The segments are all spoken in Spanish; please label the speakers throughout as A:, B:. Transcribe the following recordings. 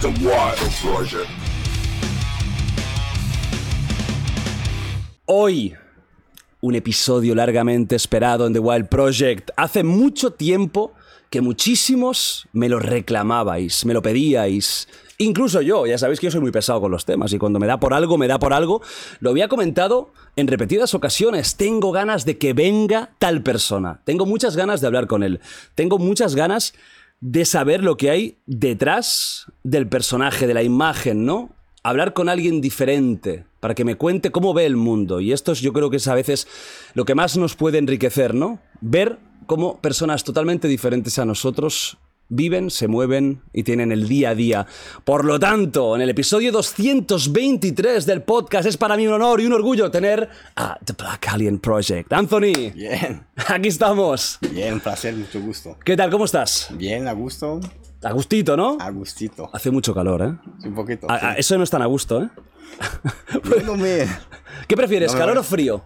A: The Wild Project.
B: Hoy, un episodio largamente esperado en The Wild Project. Hace mucho tiempo que muchísimos me lo reclamabais, me lo pedíais. Incluso yo, ya sabéis que yo soy muy pesado con los temas y cuando me da por algo, me da por algo. Lo había comentado en repetidas ocasiones. Tengo ganas de que venga tal persona. Tengo muchas ganas de hablar con él. Tengo muchas ganas de saber lo que hay detrás del personaje, de la imagen, ¿no? hablar con alguien diferente para que me cuente cómo ve el mundo. Y esto es, yo creo que es a veces lo que más nos puede enriquecer, ¿no? Ver cómo personas totalmente diferentes a nosotros viven, se mueven y tienen el día a día. Por lo tanto, en el episodio 223 del podcast es para mí un honor y un orgullo tener a The Black Alien Project. Anthony,
C: Bien,
B: aquí estamos.
C: bien, placer, mucho gusto.
B: ¿Qué tal? ¿Cómo estás?
C: Bien, a gusto,
B: A gustito, ¿no?
C: a gustito,
B: Hace mucho calor, ¿eh?
C: un poquito. Ah. sí.
B: A- a- eso no es tan a gusto, ¿eh?
C: Yo no me-
B: ¿Qué prefieres,
C: No me
B: calor o
C: voy.
B: frío?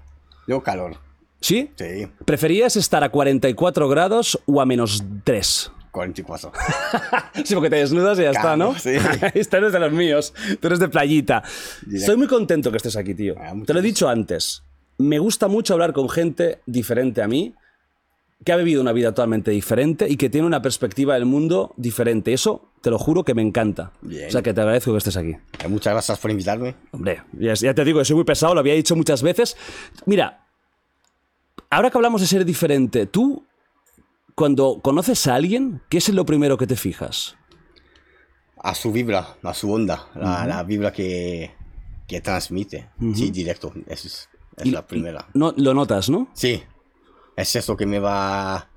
C: Yo calor,
B: ¿Sí?
C: sí,
B: ¿Preferías estar a 44 grados o a menos 3?
C: 44.
B: Sí, porque te desnudas y ya está, ¿no?
C: Claro, sí.
B: Este eres de los míos, tú eres de playita.
C: Directo.
B: Soy muy contento que estés aquí, tío.
C: Ah, muchas
B: Te lo he dicho antes. Me gusta mucho hablar con gente diferente a mí, que ha vivido una vida totalmente diferente y que tiene una perspectiva del mundo diferente. Eso, te lo juro, que me encanta.
C: Bien.
B: O sea, que te agradezco que estés aquí.
C: Eh, Muchas gracias por invitarme.
B: Hombre, ya, ya te digo, soy muy pesado, lo había dicho muchas veces. Mira, ahora que hablamos de ser diferente, tú, cuando conoces a alguien, ¿qué es lo primero que te fijas?
C: A su vibra, a su onda, la, la vibra que, que transmite. Sí, directo, eso es, es la primera.
B: No, lo notas, ¿no?
C: Sí, es eso que me va...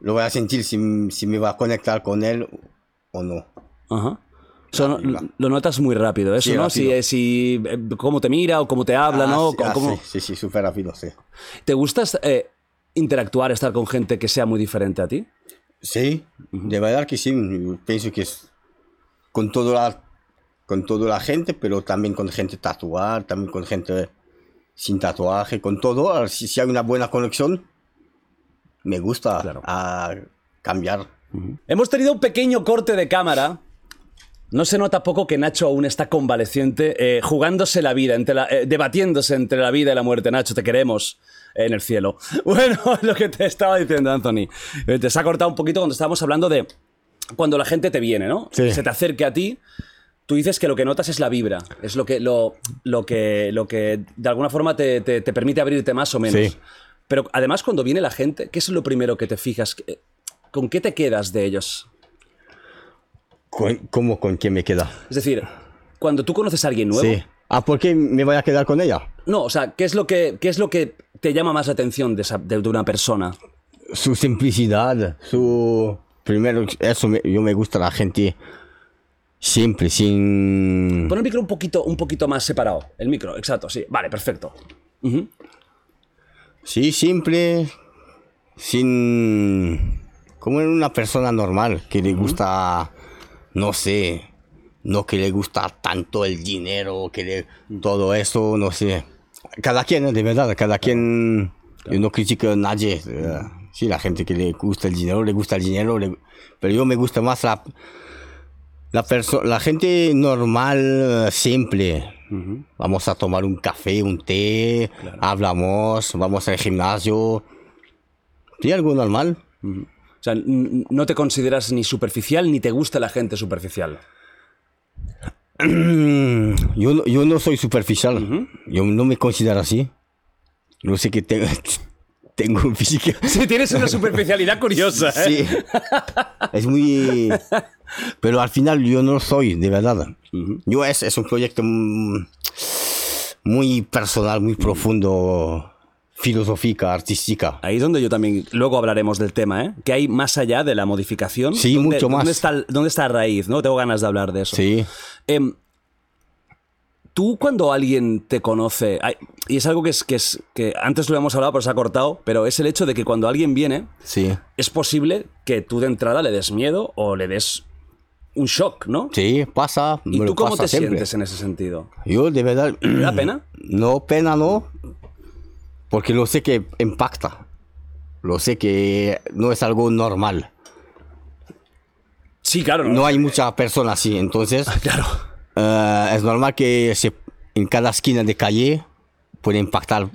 C: Lo voy a sentir si, si me va a conectar con él o no.
B: Ajá. O sea, no-
C: vibra.
B: lo notas muy rápido, eso,
C: Sí,
B: ¿no?
C: rápido.
B: Si, si, eh, cómo te mira o cómo te habla,
C: Ah,
B: ¿no?
C: sí,
B: Cómo-
C: ah,
B: cómo-
C: sí, sí, sí, súper rápido, sí.
B: ¿Te gusta eh, interactuar, estar con gente que sea muy diferente a ti?
C: Sí, de verdad que sí. Yo pienso que es con toda la, con toda la gente, pero también con gente tatuada, también con gente sin tatuaje, con todo. A ver, Si, si hay una buena conexión, me gusta
B: Claro.
C: ah, cambiar.
B: Hemos tenido un pequeño corte de cámara. No se nota poco que Nacho aún está convaleciente, eh, jugándose la vida, entre la- eh, debatiéndose entre la vida y la muerte. Nacho, te queremos en el cielo. Bueno, lo que te estaba diciendo, Anthony. Eh, te se ha cortado un poquito cuando estábamos hablando de cuando la gente te viene, ¿no?
C: Sí.
B: Se te acerque a ti. Tú dices que lo que notas es la vibra, es lo que, lo, lo que, lo que de alguna forma te, te- te permite abrirte más o menos.
C: Sí.
B: Pero además cuando viene la gente, ¿qué es lo primero que te fijas? ¿Qué- ¿Con qué te quedas de ellos?
C: Con- ¿Cómo con quién me queda?
B: Es decir, cuando tú conoces a alguien nuevo,
C: Sí. Ah, ¿por qué me voy a quedar con ella?
B: no, o sea, ¿qué es lo que, qué es lo que te llama más la atención de, esa- de- de una persona?
C: Su simplicidad, su... Primero, eso me- yo me gusta la gente simple, sin...
B: Pon el micro un poquito, un poquito más separado. El micro, exacto, sí. Vale, perfecto.
C: Sí, simple, sin... como en una persona normal que le gusta, no sé, no que le gusta tanto el dinero, que le... todo eso, no sé. Cada quien, ¿eh? de verdad, cada quien... Yo no critico a nadie. eh, Sí, la gente que le gusta el dinero, le gusta el dinero, le- pero yo me gusta más la... La, perso- la gente normal, eh, simple. Vamos a tomar un café, un té, hablamos, vamos al gimnasio. Sí, algo normal.
B: O sea, n- no te consideras ni superficial ni te gusta la gente superficial.
C: Yo no, yo no soy superficial. Yo no me considero así. Yo sé que te- tengo un físico.
B: Sí, tienes una superficialidad curiosa, ¿eh?
C: Sí. Es muy. Pero al final yo no lo soy, de verdad. Yo es, es un proyecto mm, muy personal, muy profundo. filosófica, artística.
B: Ahí es donde yo también, luego hablaremos del tema, ¿eh? Que hay más allá de la modificación.
C: Sí,
B: ¿Dónde-
C: mucho más.
B: ¿Dónde está, el- dónde está la raíz? ¿no? Tengo ganas de hablar de eso.
C: Sí.
B: Em, Tú cuando alguien te conoce, ay, y es algo que, es, que, es, que antes lo hemos hablado pero se ha cortado, pero es el hecho de que cuando alguien viene,
C: Sí.
B: es posible que tú de entrada le des miedo o le des un shock, ¿no?
C: Sí, pasa.
B: ¿Y
C: me
B: tú
C: lo
B: cómo
C: pasa
B: te
C: siempre.
B: sientes en ese sentido?
C: Yo, de verdad.
B: ¿Te da pena?
C: No, pena no. Porque lo sé que impacta. Lo sé que no es algo normal.
B: Sí, claro.
C: No hay muchas personas así. Entonces,
B: Claro.
C: eh, es normal que se- en cada esquina de calle puede impactar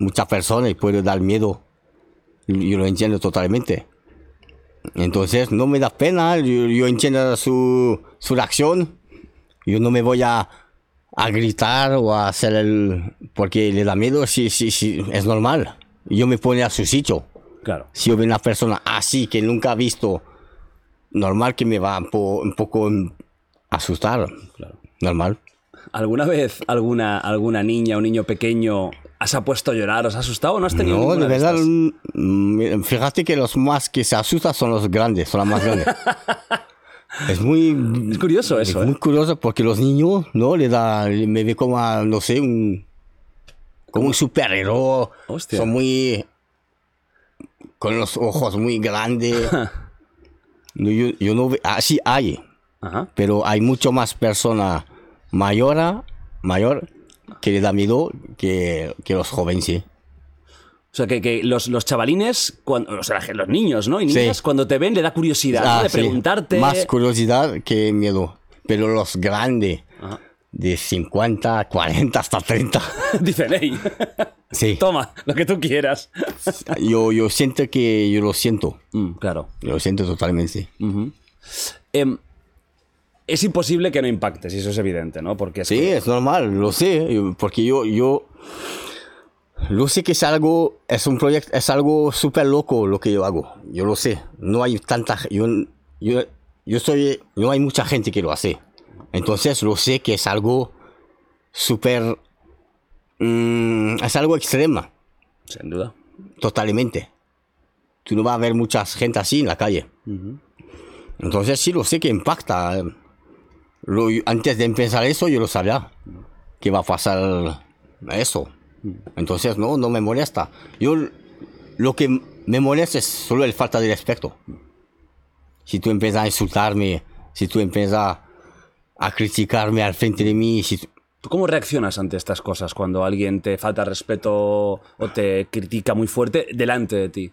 C: muchas personas y puede dar miedo. Yo lo entiendo totalmente. Entonces, no me da pena. Yo, yo entiendo su, su reacción. Yo no me voy a, a gritar o a hacer el. porque le da miedo. Sí, sí, sí, es normal. Yo me pone a su sitio
B: Claro.
C: si yo veo una persona así que nunca ha visto, normal que me va un, po- un poco mm, asustar.
B: Claro.
C: Normal.
B: ¿Alguna vez alguna, alguna niña o niño pequeño has puesto a llorar, os has asustado o no has tenido
C: No,
B: ninguna
C: de verdad,
B: estas?
C: mm, mm, fíjate que los más que se asustan son los grandes, son los más grandes. es muy
B: Es curioso
C: es
B: eso,
C: muy
B: ¿eh?
C: curioso porque los niños, ¿no? Le da, me ve como, a, no sé, un, como un superhéroe.
B: Hostia.
C: Son muy, con los ojos muy grandes. No, yo, yo no ve, ah, sí hay,
B: Ajá.
C: pero hay mucho más personas mayor, mayor que le da miedo que, que los jóvenes, sí.
B: O sea, que, que los, los chavalines, cuando, o sea, los niños, ¿no? Y
C: Sí.
B: niñas, cuando te ven, le da curiosidad ¿no?
C: Ah,
B: de
C: sí.
B: preguntarte.
C: Más curiosidad que miedo. Pero los grandes,
B: Ajá.
C: de 50, 40 hasta 30.
B: Dicen, hey,
C: Sí.
B: toma, lo que tú quieras.
C: Yo, yo siento que yo lo siento.
B: Mm, claro.
C: Lo siento totalmente.
B: Em, es imposible que no impactes, y eso es evidente, ¿no? Porque es
C: Sí,
B: que-
C: es normal, lo sé. yo- Porque yo, yo. Lo sé que es algo. Es un proyecto. Es algo súper loco lo que yo hago. Yo lo sé. No hay tanta. Yo, yo, yo soy. No hay mucha gente que lo hace. Entonces lo sé que es algo. Súper. mm, es algo extrema.
B: sin duda.
C: Totalmente. Tú no vas a ver mucha gente así en la calle. Entonces sí lo sé que impacta. Lo- antes de empezar eso yo lo sabía. Que va a pasar eso. Entonces no, no me molesta. Yo lo que me molesta es solo el falta de respeto. Si tú empiezas a insultarme, si tú empiezas a criticarme al frente de mí, si tú-
B: ¿Tú cómo reaccionas ante estas cosas cuando alguien te falta respeto o te critica muy fuerte delante de ti?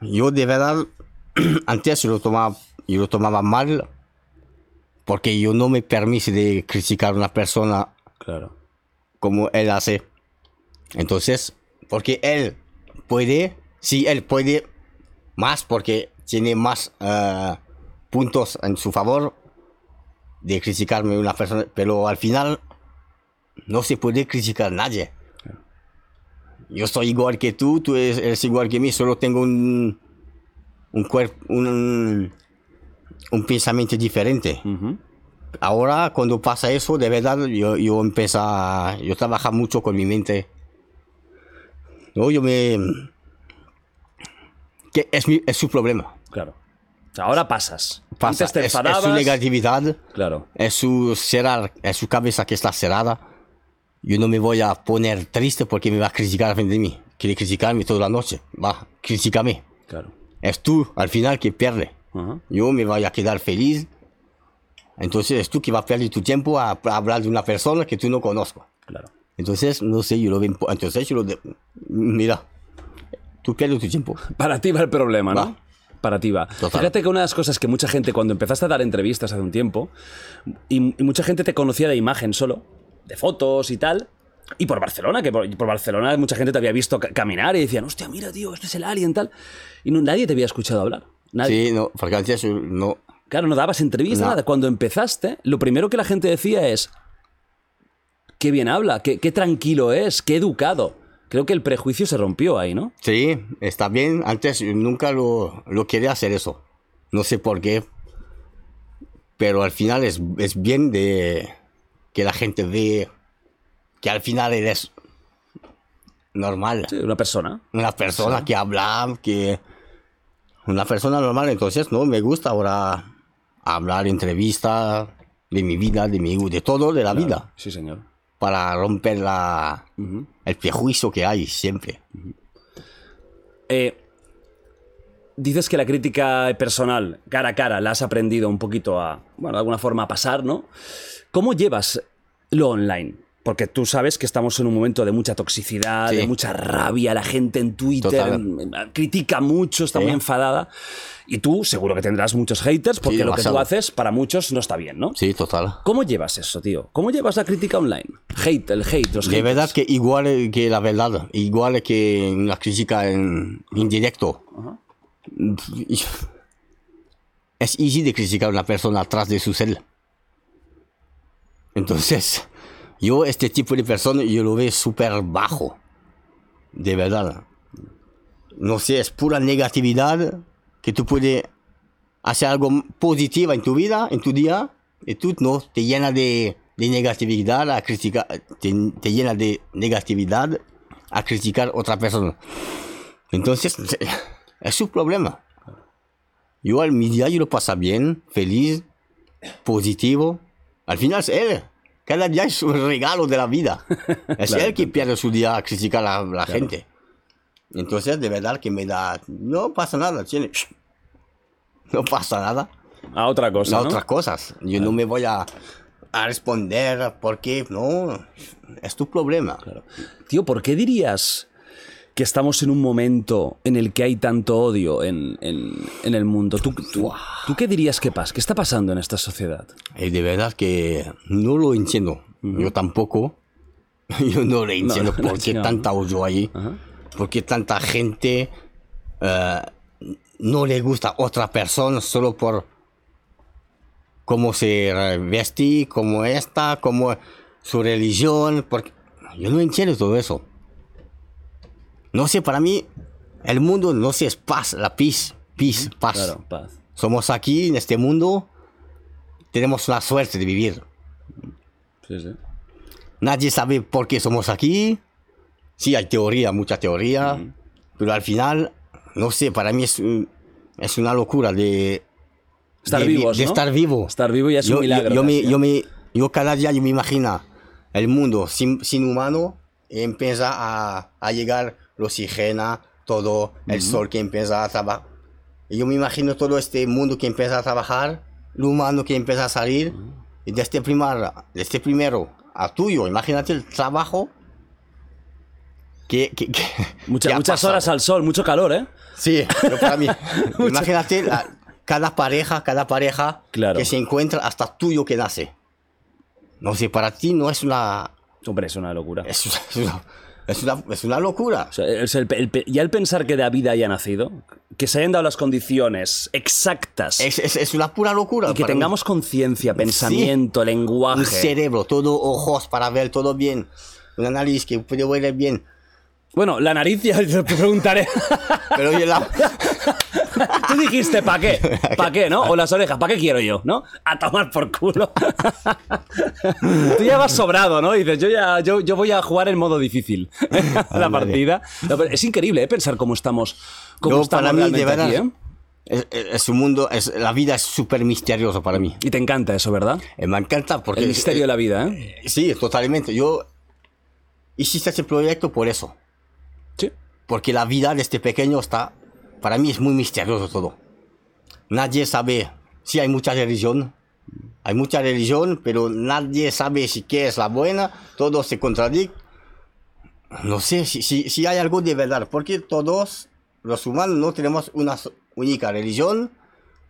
C: Yo de verdad, antes yo lo tomaba, yo lo tomaba mal porque yo no me permite de criticar a una persona
B: Claro.
C: como él hace. Entonces, porque él puede, sí, él puede más porque tiene más eh, puntos en su favor de criticarme a una persona, pero al final no se puede criticar a nadie. Yo soy igual que tú, tú eres, eres igual que mí, solo tengo un, un cuerpo, un, un pensamiento diferente.
B: Ujú.
C: Ahora, cuando pasa eso, de verdad, yo, yo empiezo a... Yo trabajo mucho con mi mente. No, yo me... Que es, mi- es su problema.
B: Claro. O sea, Ahora pasas.
C: Pasa.
B: Antes te
C: es, es
B: enfadabas.
C: su negatividad,
B: Claro.
C: es su cerrar, es su cabeza que está cerrada. Yo no me voy a poner triste porque me va a criticar frente a mí. Quiere criticarme toda la noche. Va, critícame.
B: Claro.
C: Es tú, al final, que pierde.
B: Ajá.
C: Yo me voy a quedar feliz. Entonces es tú que vas a perder tu tiempo a, a hablar de una persona que tú no conozco.
B: Claro.
C: Entonces, no sé, yo lo veo. Entonces, yo lo. de- mira, tú pierdes tu tiempo.
B: Para ti va el problema, ¿no?
C: Va.
B: Para ti va.
C: Total.
B: Fíjate que una de las cosas que mucha gente, cuando empezaste a dar entrevistas hace un tiempo, y, y mucha gente te conocía de imagen solo, de fotos y tal, y por Barcelona, que por, por Barcelona mucha gente te había visto ca- caminar y decían, hostia, mira, tío, este es el alien, tal. Y no- nadie te había escuchado hablar. Nadie.
C: Sí, no, porque antes yo no.
B: Claro, no dabas entrevistas,
C: No.
B: nada. Cuando empezaste, lo primero que la gente decía es, qué bien habla, qué, qué tranquilo es, qué educado. Creo que el prejuicio se rompió ahí, ¿no?
C: Sí, está bien. Antes yo nunca lo, lo quería hacer eso. No sé por qué. Pero al final es, es bien de que la gente ve que al final eres normal.
B: Sí, una persona.
C: Una persona que habla, que... Una persona normal, entonces no me gusta ahora hablar, entrevistas de mi vida, de mi de todo, de la vida,
B: Sí, señor.
C: para romper la, el prejuicio que hay siempre.
B: Eh, dices que la crítica personal, cara a cara, la has aprendido un poquito a, bueno, de alguna forma a pasar, ¿no? ¿Cómo llevas lo online? Porque tú sabes que estamos en un momento de mucha toxicidad,
C: Sí.
B: de mucha rabia, la gente en Twitter
C: Total.
B: mm, critica mucho, está
C: Sí.
B: muy enfadada. Y tú seguro que tendrás muchos haters porque lo que tú
C: demasiado.
B: haces para muchos no está bien, ¿no?
C: Sí, total.
B: ¿Cómo llevas eso, tío? ¿Cómo llevas la crítica online? Hate, el hate, los
C: De
B: haters.
C: verdad que igual eh, que la verdad, igual que una crítica en, en directo. Es easy de criticar a una persona atrás de su cel. Entonces, yo este tipo de persona yo lo veo súper bajo. De verdad. No sé, es pura negatividad que tú puedes hacer algo positivo en tu vida, en tu día, y tú no te llena de, de negatividad a criticar, te, te llena de negatividad a criticar a otra persona. Entonces, es su problema. Yo al mi día yo lo pasa bien, feliz, positivo. Al final es él. Cada día es un regalo de la vida. Es él que pierde su día a criticar a la gente. Entonces, de verdad que me da... No pasa nada, tiene... No pasa nada.
B: A otra cosa,
C: Las
B: ¿no?
C: otras cosas. Yo no me voy a, a responder porque no. Es tu problema.
B: Tío, ¿por qué dirías que estamos en un momento en el que hay tanto odio en, en- en el mundo? ¿Tú, tú, tú qué dirías que pasa? ¿Qué está pasando en esta sociedad?
C: Y Eh, de verdad que no lo entiendo. Yo tampoco. Yo no lo entiendo.
B: no
C: ¿Por qué
B: entiendo,
C: tanta odio ahí? ¿Por qué tanta gente eh, no le gusta a otra persona solo por cómo se eh, vestí, cómo está, cómo su religión. Porque yo no entiendo todo eso. No sé, para mí, el mundo no sé, es paz, la paz, paz, paz.
B: Claro, paz.
C: Somos aquí, en este mundo, tenemos la suerte de vivir.
B: Sí, sí.
C: Nadie sabe por qué somos aquí. Sí, hay teoría, mucha teoría, pero al final, no sé, para mí es, un- es una locura de
B: Estar
C: de-
B: vivos,
C: de
B: ¿no?
C: estar vivo.
B: Estar vivo ya es
C: yo,
B: un milagro.
C: Yo, yo me,
B: casi, ¿eh?
C: yo, me- yo cada día yo me imagino el mundo sin, sin humano y empieza a, a llegar el oxígeno, todo, el sol que empieza a trabajar. Yo me imagino todo este mundo que empieza a trabajar, el humano que empieza a salir, y desde, primer, desde primero a tuyo, imagínate el trabajo que... que, que-
B: Mucha-
C: que ha
B: muchas
C: pasado.
B: horas al sol, mucho calor, ¿eh?
C: Sí, pero para mí. Imagínate la- cada pareja, cada pareja
B: Claro.
C: que se encuentra hasta tuyo que nace. No sé, para ti no es una.
B: Hombre, es una locura.
C: Es, es una, es una- es una locura.
B: O sea, es el pe- el pe- ya el pensar que David haya nacido, que se hayan dado las condiciones exactas
C: Es, es- es una pura locura.
B: y que
C: para mí.
B: tengamos conciencia, pensamiento, lenguaje.
C: un cerebro, todo ojos para ver todo bien. Un análisis que puede ver bien.
B: Bueno, la nariz ya te preguntaré.
C: Pero oye, la-
B: Tú dijiste, ¿para qué? ¿Para qué,
C: Ah.
B: no? O las orejas, ¿para qué quiero yo, no? A tomar por culo. Tú ya vas sobrado, ¿no? Dices, yo ya yo, yo voy a jugar en modo difícil
C: Ah,
B: la partida. No, pero es increíble, ¿eh? Pensar cómo estamos, cómo
C: no,
B: estamos
C: para mí, de
B: realmente
C: verdad.
B: aquí, ¿eh?
C: es, es- es un mundo, es- la vida es súper misteriosa para mí.
B: Y te encanta eso, ¿verdad?
C: Eh, Me encanta porque.
B: El misterio de la vida, ¿eh?
C: Sí, totalmente. Yo hiciste este proyecto por eso.
B: Sí.
C: Porque la vida de este pequeño está, para mí es muy misterioso todo. Nadie sabe, sí hay mucha religión, hay mucha religión, pero nadie sabe si qué es la buena, todo se contradice. No sé si, si, si hay algo de verdad, porque todos los humanos no tenemos una so- única religión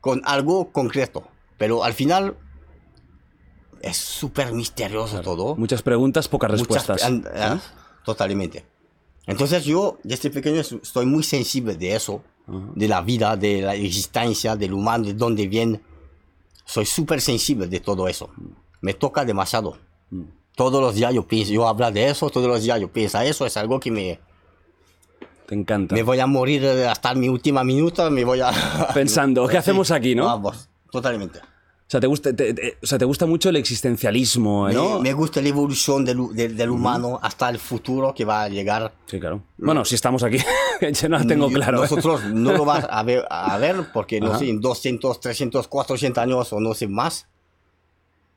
C: con algo concreto, pero al final es súper misterioso todo.
B: Muchas preguntas, pocas
C: Muchas-
B: respuestas.
C: an- ah, Totalmente. Entonces yo desde pequeño es- estoy muy sensible de eso, de la vida, de la existencia, del humano, de dónde viene. Soy súper sensible de todo eso. Me toca demasiado.
B: Mm.
C: Todos los días yo pienso, yo hablo de eso, todos los días yo pienso "Ah, eso, es algo que me,
B: Te encanta.
C: me voy a morir eh, hasta mi última minuta, me voy a...
B: Pensando, ¿qué hacemos aquí, no?
C: Vamos, totalmente.
B: sea, te gusta, te- te- o sea, te gusta mucho el existencialismo, ¿eh?
C: Me-
B: ¿no?
C: Me, gusta la evolución del, u- del- del humano hasta el futuro que va a llegar.
B: Sí, claro. Bueno, si estamos aquí, yo no la tengo
C: Y
B: claro. ¿eh?
C: Nosotros no lo vas a ver, a ver porque no sé, en 200, 300, 400 años o no sé más.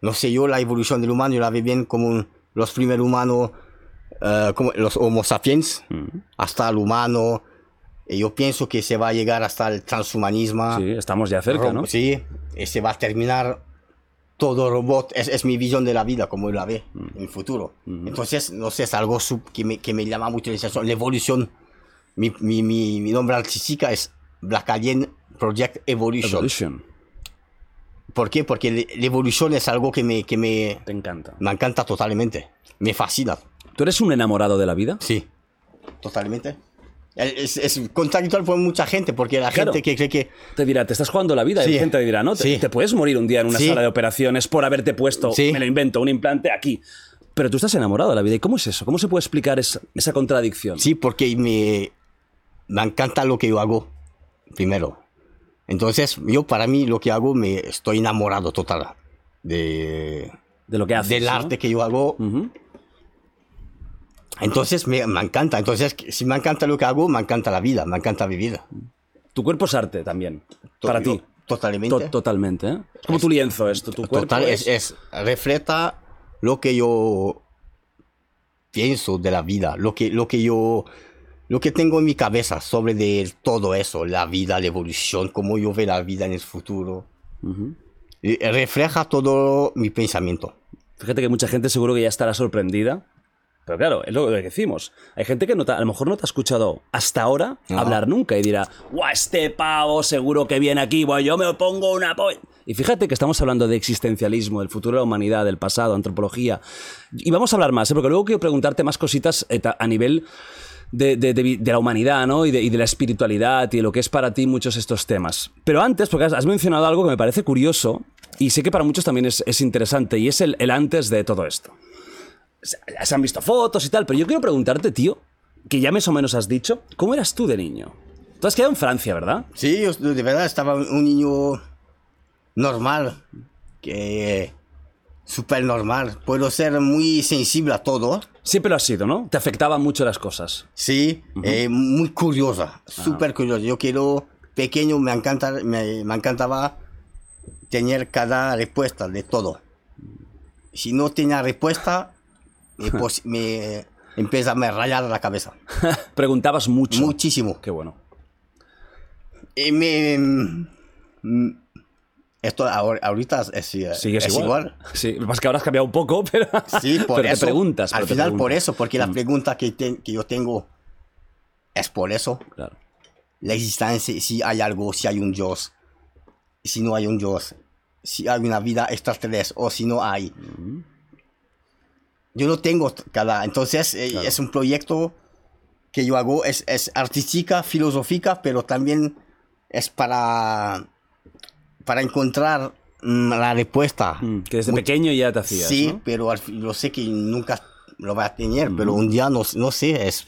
C: No sé, yo la evolución del humano, yo la veo bien como un- los primeros humanos, eh, como los Homo sapiens, hasta el humano. Y yo pienso que se va a llegar hasta el transhumanismo.
B: Sí, estamos ya cerca,
C: Ro-
B: ¿no?
C: Ah, Sí, y se va a terminar todo robot. Es, es mi visión de la vida, como la ve
B: Mm.
C: en el futuro.
B: Mm-hmm.
C: Entonces, no sé, es algo sub- que, me, que me llama mucho la atención. La evolución. Mi, mi, mi, mi nombre artística es Black Alien Project Evolution.
B: Evolution.
C: ¿Por qué? Porque le- la evolución es algo que me, que me,
B: Te encanta.
C: me encanta totalmente. Me fascina.
B: ¿Tú eres un enamorado de la vida?
C: Sí, totalmente. Es, es contradictorio por mucha gente, porque la
B: Claro.
C: gente que cree que
B: Te dirá, te estás jugando la vida. Y
C: Sí.
B: la gente te dirá, no, te,
C: Sí.
B: te puedes morir un día en una
C: Sí.
B: sala de operaciones por haberte puesto,
C: Sí.
B: me lo invento, un implante aquí. Pero tú estás enamorado de la vida. ¿Y cómo es eso? ¿Cómo se puede explicar esa, esa contradicción?
C: Sí, porque me, me encanta lo que yo hago, primero. Entonces, yo para mí lo que hago, me estoy enamorado total de,
B: De lo que haces.
C: del
B: ¿no?
C: arte que yo hago.
B: Ujú.
C: Entonces, me, me encanta. Entonces, si me encanta lo que hago, me encanta la vida, me encanta vivir.
B: Tu cuerpo es arte también. para
C: Yo-
B: ti.
C: Totalmente.
B: To- totalmente. ¿eh? Es como tu lienzo esto, tu cuerpo.
C: Total,
B: es-
C: es, es- refleja lo que yo pienso de la vida, lo que, lo que yo lo que tengo en mi cabeza sobre de todo eso, la vida, la evolución, cómo yo veo la vida en el futuro. Y eh, refleja todo mi pensamiento.
B: Fíjate que mucha gente seguro que ya estará sorprendida. Pero claro, es lo que decimos. Hay gente que no te- a lo mejor no te ha escuchado hasta ahora
C: Ajá.
B: hablar nunca y dirá, ¡guau, este pavo seguro que viene aquí! Voy, yo me pongo una po-". Y fíjate que estamos hablando de existencialismo, del futuro de la humanidad, del pasado, antropología. Y vamos a hablar más, ¿eh? porque luego quiero preguntarte más cositas eh, ta- a nivel de, de- de vi- de la humanidad, ¿no? Y de, y de la espiritualidad y de lo que es para ti muchos estos temas. Pero antes, porque has, has mencionado algo que me parece curioso y sé que para muchos también es, es interesante y es el, el antes de todo esto. Se, se han visto fotos y tal, pero yo quiero preguntarte, tío, que ya más o menos has dicho, ¿cómo eras tú de niño? Tú has quedado en Francia, ¿verdad?
C: Sí, yo de verdad estaba un niño normal, que súper normal. Puedo ser muy sensible a todo.
B: Siempre lo has sido, ¿no? Te afectaban mucho las cosas.
C: Sí, eh, muy
B: Ah.
C: curiosa, súper curiosa. Yo quiero, pequeño, me, encanta, me, me encantaba tener cada respuesta de todo. Si no tenía respuesta, me, pos- me empieza a me rayar la cabeza.
B: Preguntabas mucho.
C: Muchísimo.
B: Qué bueno.
C: Y me, mm, esto ahor- ahorita es, eh, es
B: Sigues igual.
C: igual.
B: Sí, lo que pasa es que ahora has cambiado un poco, pero.
C: Sí, por
B: pero
C: eso.
B: Te preguntas,
C: Al
B: pero te
C: final, por
B: preguntas. Mm.
C: eso, porque la pregunta que, te- que yo tengo es por eso.
B: Claro.
C: la existencia, si hay algo, si hay un Dios, si no hay un Dios, si hay una vida extraterrestre o si no hay. Yo no tengo t- cada... Entonces eh, es un proyecto que yo hago, es, es artística, filosófica, pero también es para, para encontrar mm, la respuesta.
B: Mm, Que desde
C: Mu-
B: pequeño ya te hacías.
C: Sí,
B: ¿no?
C: pero al fin- yo sé que nunca lo va a tener, pero un día no, no sé, es...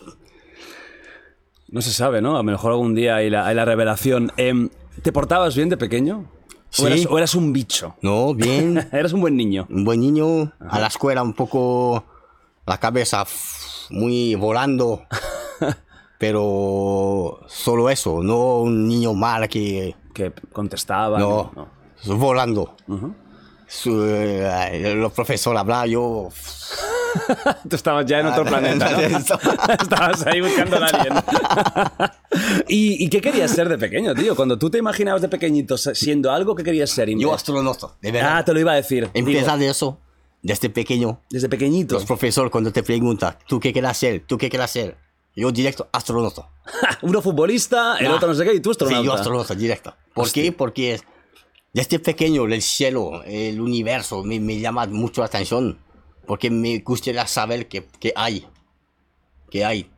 B: No se sabe, ¿no? A lo mejor algún día hay la, hay la revelación. Em, ¿Te portabas bien de pequeño?
C: Sí.
B: ¿O, eras, o eras un bicho?
C: No, bien.
B: eras un buen niño.
C: un buen niño, a la escuela un poco la cabeza f- muy volando, pero solo eso, no un niño mal que
B: Que contestaba.
C: no, volando.
B: Ujú.
C: Su- eh, los profesores hablan, yo
B: Tú estabas ya en
C: Ah,
B: otro planeta, ¿no? Estabas ahí buscando a alguien. ¿Y, y qué querías ser de pequeño, tío? Cuando tú te imaginabas de pequeñito se- siendo algo, ¿qué querías ser?
C: yo astronauta, de verdad.
B: Ah, te lo iba a decir.
C: Empieza
B: Digo,
C: de eso, desde pequeño.
B: desde pequeñito.
C: Los profesores cuando te preguntan, ¿tú qué quieres ser? ¿Tú qué quieres ser? Yo directo, astronauta.
B: Ah, Uno futbolista, el
C: Nah.
B: otro no sé qué, y tú astronauta.
C: Sí, yo astronauta directa. ¿Por qué? Porque es- desde pequeño el cielo, el universo me, me llama mucho la atención. Porque me gustaría saber que, que hay, que hay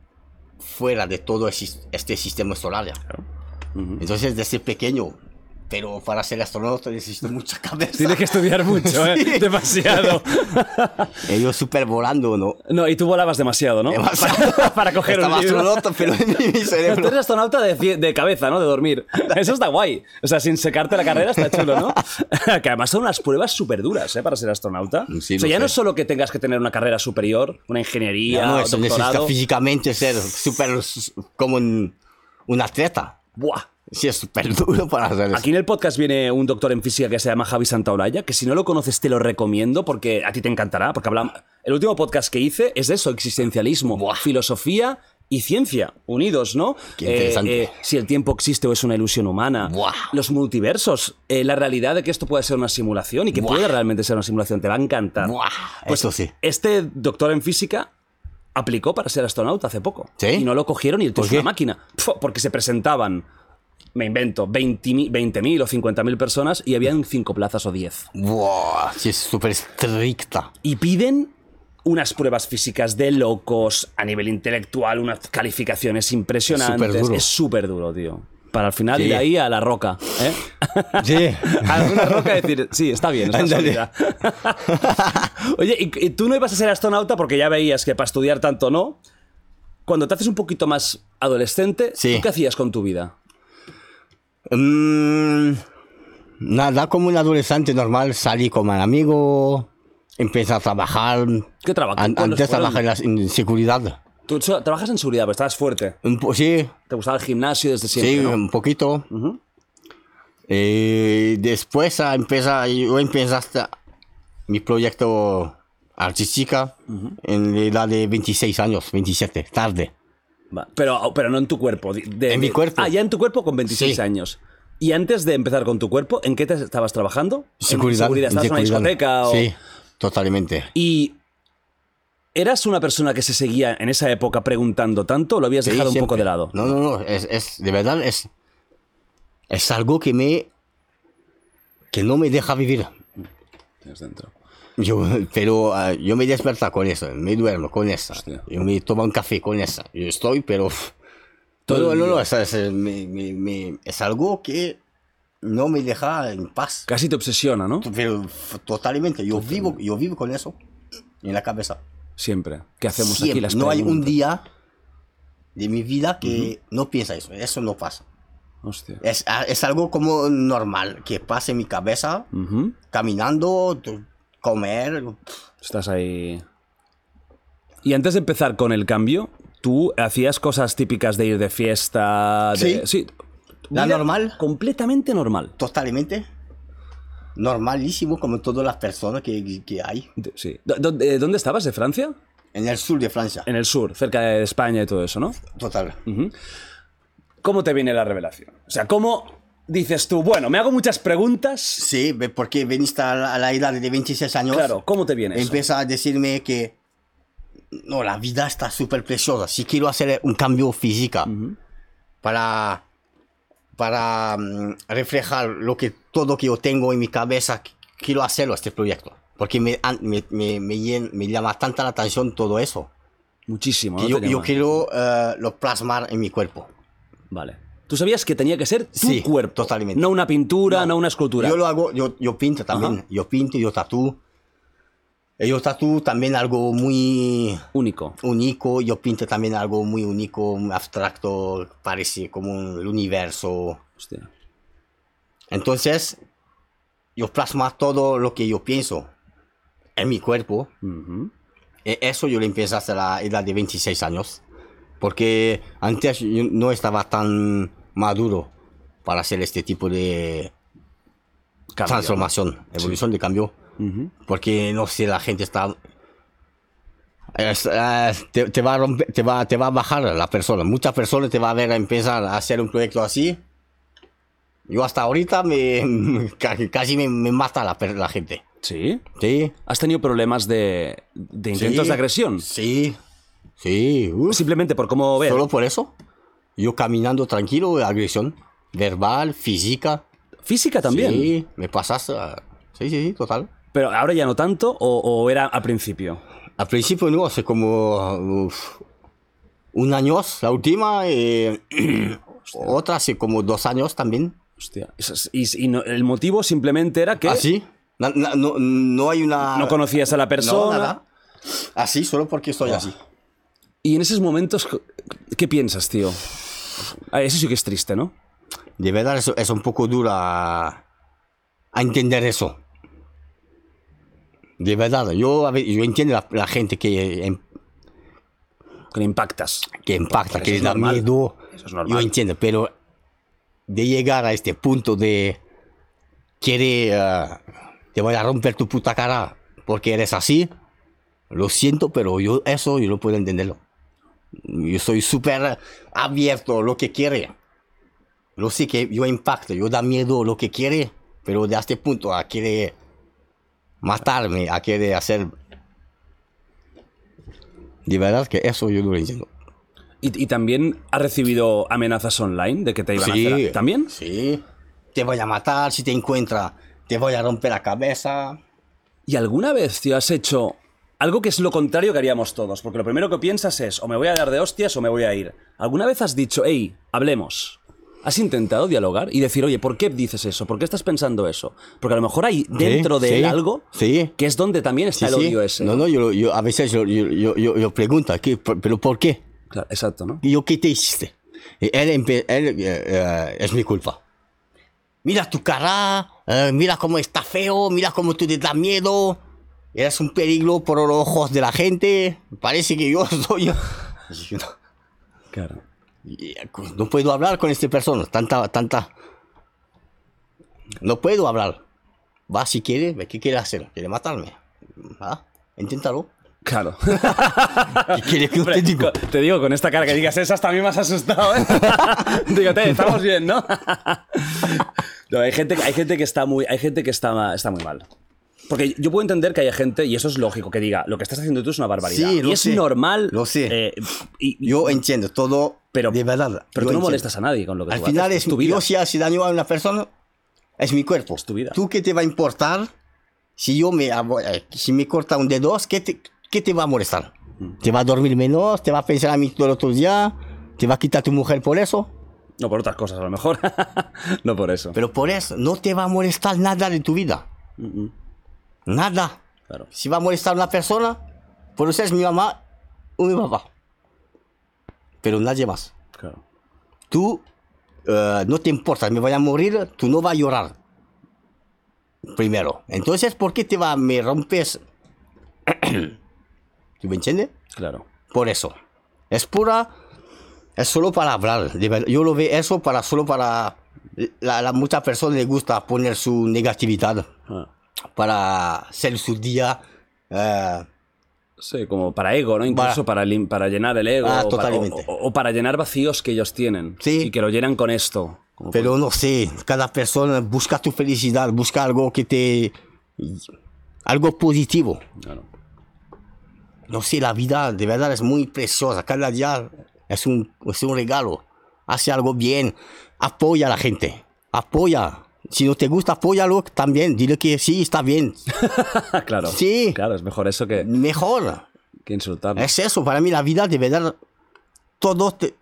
C: fuera de todo esi- este sistema solar. ya. Entonces desde pequeño Pero para ser astronauta necesito mucha cabeza.
B: Tienes que estudiar mucho, ¿eh?
C: Sí.
B: Demasiado.
C: Ellos super volando, ¿no?
B: No, y tú volabas demasiado, ¿no?
C: Demasiado.
B: Para, para coger
C: Estaba
B: un libro.
C: astronauta, pero en mi, mi
B: Tú eres
C: cerebro.
B: astronauta de, cie- de cabeza, ¿no? De dormir. Eso está guay. O sea, sin secarte la carrera está chulo, ¿no? Que además son unas pruebas súper duras, ¿eh? Para ser astronauta.
C: Sí,
B: o sea,
C: lo
B: ya no
C: sé.
B: es solo que tengas que tener una carrera superior, una ingeniería,
C: No,
B: un
C: eso necesita
B: doctorado.
C: físicamente ser super s- como un, un atleta.
B: Buah.
C: Sí, es súper duro para hacer eso.
B: Aquí en el podcast viene un doctor en física que se llama Javi Santaolalla, que si no lo conoces te lo recomiendo porque a ti te encantará, porque hablamos... El último podcast que hice es de eso, existencialismo, filosofía y ciencia, unidos, ¿no? Eh,
C: Qué interesante.
B: si el tiempo existe o es una ilusión humana,
C: Buah.
B: los multiversos, eh, la realidad de que esto puede ser una simulación y que
C: Buah.
B: puede realmente ser una simulación, te va a encantar.
C: Buah, eso sí.
B: Este doctor en física aplicó para ser astronauta hace poco.
C: ¿Sí?
B: Y no lo cogieron y el tío
C: ¿Por
B: es una
C: qué?
B: máquina. Pf, Porque se presentaban, me invento, 20.000 20.000 o 50.000 personas y habían 5 plazas o 10.
C: Buah, sí, es súper estricta.
B: Y piden unas pruebas físicas de locos a nivel intelectual, unas calificaciones impresionantes.
C: Es superduro.
B: Es súper duro, tío. Para al final
C: Sí.
B: ir ahí a la roca. ¿eh?
C: Sí.
B: A una roca y decir, sí, está bien, está
C: Ándale.
B: sólida. Oye, y, y tú no ibas a ser astronauta porque ya veías que para estudiar tanto no. Cuando te haces un poquito más adolescente,
C: Sí.
B: ¿tú qué hacías con tu vida?
C: Mm, nada, como un adolescente normal, salí con un amigo, empecé a trabajar.
B: ¿Qué trabajo?
C: An-
B: ¿Cuáles
C: antes
B: fueron?
C: trabajé en, la- en seguridad.
B: Tú so- trabajas en seguridad, pero estabas fuerte.
C: Un po- sí,
B: Te gustaba el gimnasio desde siempre.
C: sí,
B: ¿no?
C: un poquito. Eh, después ah, empieza, yo empezaste mi proyecto artística en la edad de 26 años, 27, tarde.
B: Va, Pero, pero no en tu cuerpo. de- de-
C: En mi
B: de-
C: cuerpo.
B: Ah, ya en tu cuerpo con 26
C: Sí.
B: años. Y antes de empezar con tu cuerpo, ¿en qué te estabas trabajando?
C: Seguridad.
B: En seguridad. ¿Estabas en una
C: seguridad.
B: discoteca? O...
C: Sí, totalmente.
B: ¿Y eras una persona que se seguía en esa época preguntando tanto o lo habías
C: Sí,
B: dejado un poco
C: siempre.
B: de lado?
C: No, no, no. Es, es- de verdad, es, es algo que me. que no me deja vivir. Yo, pero ah, yo me despierto con eso, me duermo con eso,
B: Hostia.
C: yo me tomo un café con eso. Yo estoy, pero. uf,
B: Todo
C: no,
B: el
C: no, no,
B: día.
C: es, es- me- me- me- es algo que no me deja en paz.
B: Casi te obsesiona, ¿no?
C: Pero uf, totalmente, yo vivo, yo vivo con eso en la cabeza.
B: Siempre. ¿Qué hacemos aquí?
C: Siempre.
B: Las
C: no hay un
B: preguntas.
C: día de mi vida que no piensa eso, eso no pasa.
B: Hostia.
C: Es, ah, es algo como normal que pase en mi cabeza,
B: Ujú.
C: caminando, tu- comer.
B: Estás ahí. Y antes de empezar con el cambio, tú hacías cosas típicas de ir de fiesta. de-
C: Sí.
B: Vida
C: La normal.
B: Completamente normal.
C: Totalmente normalísimo, como todas las personas que, que hay
B: De- Sí. ¿Dó- dó- eh, ¿Dónde estabas? ¿De Francia?
C: en el sur de Francia.
B: En el sur, cerca de España y todo eso, ¿no?
C: Total.
B: ¿Cómo te viene la revelación? O sea, ¿cómo dices tú, bueno, me hago muchas preguntas?
C: Sí, ve- porque veniste a la, a la edad de 26 años.
B: Claro, ¿cómo te viene eso?
C: Empieza a decirme que no, la vida está súper preciosa. Si quiero hacer un cambio física para, para mm, reflejar lo que todo que yo tengo en mi cabeza, qu- quiero hacerlo este proyecto. Porque me, an- me, me- me llen- me llama tanta la atención todo eso.
B: Muchísimo.
C: Que
B: ¿no?
C: yo,
B: Te
C: yo
B: llama.
C: quiero eh, lo plasmar en mi cuerpo.
B: Vale. Tú sabías que tenía que ser tu
C: Sí,
B: cuerpo.
C: totalmente.
B: No una pintura, no, una escultura.
C: Yo lo hago, yo, yo pinto también.
B: Ajá.
C: Yo pinto, yo tatúo. Eh, Yo tatúo también algo muy
B: Único.
C: único, yo pinto también algo muy único, muy abstracto, parece como un- el universo.
B: Hostia.
C: Entonces, yo plasmo todo lo que yo pienso en mi cuerpo.
B: Ujú.
C: E- Eso yo lo empecé hasta la edad de 26 años, porque antes yo no estaba tan maduro para hacer este tipo de transformación, evolución de cambio.
B: Ujú.
C: Porque no sé, la gente está. es- es- te, te va a romper- te, va, te va a bajar la persona. Muchas personas te va a ver a empezar a hacer un proyecto así. Yo hasta ahorita me ca- casi me, me mata la, per- la gente.
B: Sí.
C: ¿Sí?
B: ¿Has tenido problemas de, de intentos
C: Sí.
B: de agresión?
C: Sí. Sí. uf.
B: Simplemente por cómo ver.
C: Solo por eso. Yo caminando tranquilo, agresión. Verbal, física.
B: Física también.
C: Sí, me pasaste. a- Sí, sí, sí, total.
B: Pero ahora ya no tanto, o, o era al principio.
C: Al principio no, hace como uf, eh, un año, la última, y otra hace como dos años también.
B: Hostia. Y, y- y no- el motivo simplemente era que
C: ¿Así? Na- na- No, no hay una...
B: no conocías a la Ah. persona.
C: nada. Así, solo porque estoy así.
B: Y en esos momentos, ¿qué piensas, tío? Ah, Eso sí que es triste, ¿no?
C: De verdad eso es un poco dura a entender eso. De verdad, yo, a ve- yo entiendo la, la gente que, em-
B: Que le impactas.
C: que impacta,
B: Pero eso
C: que le
B: es
C: da
B: normal.
C: miedo.
B: Eso es normal.
C: Yo entiendo, pero de llegar a este punto de quiere eh, te voy a romper tu puta cara porque eres así, lo siento, pero yo eso yo no puedo entenderlo. Yo soy súper abierto a lo que quiere. Lo sé que yo impacto, yo da miedo lo que quiere, pero de este punto a quiere matarme, a quiere hacer. De verdad que eso yo no lo entiendo.
B: Y, y también has recibido amenazas online de que te iban a hacer. ¿También?
C: Sí. Te voy a matar si te encuentra. Te voy a romper la cabeza.
B: ¿Y alguna vez, tío, has hecho algo que es lo contrario que haríamos todos? Porque lo primero que piensas es, o me voy a dar de hostias o me voy a ir. ¿Alguna vez has dicho, hey, hablemos? ¿Has intentado dialogar y decir, oye, ¿por qué dices eso? ¿Por qué estás pensando eso? Porque a lo mejor hay dentro de
C: sí,
B: él algo
C: sí.
B: que es donde también está el
C: Sí, sí.
B: odio ese.
C: No, no, yo, lo- yo a veces yo, yo, yo- yo- yo pregunto, ¿qué? Por- ¿pero por qué?
B: Claro, exacto, ¿no?
C: ¿Yo qué te hiciste? Y él, empe- él, eh, eh, es mi culpa. Mira tu cara, eh, mira cómo está feo, mira cómo tú te das miedo. Eres un peligro por los ojos de la gente. Parece que yo soy... Yo no-
B: Claro.
C: Y, pues, No puedo hablar con esta persona, tanta, tanta. No puedo hablar. Va si quiere, ve, ¿qué quiere hacer? ¿Quiere matarme? ¿Ah? Inténtalo.
B: Claro.
C: ¿Qué quiere que yo te diga?
B: Te digo, con esta cara que digas esa, hasta a mí me has asustado, ¿eh? digo, "Te, estamos bien, ¿no? No, hay gente, hay gente que está muy, hay gente que está, está muy mal. Porque yo puedo entender que haya gente, y eso es lógico, que diga, lo que estás haciendo tú es una barbaridad.
C: Sí, lo
B: y es
C: sé,
B: normal.
C: lo sé.
B: eh, y- y-
C: Yo entiendo todo,
B: pero,
C: pero de verdad.
B: pero
C: yo
B: tú no
C: entiendo.
B: molestas a nadie con lo que
C: Al
B: tú
C: final
B: haces,
C: es
B: tu vida.
C: Yo si hace daño a una persona, es mi cuerpo.
B: Es tu vida.
C: ¿Tú qué te va a importar si yo me, hago- eh, si me corta un dedo? ¿qué te, ¿Qué te va a molestar? ¿Te va a dormir menos? ¿Te va a pensar a mí todo el otro día? ¿Te va a quitar tu mujer por eso?
B: No por otras cosas, a lo mejor. no por eso.
C: Pero por eso no te va a molestar nada de tu vida. Nada.
B: Claro.
C: Si va a molestar a una persona, por eso es mi mamá o mi papá. Pero nadie más.
B: claro.
C: Tú eh, no te importa, me voy a morir, tú no vas a llorar. Primero. Entonces, ¿por qué te va, me rompes? ¿Tú me entiendes?
B: Claro.
C: Por eso. Es pura. Es solo para hablar. de verdad. Yo lo veo eso para solo para. La, la muchas personas les gusta poner su negatividad
B: Ah.
C: para hacer su día. eh,
B: Sí, como para ego, ¿no? Incluso para, lim- para llenar el ego.
C: Ah,
B: o, para,
C: totalmente.
B: o- o para llenar vacíos que ellos tienen.
C: Sí.
B: Y que lo llenan con esto. Como
C: pero no sé, cada persona busca tu felicidad, busca algo que te. algo positivo.
B: por- claro.
C: No sé, la vida de verdad es muy preciosa. Cada día es un, es un regalo. Hace algo bien. Apoya a la gente. Apoya. Si no te gusta, apóyalo también. Dile que sí, está bien.
B: claro.
C: Ah, Sí.
B: Claro, es mejor eso que,
C: Mejor.
B: que insultar.
C: Es eso. Para mí la vida de verdad, todos te-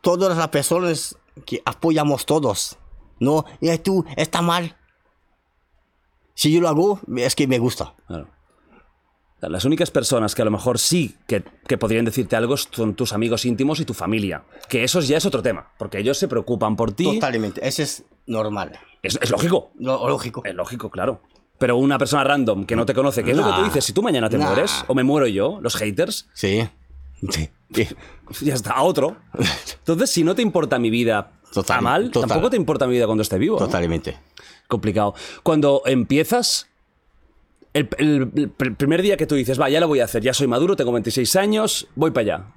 C: todas las personas que apoyamos todos. No, y tú, está mal. Si yo lo hago, es que me gusta.
B: Claro. Las únicas personas que a lo mejor sí que, que podrían decirte algo son tus amigos íntimos y tu familia. Que eso ya es otro tema. Porque ellos se preocupan por ti.
C: Totalmente. Eso es normal.
B: Es, es lógico.
C: Lo- lógico.
B: Es lógico, claro. Pero una persona random que no te conoce, que es lo que
C: Nah.
B: tú dices, si tú mañana te
C: Nah.
B: mueres o me muero yo, los haters,
C: Sí. Sí. Sí.
B: ya está, a otro. Entonces, si no te importa mi vida
C: Total,
B: a mal,
C: total.
B: tampoco te importa mi vida cuando esté vivo. ¿no?
C: Totalmente.
B: Complicado. Cuando empiezas, el, el- el pr- primer día que tú dices, va, ya lo voy a hacer, ya soy maduro, tengo 26 años, voy para allá.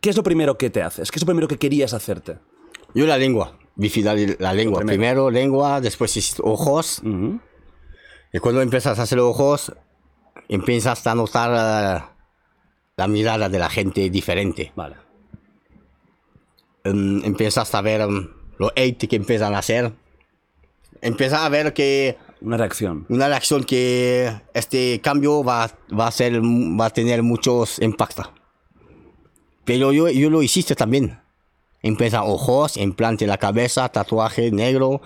B: ¿Qué es lo primero que te haces? ¿Qué es lo primero que querías hacerte?
C: Yo la lengua, bifidal y la lengua. Primero lengua, después hiciste ojos. Y cuando empiezas a hacer ojos, empiezas a notar eh, la mirada de la gente diferente.
B: Vale.
C: Em, empiezas a ver em, los hate que empiezan a hacer. Empiezas a ver que
B: Una reacción.
C: una reacción que este cambio va, va, a, ser, va a tener muchos impactos. Pero yo, yo lo hiciste también. Empieza ojos, implante en la cabeza, tatuaje negro.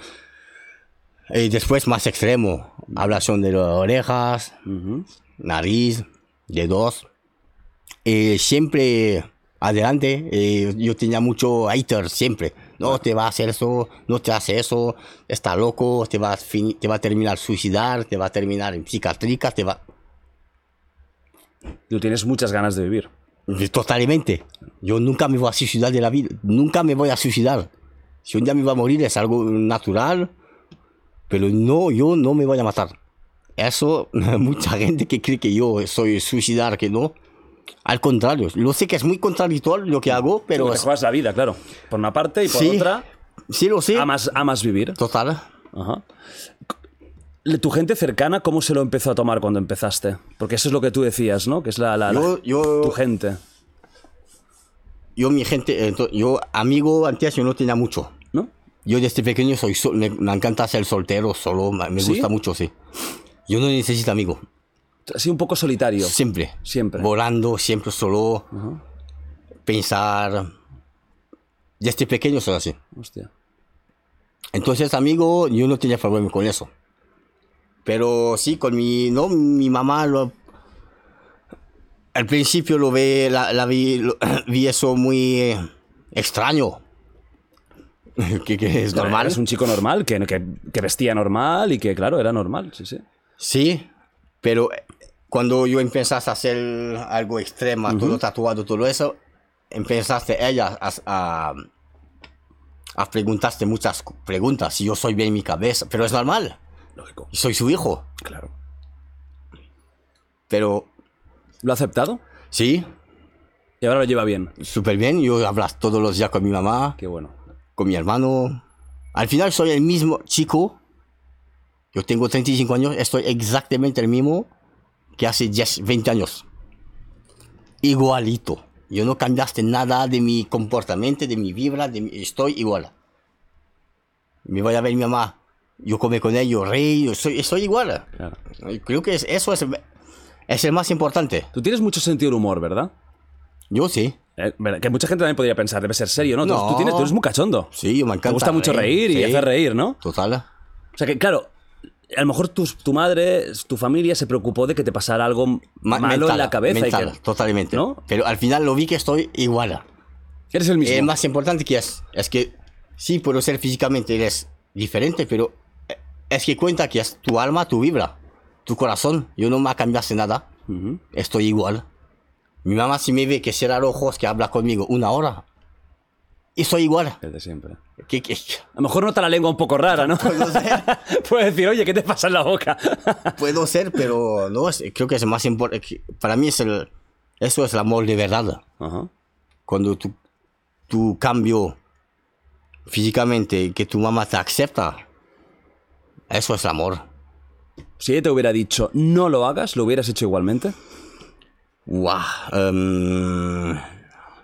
C: Y después más extremo. Ablación de las orejas, nariz, dedos. Y eh, siempre adelante. eh, yo tenía mucho haters siempre. No te va a hacer eso, no te hace eso, está loco, te va a, fini- te va a terminar suicidar, te va a terminar en psiquiátrica, te va.
B: Tú tienes muchas ganas de vivir.
C: Totalmente. Yo nunca me voy a suicidar de la vida. Nunca me voy a suicidar. Si un día me voy a morir es algo natural. Pero no, yo no me voy a matar. Eso, mucha gente que cree que yo soy suicidar, que no. Al contrario, lo sé que es muy contradictorio lo que hago, pero
B: Pero te juegas la vida, claro. Por una parte y por
C: Sí.
B: otra, Ah,
C: sí lo sé.
B: amas, amas vivir.
C: Total.
B: Ajá. Le- ¿Tu gente cercana cómo se lo empezó a tomar cuando empezaste? Porque eso es lo que tú decías, ¿no? Que es la, la- la-
C: Yo- yo-
B: tu gente.
C: Yo, mi gente, eh, to- yo, amigo, antes yo no tenía mucho.
B: ¿No?
C: Yo desde pequeño soy sol- me, me encanta ser soltero, solo, me me
B: ¿Sí?
C: gusta mucho, sí. Yo no necesito amigo.
B: Así un poco solitario.
C: Siempre.
B: Siempre.
C: Volando, siempre solo. Pensar. Desde pequeño soy así.
B: Hostia.
C: Entonces, amigo, yo no tenía problema con eso. Pero sí, con mi. No, mi mamá lo- Al principio lo ve, la, la vi, lo- vi eso muy eh, extraño. que, que es normal.
B: Eres un chico normal, que, que, que vestía normal y que, claro, era normal. Sí, sí.
C: Sí, pero cuando yo empezaste a hacer algo extremo, todo tatuado, todo eso, empezaste ella a, a, a preguntarte muchas cu- preguntas. Si yo soy bien en mi cabeza, pero es normal,
B: Lógico.
C: soy su hijo,
B: Claro.
C: pero
B: ¿Lo ha aceptado?
C: sí,
B: Y ahora lo lleva bien.
C: súper bien. Yo hablas todos los días con mi mamá,
B: Qué bueno.
C: con mi hermano. Al final soy el mismo chico. Yo tengo 35 años, estoy exactamente el mismo que hace 10, 20 años. Igualito. Yo no cambiaste nada de mi comportamiento, de mi vibra, de mi- estoy igual. Me voy a ver mi mamá. Yo come con ella, yo rey, yo soy, soy igual.
B: Claro.
C: Creo que es- eso es, es el más importante.
B: Tú tienes mucho sentido del humor, ¿verdad?
C: Yo sí.
B: Eh, verdad, Que mucha gente también podría pensar, debe ser serio, ¿no? Tú- Tú,
C: No.
B: tienes, tú eres muy cachondo.
C: Sí, me encanta.
B: Te gusta mucho reír, y
C: sí.
B: hacer reír, ¿no?
C: Total.
B: O sea que, claro, a lo mejor tus- tu, madre, tu familia se preocupó de que te pasara algo
C: Ma-
B: malo en
C: mental,
B: la cabeza. y
C: mental,
B: que-
C: totalmente.
B: ¿No?
C: Pero al final lo vi que estoy igual.
B: Eres el mismo.
C: Es Eh, más importante que es, es que sí puedo ser físicamente eres diferente, pero eh, es que cuenta que es tu alma, tu vibra, tu corazón. Yo no me cambiaste nada.
B: Ujú.
C: Estoy igual. Mi mamá si me ve que cierra los ojos, que habla conmigo una hora. Y soy igual.
B: Desde siempre.
C: Que- que-
B: A lo mejor nota la lengua un poco rara, ¿no?
C: puedo, ser,
B: Puedes decir, oye, ¿qué te pasa en la boca?
C: puedo ser, pero no, es- creo que es más importante. Para mí es el, eso es el amor de verdad.
B: Ajá.
C: cuando tu, tu cambio físicamente, que tu mamá te acepta, eso es amor.
B: Si ella te hubiera dicho, no lo hagas, ¿lo hubieras hecho igualmente?
C: ¡Guau! Em,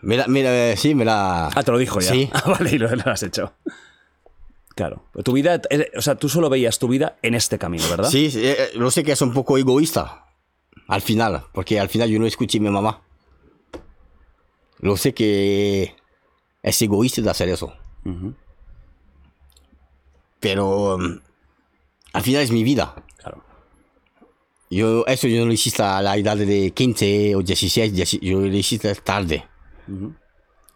C: mira, mira, eh, sí, mira.
B: Ah, te lo dijo ya.
C: Sí.
B: Ah, vale, y lo, lo has hecho. Claro. Tu vida, eh, o sea, tú solo veías tu vida en este camino, ¿verdad?
C: Sí, sí, eh, eh, lo sé que es un poco egoísta al final, porque al final yo no escuché a mi mamá. Lo sé que es egoísta de hacer eso.
B: Ujú.
C: Pero em, al final es mi vida.
B: Claro.
C: Yo, eso yo no lo hiciste a la edad de 15 o 16, 17, yo lo hiciste tarde.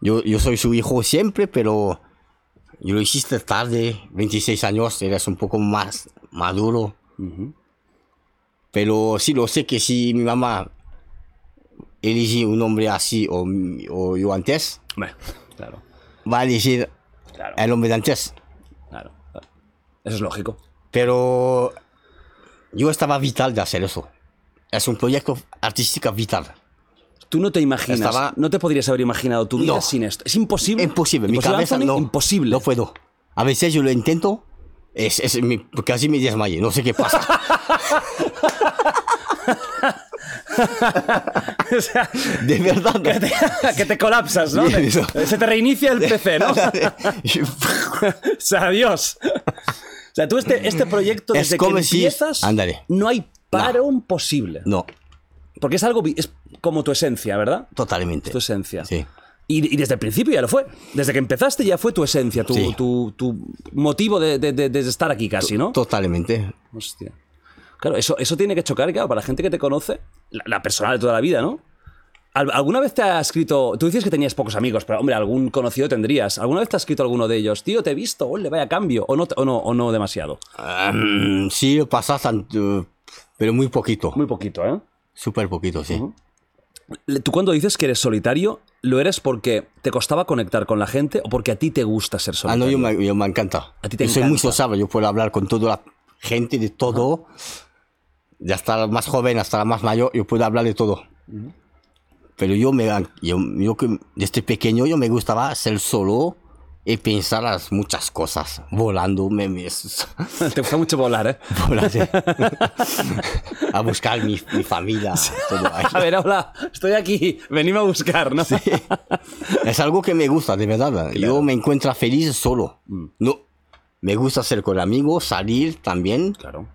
C: yo, yo soy su hijo siempre, pero yo lo hiciste tarde, 26 años, eres un poco más maduro.
B: Ujú.
C: Pero sí lo sé que si mi mamá elige un hombre así o, mi- o yo antes,
B: Hombre, claro.
C: va a elegir
B: Claro.
C: el hombre de antes.
B: Claro. claro. Eso es lógico.
C: Pero yo estaba vital de hacer eso. Es un proyecto artístico vital.
B: Tú no te imaginas,
C: Estaba-
B: no te podrías haber imaginado tu vida
C: No.
B: sin esto. Es imposible.
C: Imposible, mi cabeza
B: Anthony?
C: no.
B: Imposible.
C: No puedo. A veces yo lo intento, es, es mi- casi me desmayé, no sé qué pasa.
B: o sea,
C: De verdad.
B: que te, que te colapsas, ¿no?
C: Bien, eso.
B: Se te reinicia el PC, ¿no? o sea, adiós. O sea, tú este, este proyecto
C: Es
B: desde
C: como
B: que
C: si-
B: empiezas,
C: ándale.
B: no hay paro imposible.
C: no,
B: Porque es algo, vi- es como tu esencia, ¿verdad?
C: totalmente.
B: Tu esencia.
C: Sí.
B: Y, y desde el principio ya lo fue. Desde que empezaste ya fue tu esencia, tu,
C: Sí.
B: tu- tu motivo de, de- de- de estar aquí casi, ¿no?
C: Totalmente.
B: Hostia. Claro, eso, eso tiene que chocar, claro, para la gente que te conoce, la, la persona de toda la vida, ¿no? Al- ¿Alguna vez te ha escrito, tú dices que tenías pocos amigos, pero hombre, algún conocido tendrías, ¿alguna vez te ha escrito alguno de ellos? Tío, te he visto, ole, vaya cambio, o no, te- o no, o no demasiado.
C: Mm, Sí, pasa tanto, pero muy poquito.
B: Muy poquito, ¿eh?
C: Súper poquito, sí.
B: Le- Tú cuando dices que eres solitario, ¿lo eres porque te costaba conectar con la gente o porque a ti te gusta ser
C: Ah,
B: solitario?
C: no, yo me, yo me encanta.
B: A ti te
C: yo soy muy
B: encanta.
C: sociable, yo puedo hablar con toda la gente de todo. De hasta la más joven hasta la más mayor, yo puedo hablar de todo. Pero yo, me, yo, yo que- desde pequeño yo me gustaba ser solo y pensar las muchas cosas. Volando, me, me-
B: Te gusta mucho volar, ¿eh?
C: volar, sí. a buscar mi, mi familia. todo ahí.
B: A ver, hola, estoy aquí, venime a buscar, ¿no?
C: Es algo que me gusta, de verdad. Yo me encuentro feliz solo.
B: Mm.
C: No, me gusta ser con amigos, salir también,
B: Claro.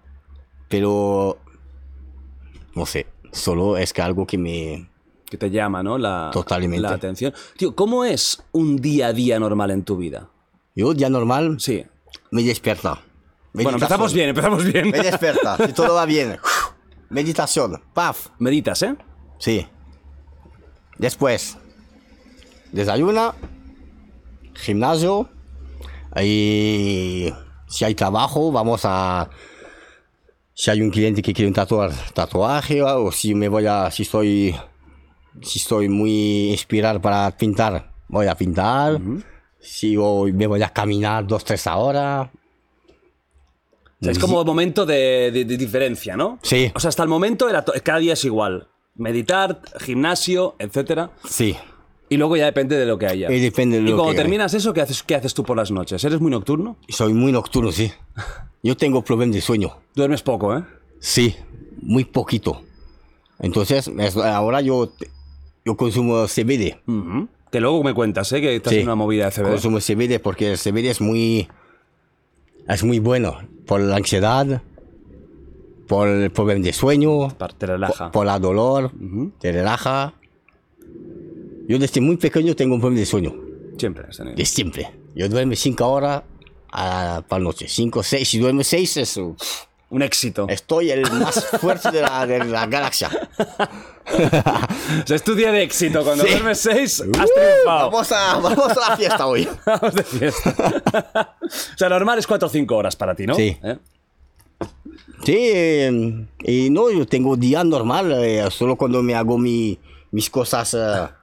C: pero no sé, solo es que algo que me...
B: que te llama, ¿no? La,
C: Totalmente.
B: la atención. Tío, ¿cómo es un día a día normal en tu vida?
C: Yo día normal
B: Sí.
C: me despierta.
B: Bueno, empezamos
C: Meditación.
B: bien, empezamos bien.
C: Me despierta, si todo va bien. Meditación, paf,
B: Meditas, ¿eh?
C: sí. Después, desayuna, gimnasio y si hay trabajo vamos a si hay un cliente que quiere un tatuar, tatuaje o si me voy a si estoy si estoy muy inspirado para pintar voy a pintar si hoy me voy a caminar dos tres horas
B: O sea, es como momento de, de- de diferencia, ¿no?
C: Sí.
B: O sea, hasta el momento era to- cada día es igual. Meditar, gimnasio, etcétera.
C: sí
B: Y luego ya depende de lo que haya.
C: Y depende de
B: Y
C: lo
B: cuando
C: que-
B: terminas eso, ¿qué haces, ¿qué haces tú por las noches? ¿Eres muy nocturno?
C: soy muy nocturno sí yo tengo problemas de sueño
B: Duermes poco, ¿eh?
C: Sí, muy poquito. Entonces, es- ahora yo, yo consumo CBD.
B: Ujú. Que luego me cuentas, ¿eh? Que estás
C: Sí.
B: en una movida de CBD.
C: Consumo CBD porque el CBD es muy, es muy bueno por la ansiedad, por el problema de sueño,
B: Pa- Te relaja.
C: por, por la dolor, te relaja. Yo desde muy pequeño tengo un problema de sueño,
B: Siempre. has tenido.
C: de siempre. Yo duermo 5 horas a, para la noche, 5, 6. Si duermo 6, eso.
B: Un éxito.
C: Estoy el más fuerte de la, de la galaxia.
B: O sea, es tu día de éxito. Cuando
C: Sí. Uh,
B: duermes seis, has triunfado.
C: Vamos a, vamos a la fiesta hoy.
B: Vamos de fiesta. o sea, normal es 4 o 5 horas para ti, ¿no?
C: Sí.
B: ¿Eh?
C: Sí, eh, y no, yo tengo día normal, eh, solo cuando me hago mi, mis cosas, eh,
B: Ah,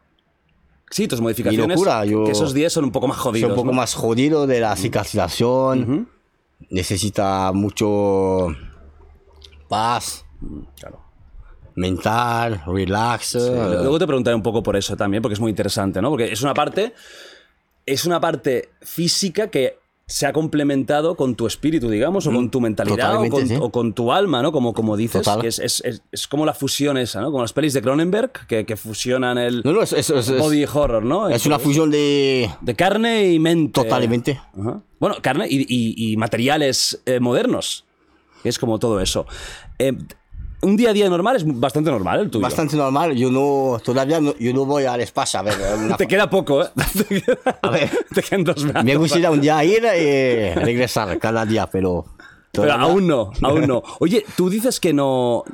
B: Sí, tus modificaciones.
C: Mi locura, yo-
B: Que esos días son un poco más
C: soy
B: jodidos.
C: un poco
B: ¿no?
C: más jodido de la cicatrización, necesita mucho paz
B: Claro.
C: mental, relax.
B: Eh,
C: eh,
B: Luego te preguntaré un poco por eso también, porque es muy interesante, ¿no? Porque es una parte. Es una parte física que se ha complementado con tu espíritu, digamos, o con tu mentalidad, o
C: Mm, totalmente,
B: con,
C: sí.
B: o con tu alma, ¿no? Como, como dices,
C: Total.
B: que es, es- es- es como la fusión esa, ¿no? Como las pelis de Cronenberg, que, que fusionan el
C: No, no, es, es- es- es-
B: body horror, ¿no?
C: es una fusión de...
B: De carne y mente.
C: Totalmente.
B: Ajá. Bueno, carne y, y- y materiales eh, modernos. Es como todo eso. Eh, un día a día normal es bastante normal el tuyo.
C: Bastante normal, yo no, todavía no, yo no voy al espacio a ver eh, una
B: Te queda poco, ¿eh? Te queda-
C: A ver.
B: Te quedan dos brazos.
C: Me gustaría un día ir y regresar cada día, pero.
B: Pero
C: todavía-
B: aún no, aún no. Oye, tú dices que no,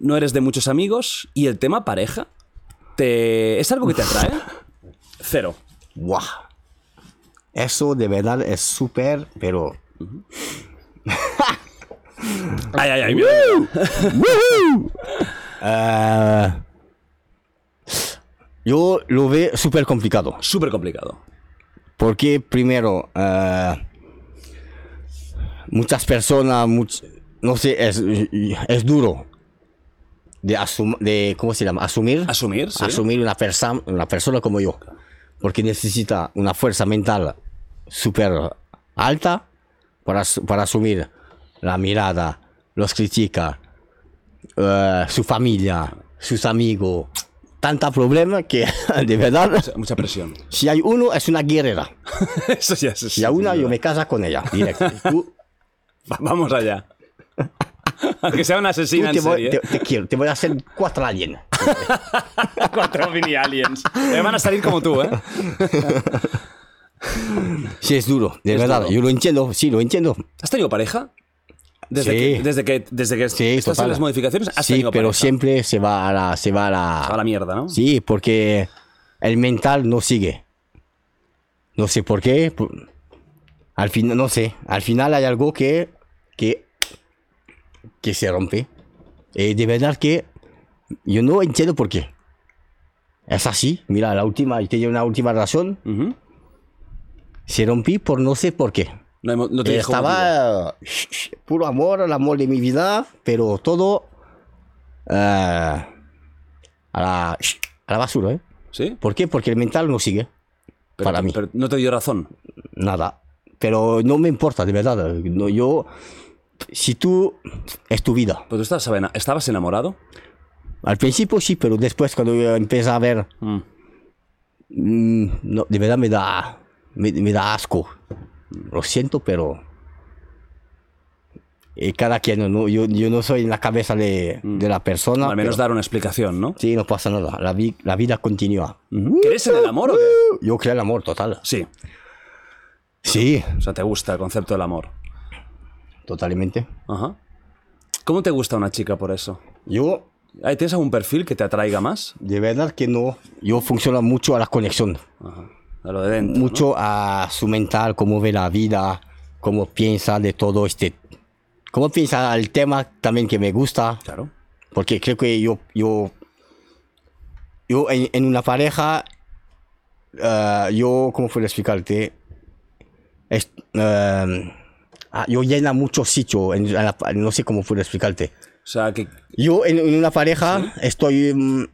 B: no eres de muchos amigos y el tema pareja te, es algo que te atrae. Cero.
C: Buah. Eso de verdad es súper, pero.
B: Ay, ay, ay. mira.
C: eh, yo lo veo súper complicado.
B: Súper complicado.
C: Porque primero. eh, muchas personas. much- no sé, es, es duro. De, asum- de. ¿Cómo se llama? Asumir.
B: Asumir, sí.
C: asumir una, persa- una persona como yo. Porque necesita una fuerza mental súper alta para, as- para asumir la mirada, los critica, eh, su familia, sus amigos. Tanta problema que, de verdad,
B: Mucha presión.
C: si hay uno, es una guerrera.
B: Eso ya es.
C: Si hay una, yo me casa con ella. directo. Y Tú,
B: Va- Vamos allá. Aunque sea una
C: tú
B: asesina
C: te,
B: en
C: voy,
B: serie.
C: te- te quiero, te voy a hacer cuatro alienes.
B: Cuatro mini aliens. Me van a salir como tú, ¿eh?
C: Sí, es duro, de
B: Es
C: verdad.
B: duro.
C: Yo lo entiendo, sí, lo entiendo.
B: ¿Has tenido pareja? Desde
C: Sí.
B: que, desde que, desde que
C: Sí,
B: estás
C: total.
B: en las modificaciones, has
C: Sí,
B: tenido
C: pero
B: pareja.
C: siempre se va a la, se va a la,
B: A la mierda, ¿no?
C: Sí, porque el mental no sigue. No sé por qué. por- Al final, no sé. Al final hay algo que, que, que se rompe. Y de verdad que yo no entiendo por qué. Es así. Mira, la última, yo tenía una última razón.
B: Ujú.
C: Se rompí por no sé por qué.
B: No, hemos- no te dijo motivo.
C: Eh, Estaba eh, puro amor, el amor de mi vida, pero todo eh, a, la, a la basura, ¿eh?
B: ¿Sí?
C: ¿Por qué? Porque el mental no sigue.
B: Pero-
C: para mí.
B: pero no te dio razón.
C: Nada. Pero no me importa, de verdad. No, yo. Si tú. Es tu vida.
B: ¿Pero Pues tú estabas, ena- estabas enamorado?
C: Al principio sí, pero después cuando yo empecé a ver.
B: Mm.
C: mm, no, de verdad me da. Me, me da asco. Lo siento, pero. eh, cada quien, ¿no? yo, yo no soy en la cabeza de, de la persona.
B: Mm. Al menos
C: pero-
B: dar una explicación, ¿no?
C: Sí, no pasa nada. La, vi- la vida continúa.
B: ¿Crees en el amor o qué?
C: Yo creo el amor total.
B: Sí.
C: Sí,
B: O sea, te gusta el concepto del amor.
C: totalmente.
B: Ajá. ¿Cómo te gusta una chica por eso?
C: Yo
B: Ay, ¿Tienes algún perfil que te atraiga más?
C: De verdad que no. Yo funciono mucho a la conexión,
B: Ajá. A lo de dentro. ¿no?
C: mucho a su mental, cómo ve la vida, cómo piensa de todo este. Cómo piensa el tema también que me gusta,
B: Claro.
C: porque creo que yo. Yo, yo en, en una pareja. eh, yo, ¿cómo puedo explicarte? Es- eh, ah, yo llena mucho sitio, en- en la- no sé cómo puedo explicarte.
B: O sea, que.
C: Yo en, en una pareja estoy... mm,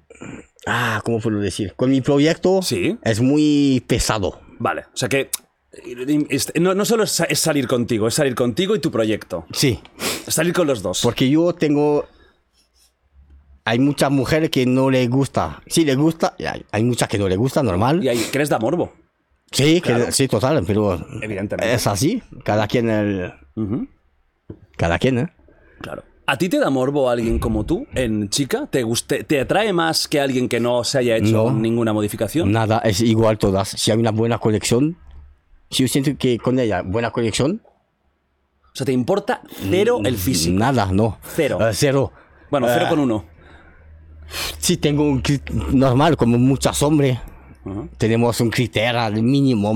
C: ah, ¿cómo puedo decir? Con mi proyecto
B: Sí.
C: es muy pesado.
B: Vale. O sea, que. es- No, no solo es sa- es salir contigo, es salir contigo y tu proyecto.
C: Sí.
B: Salir con los dos.
C: Porque yo tengo... Hay muchas mujeres que no les gusta. Sí, les gusta. y Hay, hay muchas que no les gusta, normal.
B: Y ahí crees da morbo.
C: sí, que-
B: claro.
C: sí, total, pero...
B: Evidentemente.
C: Es así. Cada quien... el-
B: Ujú.
C: cada quien, ¿eh?
B: Claro. ¿A ti te da morbo alguien como tú en chica? ¿Te, guste- ¿Te atrae más que alguien que no se haya hecho
C: No.
B: ninguna modificación?
C: Nada, es igual todas. Si hay una buena colección, si yo siento que con ella buena colección,
B: O sea, ¿te importa
C: Mm,
B: cero el físico?
C: nada, no.
B: Cero.
C: Eh, cero.
B: Bueno, cero
C: Eh,
B: con uno.
C: Sí, tengo un cri- normal, como muchas hombres.
B: Ujú.
C: Tenemos un criterio al mínimo.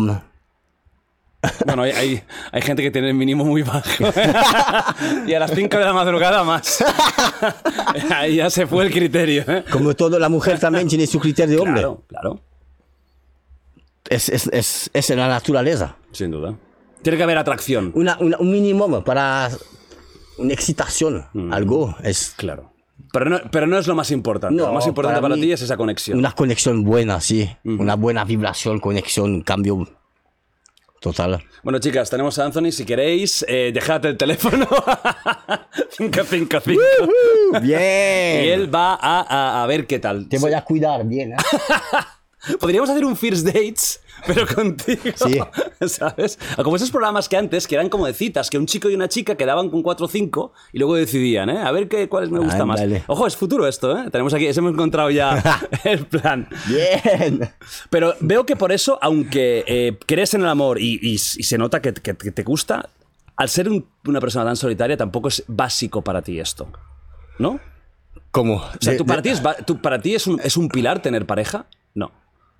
B: Bueno, hay, hay, hay gente que tiene el mínimo muy bajo. ¿eh? y a las 5 de la madrugada más. Ahí ya se fue el criterio. ¿eh?
C: Como toda la mujer también tiene su criterio de hombre.
B: Claro, claro.
C: Es, es, es, es en la naturaleza.
B: Sin duda. Tiene que haber atracción.
C: Una, una- un mínimo para una excitación, algo. Es
B: Claro. Pero no, pero no es lo más importante.
C: No,
B: lo más importante para,
C: para mí-
B: ti es esa conexión.
C: una conexión buena, sí. Una buena vibración, conexión, cambio total.
B: Bueno, chicas, tenemos a Anthony. Si queréis, eh, dejad el teléfono. 555. Y
C: Bien.
B: él va a, a- a ver qué tal.
C: Te voy a cuidar bien. ¿eh?
B: Podríamos hacer un First Dates, pero contigo.
C: Sí.
B: ¿Sabes? O Como esos programas que antes, que eran como de citas, que un chico y una chica quedaban con cuatro o cinco y luego decidían, ¿eh? A ver qué, cuál me gusta más.
C: Ándale.
B: Ojo, es futuro esto, ¿eh? Tenemos aquí, hemos encontrado ya el plan.
C: Bien.
B: Pero veo que por eso, aunque eh, crees en el amor y, y- y se nota que, que- que te gusta, al ser un- una persona tan solitaria tampoco es básico para ti esto. ¿No? O
C: ¿Cómo?
B: sea,
C: De-
B: ¿tú, para
C: de-
B: ti, es, ba- tú- para ti es, un, es un pilar tener pareja? No.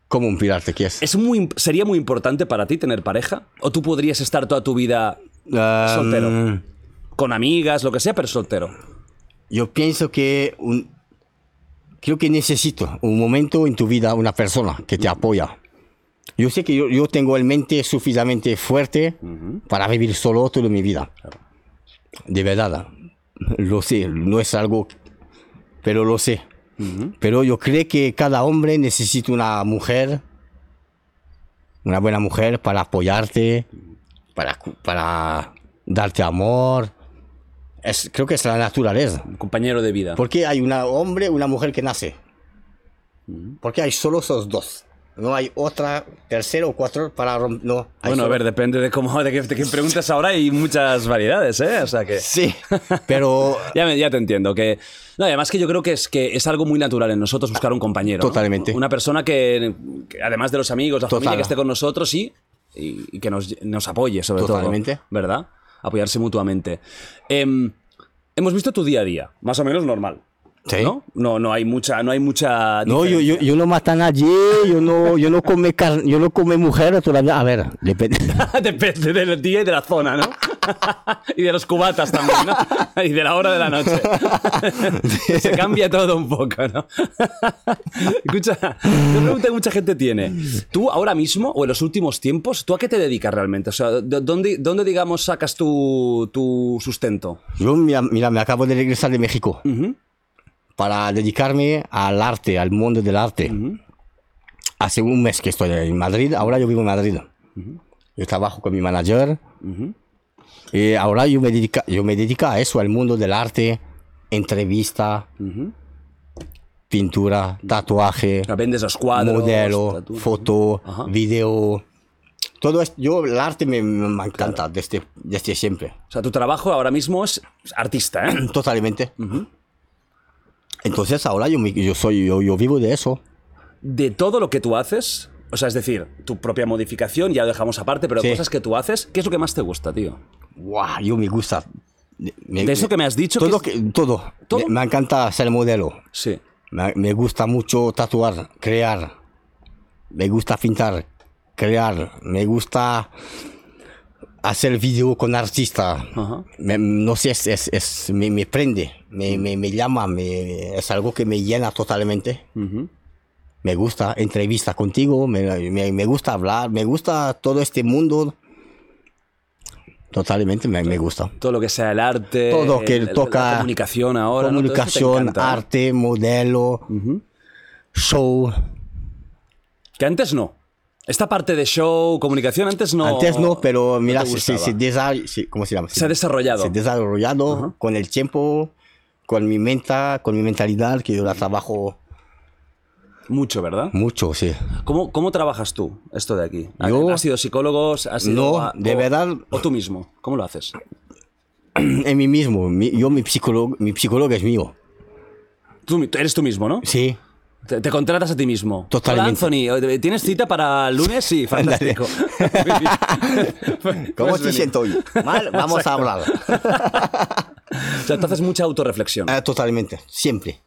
C: ¿Cómo un pirata que es?
B: ¿Es muy, imp- ¿Sería muy importante para ti tener pareja? ¿O tú podrías estar toda tu vida
C: Ah,
B: soltero? Con amigas, lo que sea, pero soltero.
C: Yo pienso que un, creo que necesito un momento en tu vida, una persona que te apoya. Yo sé que yo, yo tengo el mente suficientemente fuerte para vivir solo toda mi vida. De verdad, lo sé, no es algo, pero lo sé. Pero yo creo que cada hombre necesita una mujer, una buena mujer para apoyarte, para, cu- para darte amor. Es, creo que es la naturaleza.
B: Un compañero de vida. Mm.
C: ¿Por qué hay un hombre y una mujer que nace? Porque hay solo esos dos. No hay otra, tercera o cuatro para romper. No. hay
B: Bueno, a
C: solo-
B: ver, depende de cómo, de qué, de qué preguntas ahora hay muchas variedades, ¿eh? O sea que.
C: Sí, pero
B: Ya, me- ya te entiendo. Que, no, y además que yo creo que es, que es algo muy natural en nosotros buscar un compañero. ¿no?
C: Totalmente.
B: Una persona que, que además de los amigos, la familia
C: Total.
B: que esté con nosotros y, y, y que nos, nos apoye, sobre
C: Totalmente.
B: todo. ¿Verdad? Apoyarse mutuamente. Em, hemos visto tu día a día, más o menos normal.
C: Sí.
B: ¿No? No, no hay mucha. No, hay mucha
C: No, yo, yo, yo no mata a nadie, yo no, yo no come carne, yo no come mujer todavía. A ver, depende.
B: Depende del día y de la zona, ¿no? y de los cubatas también, ¿no? y de la hora de la noche. Se cambia todo un poco, ¿no? Escucha, una pregunta que mucha gente tiene. ¿Tú ahora mismo o en los últimos tiempos, tú a qué te dedicas realmente? O sea, ¿de- ¿dónde, dónde digamos, sacas tu, tu sustento?
C: Yo, mira, mira, me acabo de regresar de México para dedicarme al arte, al mundo del arte. Hace un mes que estoy en Madrid, ahora yo vivo en Madrid. Yo trabajo con mi manager y ahora yo me, dedica, yo me dedico a eso, al mundo del arte, entrevista, pintura, tatuaje.
B: O sea, ¿Vendes los cuadros?
C: modelo,
B: tatu-
C: foto,
B: Ajá.
C: video. Todo esto, yo el arte me, me encanta desde, desde siempre,
B: O sea, tu trabajo ahora mismo es artista, ¿eh?
C: totalmente. Entonces ahora yo, me- yo soy yo, yo vivo de eso.
B: de todo lo que tú haces, o sea, es decir, tu propia modificación, ya lo dejamos aparte, pero
C: Sí.
B: cosas que tú haces, ¿qué es lo que más te gusta, tío?
C: Guau, yo me gusta. me-
B: De eso que me has dicho.
C: todo
B: que es-
C: que- todo.
B: ¿Todo?
C: Me, me encanta ser modelo.
B: Sí.
C: Me, me gusta mucho tatuar, crear. Me gusta pintar, crear. Me gusta hacer video con artistas.
B: Ajá.
C: Me- no sé, es, es- es- me, me prende, me, me- me llama, me- es algo que me llena totalmente.
B: Ujú.
C: Me gusta entrevista contigo, me, me- me gusta hablar, me gusta todo este mundo. Totalmente me, me gusta.
B: Todo lo que sea el arte.
C: Todo que
B: el-
C: toca-
B: La comunicación ahora. ¿no? Todo eso te
C: Comunicación,
B: encanta, ¿eh?
C: arte, modelo, show.
B: Que antes no. Esta parte de show, comunicación, antes no.
C: Antes no, pero mira,
B: te
C: se, se-
B: gustaba.
C: se desa- se- ¿cómo se llama?
B: Se ha desarrollado.
C: Se ha desarrollado con el tiempo, con mi menta, con mi mentalidad, que yo la trabajo
B: Mucho, ¿verdad?
C: mucho, sí.
B: ¿Cómo, ¿Cómo trabajas tú esto de aquí?
C: Mm. Yo-
B: ¿Has sido psicólogo? ¿Has sido
C: No,
B: a-
C: de
B: o-
C: verdad-
B: O tú mismo. ¿Cómo lo haces?
C: en mí mismo. Mi- yo, mi psicólogo, mi psicólogo es mío.
B: Tú mi- eres tú mismo, ¿no?
C: Sí.
B: Te, te contratas a ti mismo.
C: Totalmente.
B: Hola, Anthony, eh, ¿tienes cita para el lunes? Sí, fantástico.
C: ¿Cómo
B: Puedes
C: te
B: venir.
C: siento hoy? Mal, vamos a hablar.
B: O sea, tú haces mucha autorreflexión.
C: Ah, totalmente, siempre.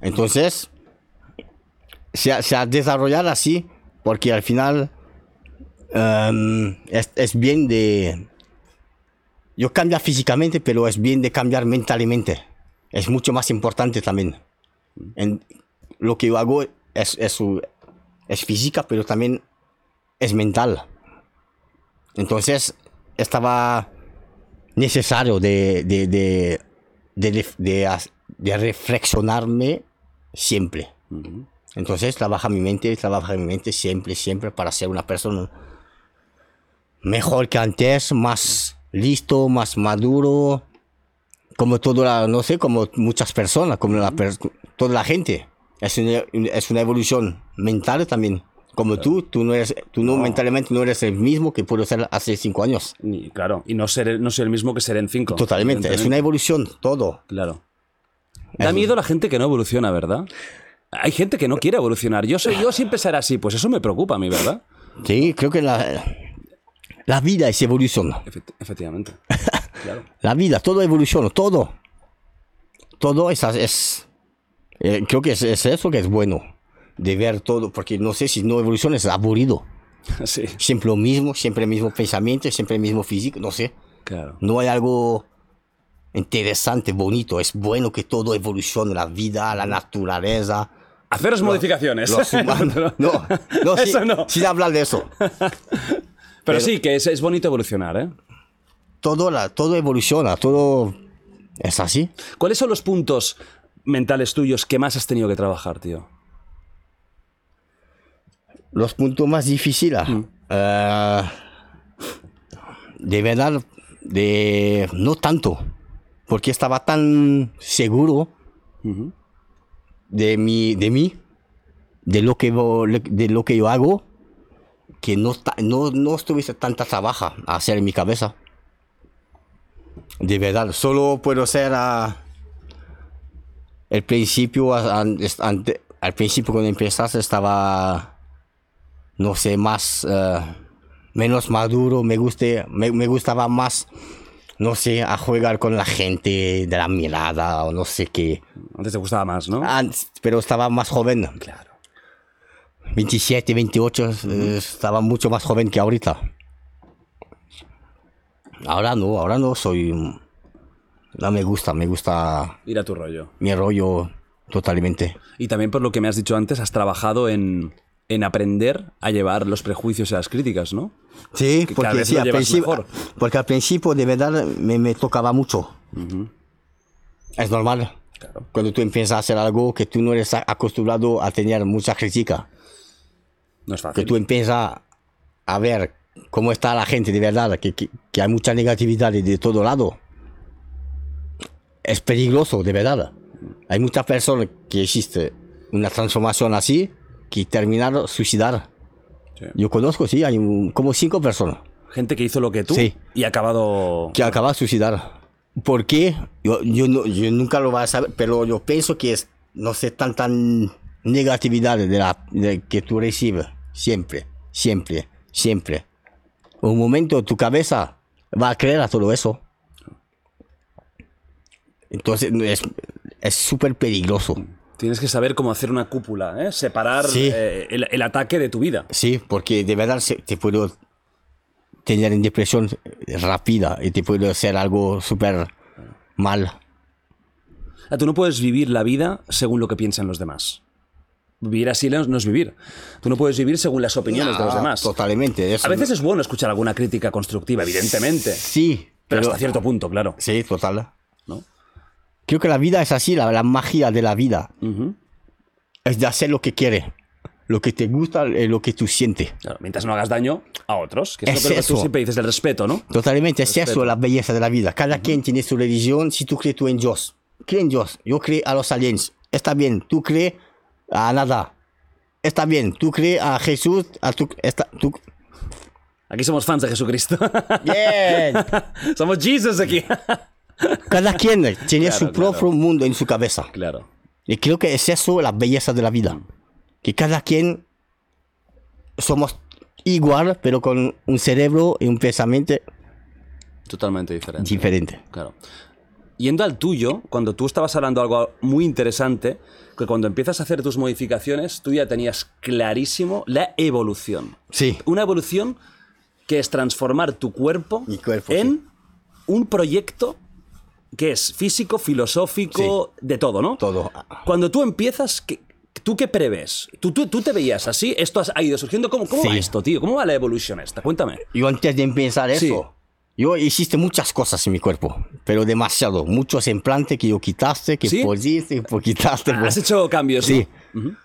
C: Entonces, se ha, se ha desarrollado así, porque al final em, es, es bien de. Yo cambio físicamente, pero es bien de cambiar mentalmente. Es mucho más importante también. En- lo que yo hago es, es, es física, pero también es mental. Entonces, estaba necesario de, de, de, de, ref- de as- de reflexionarme siempre. Entonces trabaja mi mente, trabaja mi mente siempre, siempre para ser una persona mejor que antes, más listo, más maduro, como toda la, no sé, como muchas personas, como la per- toda la gente. Es una, es una evolución mental también. Como tú, tú no eres, tú no, mentalmente no eres el mismo que puedo ser hace cinco años.
B: Y, claro, y no ser, no ser el mismo que ser en cinco.
C: Totalmente, es una
B: evidentemente.
C: evolución, todo.
B: Claro. Da miedo la gente que no evoluciona, ¿verdad? Hay gente que no quiere evolucionar. Yo, soy, yo siempre seré así, pues eso me preocupa a mí, ¿verdad?
C: Sí, creo que la, la vida es evolución.
B: Efect- efectivamente. Claro.
C: La vida, todo evoluciona, todo. Todo es... es eh, creo que es, es eso que es bueno, de ver todo, porque no sé si no evoluciona, es aburrido.
B: Sí,
C: Siempre lo mismo, siempre el mismo pensamiento, siempre el mismo físico, no sé.
B: claro.
C: No hay algo interesante, bonito. Es bueno que todo evolucione, la vida, la naturaleza.
B: Haceros modificaciones.
C: Los humanos. No, no, sí,
B: Eso no.
C: sin hablar de eso.
B: Pero sí, que es, es bonito evolucionar, ¿eh?
C: todo, la, todo evoluciona, todo es así.
B: ¿Cuáles son los puntos mentales tuyos que más has tenido que trabajar, tío?
C: Los puntos más difíciles, eh, de verdad, de, no tanto, porque estaba tan seguro de, mi, de mí, de lo que, vo- de lo que yo hago, que no, ta- no, no estuviese tanta trabaja a hacer en mi cabeza. De verdad, solo puedo ser ah, el principio, ah, an- es- ante- al principio cuando empezaste estaba, no sé, más, eh, menos maduro, me, guste, me, me gustaba más, no sé, a jugar con la gente de la mirada o no sé qué.
B: Antes te gustaba más, ¿no?
C: Antes, pero estaba más joven,
B: Claro.
C: 27, 28, eh, estaba mucho más joven que ahorita. Ahora no, ahora no soy... un- No me gusta, me gusta
B: Ir a tu rollo.
C: mi rollo totalmente.
B: Y también por lo que me has dicho antes, has trabajado en, en aprender a llevar los prejuicios y las críticas, ¿no?
C: Sí,
B: Que cada
C: porque,
B: vez
C: sí,
B: lo
C: al
B: llevas
C: principio,
B: mejor.
C: porque al principio de verdad me, me tocaba mucho. Es normal. Cuando tú empiezas a hacer algo que tú no eres a- acostumbrado a tener mucha crítica,
B: No es
C: que
B: fácil.
C: tú empiezas a ver cómo está la gente de verdad, que, que- que hay mucha negatividad de, de todo lado, es peligroso de verdad. Hay muchas personas que existe una transformación así que terminaron suicidar.
B: Sí.
C: Yo conozco, sí, hay un- como cinco personas.
B: Gente que hizo lo que tú
C: Sí.
B: y ha acabado...
C: que acaba de suicidar. ¿Por qué? Yo, yo, no- yo nunca lo voy a saber, pero yo pienso que es, no sé, tanta negatividad de la, de que tú recibes. Siempre, siempre, siempre. Un momento tu cabeza va a creer a todo eso. Entonces no, es es súper peligroso.
B: Tienes que saber cómo hacer una cúpula, ¿eh? Separar
C: Sí.
B: eh, el, el ataque de tu vida.
C: Sí, porque de verdad se- te puedo tener en depresión rápida y te puedo hacer algo súper mal.
B: Ah, Tú no puedes vivir la vida según lo que piensan los demás. Vivir así no no es vivir. Tú no puedes vivir según las opiniones de los
C: Ah,
B: demás.
C: Totalmente. eso
B: A veces
C: no-
B: es bueno escuchar alguna crítica constructiva, evidentemente.
C: Sí,
B: Pero hasta cierto punto, claro.
C: Sí, total.
B: ¿no?
C: Creo que la vida es así, la, la magia de la vida.
B: Ujú.
C: Es de hacer lo que quieres, lo que te gusta, eh, lo que tú sientes.
B: Claro, mientras no hagas daño a otros, que es,
C: Es
B: lo que tú
C: eso.
B: siempre dices, el respeto, ¿no?
C: Totalmente, es eso la belleza de la vida. Cada quien tiene su religión. Si tú crees tú en Dios, cree en Dios. Yo creo a los aliens. Está bien, tú crees a nada. Está bien, tú crees a Jesús, a tu... Está, tú...
B: Aquí somos fans de Jesucristo.
C: Bien.
B: somos Jesus aquí.
C: Cada quien tiene
B: Claro,
C: su
B: claro.
C: propio mundo en su cabeza.
B: claro.
C: Y creo que es eso la belleza de la vida. Que cada quien somos igual, pero con un cerebro y un pensamiento
B: Totalmente diferente.
C: diferente.
B: Claro. Yendo al tuyo, cuando tú estabas hablando algo muy interesante, que cuando empiezas a hacer tus modificaciones, tú ya tenías clarísimo la evolución.
C: Sí.
B: Una evolución que es transformar tu cuerpo,
C: Mi cuerpo,
B: en un proyecto que es físico, filosófico, de todo, ¿no?
C: Todo.
B: Cuando tú empiezas, ¿qué- ¿tú qué prevés? ¿Tú, tú, tú te veías así? ¿Esto has- ha ido surgiendo? ¿Cómo, cómo va
C: Sí.
B: esto, tío? ¿Cómo va la evolución esta? Cuéntame.
C: Yo antes de empezar eso,
B: Sí.
C: yo hiciste muchas cosas en mi cuerpo, pero demasiado. Muchos implantes que yo quitaste, que
B: ¿Sí? Ah,
C: pusiste, que quitaste. pues.
B: Has hecho cambios,
C: Sí.
B: ¿no?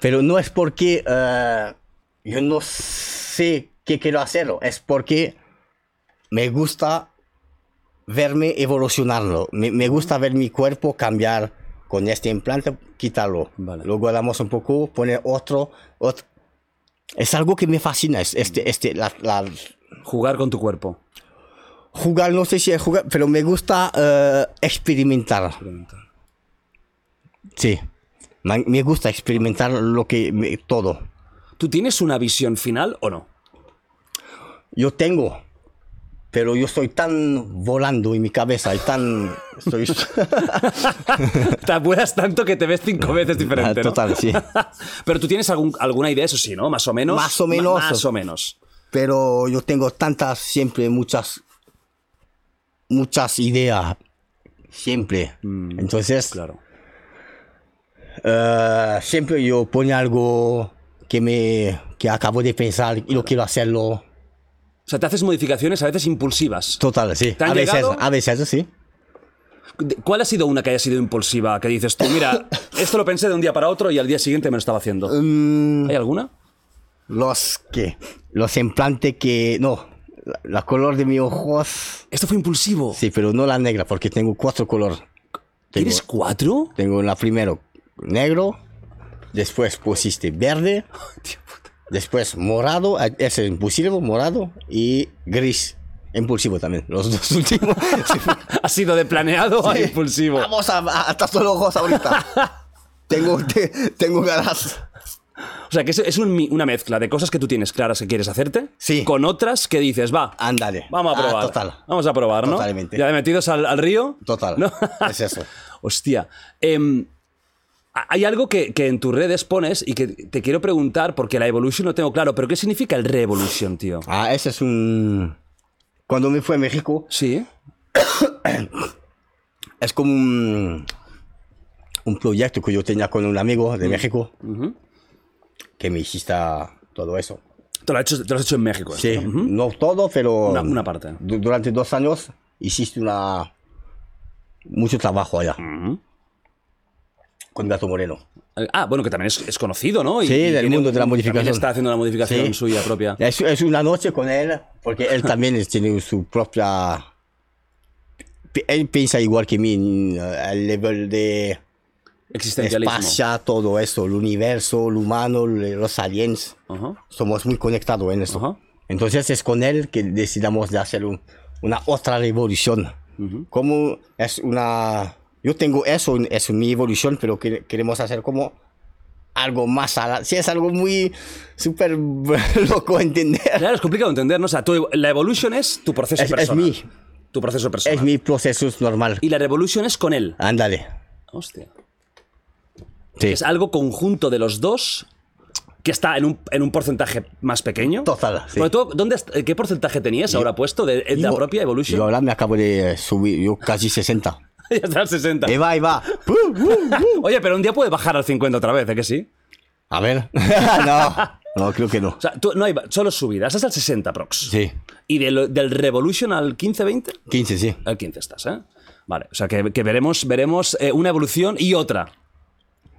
C: Pero no es porque eh, yo no sé qué quiero hacerlo, es porque me gusta verme evolucionarlo, me, me gusta ver mi cuerpo cambiar con este implante, quitarlo,
B: Vale.
C: lo guardamos un poco, poner otro, otro. Es algo que me fascina, es este, este, la- la,
B: Jugar con tu cuerpo.
C: jugar, no sé si es jugar, pero me gusta eh, experimentar. Sí. Me me gusta experimentar lo que me- todo.
B: ¿Tú tienes una visión final o no?
C: Yo tengo, pero yo estoy tan volando en mi cabeza y tan soy
B: Te apuras tanto que te ves cinco veces diferente. ¿no?
C: total, sí.
B: Pero tú tienes algún- alguna idea, eso sí, ¿no? Más o menos.
C: Más o menos.
B: Ma- Más o menos.
C: Pero yo tengo tantas siempre muchas muchas ideas siempre. Entonces,
B: Claro.
C: Eh, siempre yo ponía algo que me que acabo de pensar y lo quiero hacerlo.
B: O sea, te haces modificaciones a veces impulsivas.
C: Total, sí.
B: ¿Te han
C: A veces,
B: llegado?
C: a veces sí.
B: De- ¿Cuál ha sido una que haya sido impulsiva? Que dices tú, mira, esto lo pensé de un día para otro y al día siguiente me lo estaba haciendo.
C: Mm.
B: ¿Hay alguna?
C: Los que los implantes que no, la, la color de mis ojos.
B: Esto fue impulsivo.
C: Sí, pero no la negra porque tengo cuatro colores. Tengo,
B: ¿Tienes cuatro?
C: tengo la primero negro, Después pusiste verde. Después morado. eh, Ese impulsivo, morado. Y gris. Impulsivo también. Los dos últimos. Sí.
B: ha sido de planeado a impulsivo.
C: Vamos a, a, a tazos los ojos ahorita. tengo, te- tengo ganas.
B: O sea, que es, es un mi- una mezcla de cosas que tú tienes claras que quieres hacerte
C: Sí.
B: con otras que dices, va,
C: Ándale.
B: vamos a
C: Ah,
B: probar.
C: total.
B: Vamos a probar, ¿no?
C: Totalmente.
B: Ya de metidos al, al río.
C: Total.
B: ¿no?
C: Es eso.
B: Hostia. em, ha- hay algo que, que en tus redes pones y que te quiero preguntar porque la Evolution no tengo claro, pero ¿qué significa el Revolution, tío?
C: Ah, ese es un. Cuando me fui a México,
B: Sí.
C: es como un, un proyecto que yo tenía con un amigo de México que me hiciste todo eso.
B: Te lo has hecho, te lo has hecho en México. ¿eh? esto,
C: Sí,
B: ¿no?
C: no todo, pero
B: Una- una parte.
C: du- durante dos años hiciste una mucho trabajo allá con Gato Moreno.
B: Ah, bueno, que también es, es conocido, ¿no?
C: Sí, del
B: tiene-
C: mundo de la
B: también
C: modificación.
B: está haciendo la modificación
C: Sí.
B: suya propia.
C: Es, es una noche con él, porque él también tiene su propia... pi- Él piensa igual que mí, en, eh, al nivel de
B: Existencialismo.
C: espacio, todo eso, el universo, el humano, los aliens.
B: Ajá,
C: Somos muy conectados en eso.
B: ajá.
C: Entonces es con él que decidamos de hacer un- una otra revolución. Como es una... Yo tengo eso, es mi evolución, pero que- queremos hacer como algo más... A la- sí, es algo muy súper loco entender.
B: Claro, es complicado entender, ¿no? O sea, tu- la evolution es tu proceso
C: Es- es
B: personal.
C: mí.
B: Tu proceso personal.
C: Es mi proceso normal.
B: Y la revolution es con él.
C: Ándale.
B: Hostia.
C: Sí.
B: Es algo conjunto de los dos que está en un, en un porcentaje más pequeño.
C: Total, sí.
B: Bueno, ¿tú dónde, est- ¿Qué porcentaje tenías ahora puesto de, de la
C: Yo-
B: propia evolution?
C: Yo ahora me acabo de eh, subir, yo casi 60.
B: ya está al 60.
C: Ahí va, ahí va. ¡Pum,
B: Uh,
C: pum!
B: Oye, pero un día puede bajar al 50 otra vez, ¿eh? Que sí.
C: A ver. no, no, creo que no.
B: O sea, tú- no hay, ba- solo subidas. Estás al 60, prox.
C: Sí,
B: ¿Y de lo- del Revolution al 15-20?
C: 15, sí.
B: Al 15 estás, ¿eh? Vale, o sea que, que veremos, veremos eh, una evolución y otra.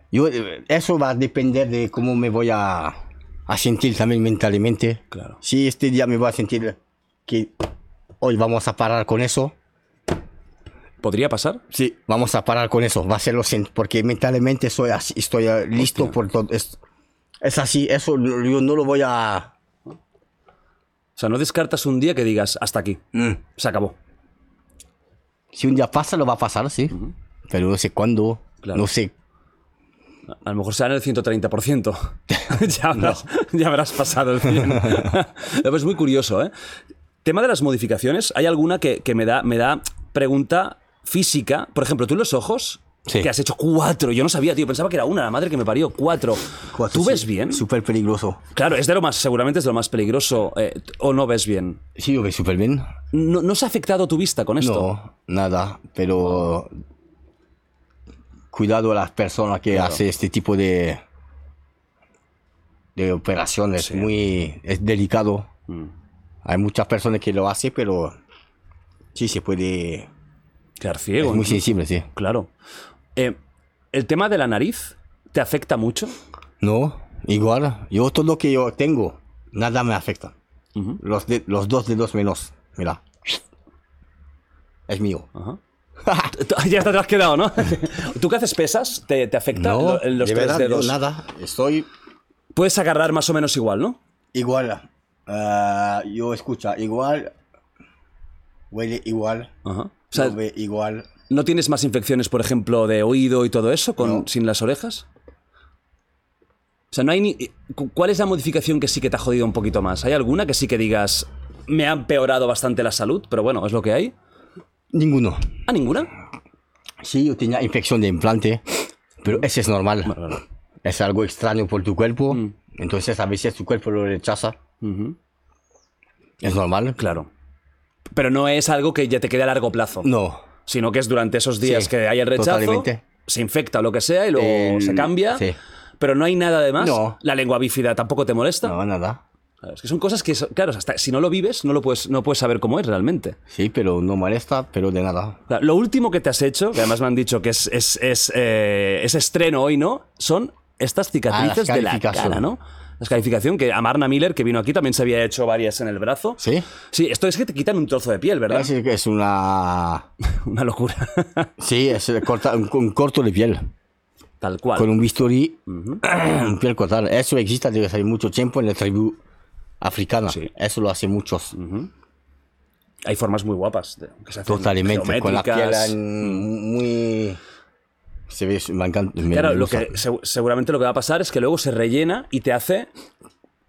C: Yo, eh, eso va a depender de cómo me voy a, a sentir también mentalmente.
B: Claro.
C: Si este día me voy a sentir que hoy vamos a parar con eso,
B: ¿Podría pasar?
C: sí, vamos a parar con eso. Va a ser lo sen- porque mentalmente soy así, estoy eh, listo por todo esto. Es así, eso no- yo no lo voy a...
B: O sea, no descartas un día que digas, hasta aquí, se acabó.
C: Si un día pasa, lo va a pasar, sí. Pero no sé cuándo,
B: Claro.
C: no sé.
B: A lo mejor será en el 130%. ya, habrás, ya habrás pasado el 100. No, pues muy curioso, ¿eh? Tema de las modificaciones, hay alguna que, que me, da, me da pregunta física. Por ejemplo, tú los ojos,
C: Sí.
B: que has hecho cuatro. Yo no sabía, tío, pensaba que era una, la madre que me parió, cuatro. ¿Tú ves bien?
C: Súper peligroso.
B: Claro, es de lo más, seguramente es de lo más peligroso. eh, t- ¿O no ves bien?
C: Sí, yo veo súper bien.
B: ¿No, no se ha afectado tu vista con esto?
C: No, nada, pero cuidado a las personas que hacen este tipo de, de operaciones, muy es delicado.
B: Mm.
C: Hay muchas personas que lo hacen, pero sí se puede,
B: Quedar
C: es
B: ciego. ¿no?
C: muy sensible, sí.
B: Claro. Eh, ¿El tema de la nariz te afecta mucho?
C: No, igual, yo todo lo que yo tengo, nada me afecta. Los, de- los dos dedos menos, mira. Es mío.
B: Ajá. ya te has quedado, ¿no? ¿Tú que haces pesas? ¿Te, te afecta lo- los tres
C: de verdad, yo
B: dedos?
C: nada, estoy
B: Puedes agarrar más o menos igual, ¿no?
C: Igual, ah, yo escucha, igual, huele igual,
B: Ajá. O sea,
C: lo ve igual.
B: ¿no tienes más infecciones, por ejemplo, de oído y todo eso con, sin las orejas? O sea, no hay ni... eh, cu- ¿Cuál es la modificación que sí que te ha jodido un poquito más? ¿Hay alguna que sí que digas, me ha empeorado bastante la salud, pero bueno, es lo que hay?
C: Ninguno.
B: ¿Ah, ninguna?
C: Sí, yo tenía infección de implante, pero ese es normal. Es algo extraño por tu cuerpo,
B: Mm.
C: entonces a veces tu cuerpo lo rechaza. Es normal.
B: Claro. Pero no es algo que ya te quede a largo plazo,
C: No.
B: sino que es durante esos días
C: Sí,
B: que hay el rechazo,
C: totalmente.
B: se infecta o lo que sea y luego
C: El-
B: se cambia.
C: sí.
B: Pero no hay nada de más.
C: No.
B: La lengua bífida tampoco te molesta.
C: No, nada.
B: Claro, Es que son cosas que, so- claro, hasta si no lo vives, no lo puedes, no puedes saber cómo es realmente.
C: Sí, pero no molesta, pero de nada.
B: Claro, Lo último que te has hecho, que además me han dicho que es, es, es, eh, es estreno hoy, ¿no? Son estas cicatrices
C: Ah, las
B: de la
C: calificación.
B: cara, ¿no? La calificación que a Marna Miller, que vino aquí, también se había hecho varias en el brazo.
C: ¿Sí?
B: Sí, esto es que te quitan un trozo de piel, ¿verdad?
C: Es, es una...
B: Una locura.
C: Sí, es corta, un, un corto de piel.
B: Tal cual.
C: con un bisturí, un piel cortada. Eso existe desde hace mucho tiempo en la tribu africana.
B: Sí.
C: Eso lo hacen muchos.
B: Hay formas muy guapas. de- que se hacen
C: Totalmente. Con la piel
B: geométricas. Mm.
C: en- muy. Se ve, me encanta. me-
B: Claro,
C: me
B: lo
C: gusta.
B: que seg- seguramente lo que va a pasar es que luego se rellena y te hace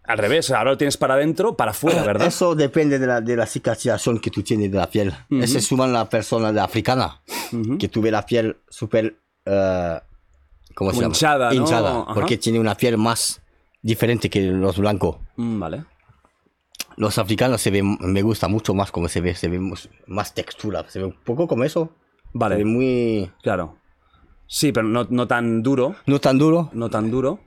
B: al revés. Ahora lo tienes para adentro, para afuera, ¿verdad?
C: Eso depende de la, de la cicatrización que tú tienes de la piel. Ese es una la persona de africana que tuve la piel súper. eh, ¿Cómo se
B: Como
C: llama?
B: hinchada, ¿no?
C: Hinchada.
B: Ajá.
C: Porque tiene una piel más diferente que los blancos.
B: Mm, vale.
C: Los africanos se ven, me gusta mucho más como se ve, se ve mus- más textura, se ve un poco como eso.
B: Vale.
C: Se ve muy.
B: Claro. Sí, pero no, no tan duro.
C: No tan duro.
B: No tan duro.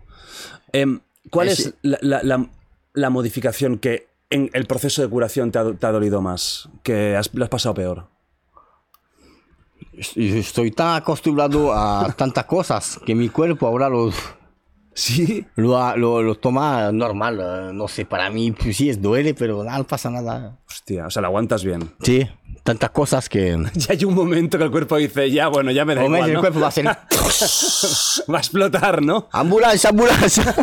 B: Em, ¿Cuál
C: Es-
B: es la, la- la- la modificación que en el proceso de curación te ha, do- te ha dolido más? Que has- lo has pasado peor.
C: Y Estoy tan acostumbrado a tantas cosas que mi cuerpo ahora lo,
B: Sí.
C: lo, lo- lo toma normal. eh, No sé, para mí pues, sí es duele, pero nada, no pasa nada.
B: Hostia, o sea, lo aguantas bien.
C: Sí, tantas cosas que.
B: Ya hay un momento que el cuerpo dice, ya, bueno, ya me da
C: Como
B: igual,
C: el
B: ¿no?
C: cuerpo va a ser.
B: Va a explotar, ¿no?
C: ¡Ambulancia, ambulancia!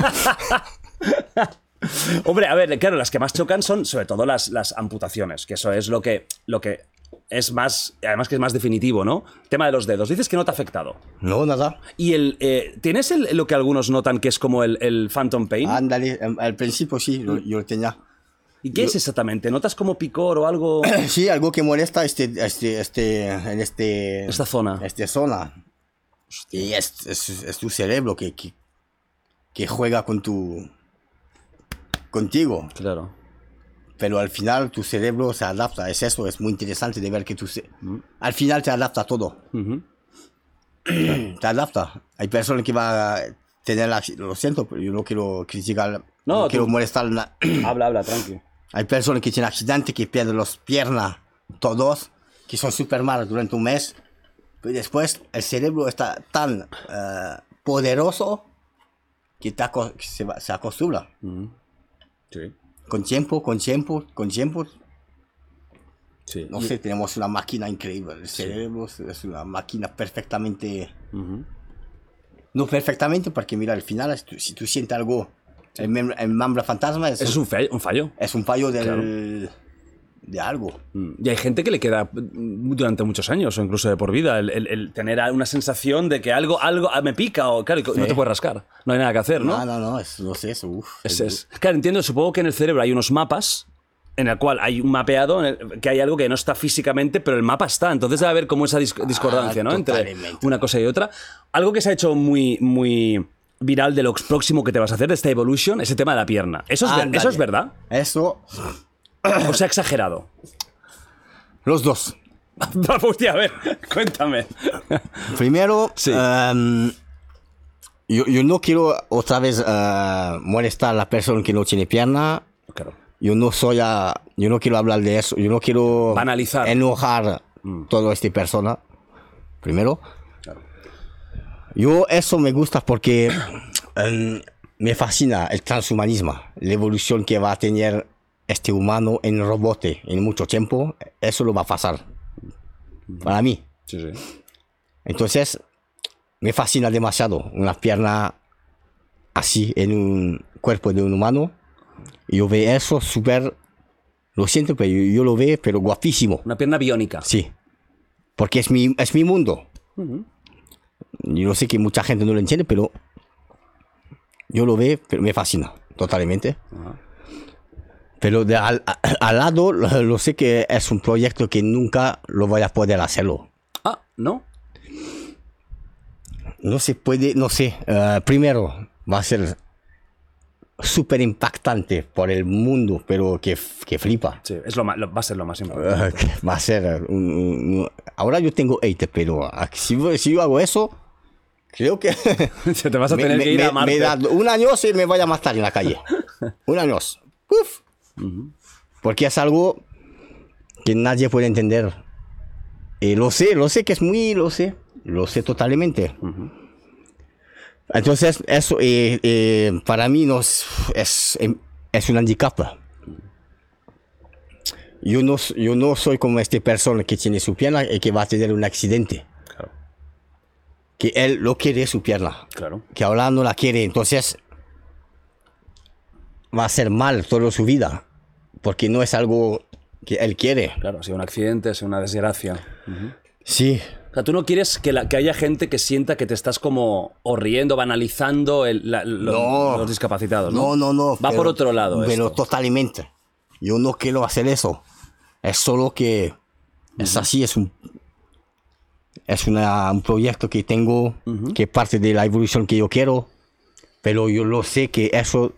B: Hombre, a ver, claro, las que más chocan son sobre todo las, las amputaciones, que eso es lo que, lo que es más, además que es más definitivo, ¿no? Tema de los dedos. Dices que no te ha afectado.
C: no, nada.
B: Y el, eh, ¿tienes el- lo que algunos notan que es como el, el Phantom Pain?
C: Ándale, em, al principio sí, lo- yo lo tenía.
B: ¿Y qué es exactamente? ¿Notas como picor o algo?
C: Sí, algo que molesta este, este, este, en este,
B: Esta zona.
C: Esta zona. Y es, es- es tu cerebro que, que, que juega con tu. contigo.
B: Claro.
C: Pero al final tu cerebro se adapta. Es eso, es muy interesante de ver que tu. ce- Al final te adapta a todo.
B: Ujú.
C: Te adapta. Hay personas que van a tener. la- lo siento, pero yo no quiero criticar.
B: No,
C: No, quiero
B: tú-
C: molestar. a na-
B: Habla, habla, tranqui.
C: Hay personas que tienen accidente, que pierden las piernas, todos, que son súper malos durante un mes. Pero después el cerebro está tan eh, poderoso que, te aco- que se, va- se acostumbra.
B: Sí.
C: Con tiempo, con tiempo, con tiempo.
B: Sí.
C: No sé, tenemos una máquina increíble. El cerebro es una máquina perfectamente... No perfectamente, porque mira, al final, si tú, si tú sientes algo, el, mem- el mambra fantasma es,
B: Es
C: un,
B: un fallo. Un fallo.
C: es un fallo del, de algo.
B: Mm. Y hay gente que le queda mm, durante muchos años o incluso de por vida el, el- el tener una sensación de que algo, algo ah, me pica o claro, y co- no te puedes rascar. No hay nada que hacer, ¿no?
C: No, no, no, es, no sé eso. uf.
B: Es- es- Claro, entiendo, supongo que en el cerebro hay unos mapas en el cual hay un mapeado en el que hay algo que no está físicamente, pero el mapa está. Entonces debe haber como esa dis- discordancia, ¿no? Entre
C: totalmente.
B: una cosa y otra. Algo que se ha hecho muy, muy viral de lo próximo que te vas a hacer de esta evolution, ese tema de la pierna. ¿Eso es, ver-
C: Ándale.
B: ¿eso es verdad?
C: Eso,
B: ¿O se ha exagerado?
C: los dos.
B: Hostia, a ver, cuéntame.
C: Primero,
B: Sí.
C: em, yo, yo no quiero otra vez eh, molestar a la persona que no tiene pierna.
B: Claro.
C: Yo no soy a, yo no quiero hablar de eso. Yo no quiero
B: Banalizar.
C: enojar toda esta persona. Primero, yo eso me gusta porque em, me fascina el transhumanismo, la evolución que va a tener este humano en robote en mucho tiempo. Eso lo va a pasar para mí.
B: Sí, sí.
C: Entonces, me fascina demasiado una pierna así en un cuerpo de un humano. Yo veo eso súper... Lo siento, pero yo, yo lo veo, pero guapísimo.
B: Una pierna biónica.
C: Sí. Porque es mi, es mi mundo. Yo sé que mucha gente no lo entiende, pero yo lo veo, pero me fascina totalmente. Pero de al, a- al lado, lo lo sé que es un proyecto que nunca lo voy a poder hacerlo.
B: Ah, ¿no?
C: No se puede, no sé. eh, primero, va a ser súper impactante por el mundo, pero que, f- que flipa.
B: Sí, es lo ma- lo- va a ser lo más importante.
C: Eh, que va a ser eh, un- un- un- ahora yo tengo 8 pero ah, si, yo- si yo hago eso creo que
B: Te vas a
C: me-
B: tener
C: me-
B: que ir
C: me-
B: a Marte.
C: me da un año y me voy a matar en la calle un año Uf. porque es algo que nadie puede entender y lo sé lo sé que es muy lo sé lo sé totalmente entonces eso eh, eh, para mí no es, es, em, es un handicap yo no, este s- yo no soy como esta persona que tiene su pierna y que va a tener un accidente.
B: Claro.
C: que él no quiere su pierna.
B: Claro.
C: Que ahora no la quiere. Entonces va a ser mal toda su vida. Porque no es algo que él quiere.
B: Claro, ha sido un accidente, ha sido una desgracia.
C: Sí.
B: O sea, tú no quieres que, la- que haya gente que sienta que te estás como o riendo, banalizando el- la- lo-
C: No.
B: los discapacitados.
C: No,
B: No,
C: no, no.
B: Va por otro lado.
C: Pero
B: esto.
C: totalmente. Yo no quiero hacer eso. Es solo que es así, es un es una- un proyecto que tengo, que es parte de la evolución que yo quiero. Pero yo lo sé que eso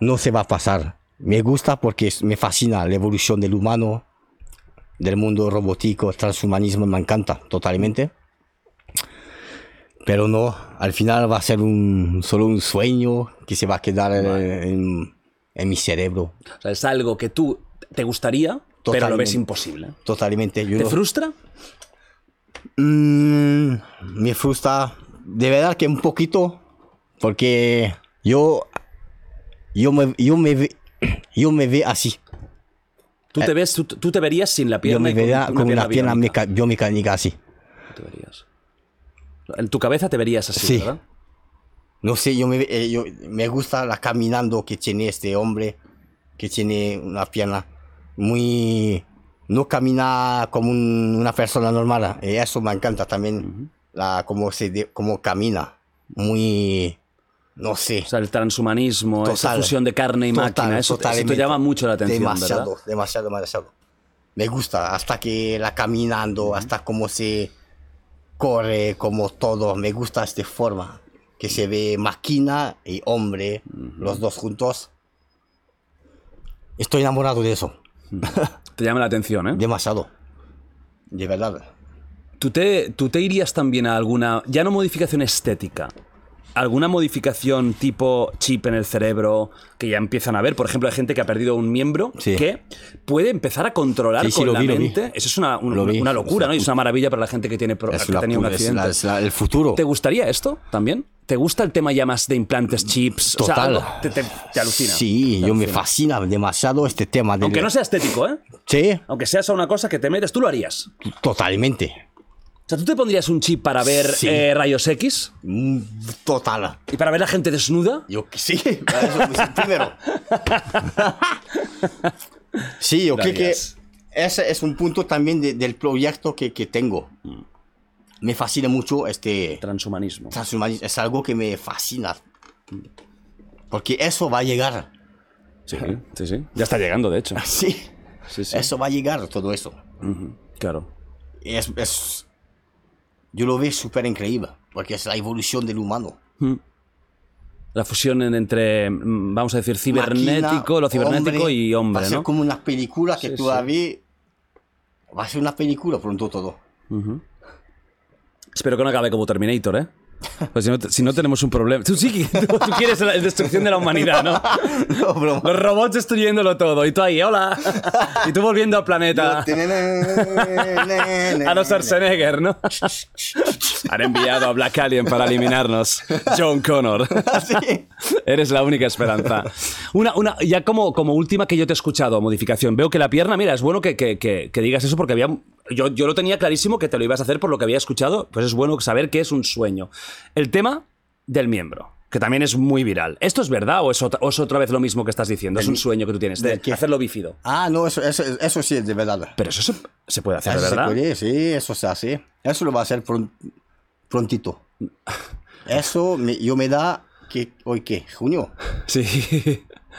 C: no se va a pasar. Me gusta porque es- me fascina la evolución del humano, del mundo robótico, transhumanismo, me encanta totalmente. Pero no, al final va a ser un, solo un sueño que se va a quedar en, en- en mi cerebro.
B: O sea, es algo que tú te gustaría, pero lo
C: Totalmente.
B: ves imposible.
C: Totalmente. Yo
B: ¿Te
C: no-
B: frustra?
C: Mm, me frustra de verdad que un poquito porque yo yo me yo me ve- yo me ve así
B: ¿Tú, te ves, tú, tú te verías sin la pierna.
C: yo me
B: y con-
C: veía
B: con
C: con una pierna
B: biónica?
C: meca- biomecánica así
B: Te verías. En tu cabeza te verías así,
C: Sí.
B: ¿verdad?
C: no sé yo me ve- eh, yo- me gusta la caminando que tiene este hombre que tiene una pierna muy no camina como un- una persona normal y eso me encanta también la cómo se de- cómo camina muy no sé
B: O sea, el transhumanismo, esa
C: Total.
B: fusión de carne y máquina,
C: Total,
B: eso, eso te
C: totalmente.
B: llama mucho la atención,
C: demasiado,
B: ¿verdad?
C: demasiado, demasiado. Me gusta hasta que la caminando, hasta cómo se corre, como todo. Me gusta esta forma que se ve máquina y hombre, los dos juntos. Estoy enamorado de eso,
B: Te llama la atención, ¿eh?
C: demasiado. De verdad.
B: ¿Tú te, ¿Tú te irías también a alguna, ya no modificación estética, alguna modificación tipo chip en el cerebro que ya empiezan a ver? Por ejemplo, hay gente que ha perdido un miembro
C: Sí.
B: que puede empezar a controlar
C: Sí, sí,
B: con
C: lo
B: la
C: vi, lo vi.
B: mente. Eso es una, un-
C: Lo vi.
B: una locura,
C: Es
B: ¿no? Y es una maravilla para la gente que, tiene pro-
C: Es
B: que
C: la
B: ha tenido un
C: pu- es la-
B: accidente.
C: es la- el futuro.
B: ¿Te gustaría esto también? ¿Te gusta el tema ya más de implantes, chips? O sea,
C: Total.
B: algo- te, te- te alucina.
C: Sí,
B: Te
C: yo me
B: alucina.
C: fascina demasiado este tema. del-
B: Aunque no sea estético, ¿eh?
C: Sí,
B: Aunque seas a una cosa que te metes, tú lo harías.
C: totalmente.
B: O sea, ¿tú te pondrías un chip para ver
C: Sí.
B: eh, rayos X?
C: Mm, Total.
B: ¿Y para ver a gente desnuda?
C: Yo que sí, para eso me hice primero. sí, yo creo que
B: Gracias.
C: ese es un punto también de- del proyecto que, que tengo.
B: Mm.
C: Me fascina mucho este
B: Transhumanismo.
C: transhumanismo, es algo que me fascina. Porque eso va a llegar.
B: Sí, sí, sí. Ya está llegando, de hecho.
C: Sí,
B: Sí, sí.
C: eso va a llegar, todo eso.
B: Ujú, Claro.
C: Y es- es- yo lo veo súper increíble, porque es la evolución del humano.
B: La fusión en- entre, mm, vamos a decir, cibernético,
C: Máquina,
B: lo cibernético y
C: Va
B: hombre,
C: a ser
B: ¿no?
C: como una película que
B: Sí,
C: tú
B: sí.
C: la ves. Va a ser una película pronto todo.
B: Ujú. Espero que no acabe como Terminator, ¿eh? Pues si no, te- si no tenemos un problema. Tú sí que tú, tú quieres la destrucción de la humanidad, ¿no?
C: No, broma.
B: Los robots destruyéndolo todo y tú ahí, hola. Y tú volviendo al planeta.
C: Este,
B: A
C: A
B: los
C: eh.
B: Schwarzenegger, ¿no? Han enviado a Black Alien para eliminarnos. John Connor.
C: Ah,
B: Eres la única esperanza. Una, una, ya como, como última que yo te he escuchado, modificación. Veo que la pierna, mira, es bueno que, que- que- que digas eso porque había. Yo, yo lo tenía clarísimo que te lo ibas a hacer por lo que había escuchado, pues es bueno saber que es un sueño. El tema del miembro, que también es muy viral. ¿Esto es verdad o es otra, o es otra vez lo mismo que estás diciendo? es un sueño que tú tienes, de
C: del qué?
B: hacerlo bífido.
C: Ah, no, eso, eso, eso sí es de verdad.
B: Pero eso se, se puede hacer,
C: Eso se
B: ¿verdad?
C: puede, Ah, sí, eso se hace. Eso lo va a hacer pron- prontito. Eso me- yo me da que hoy qué, junio.
B: Sí.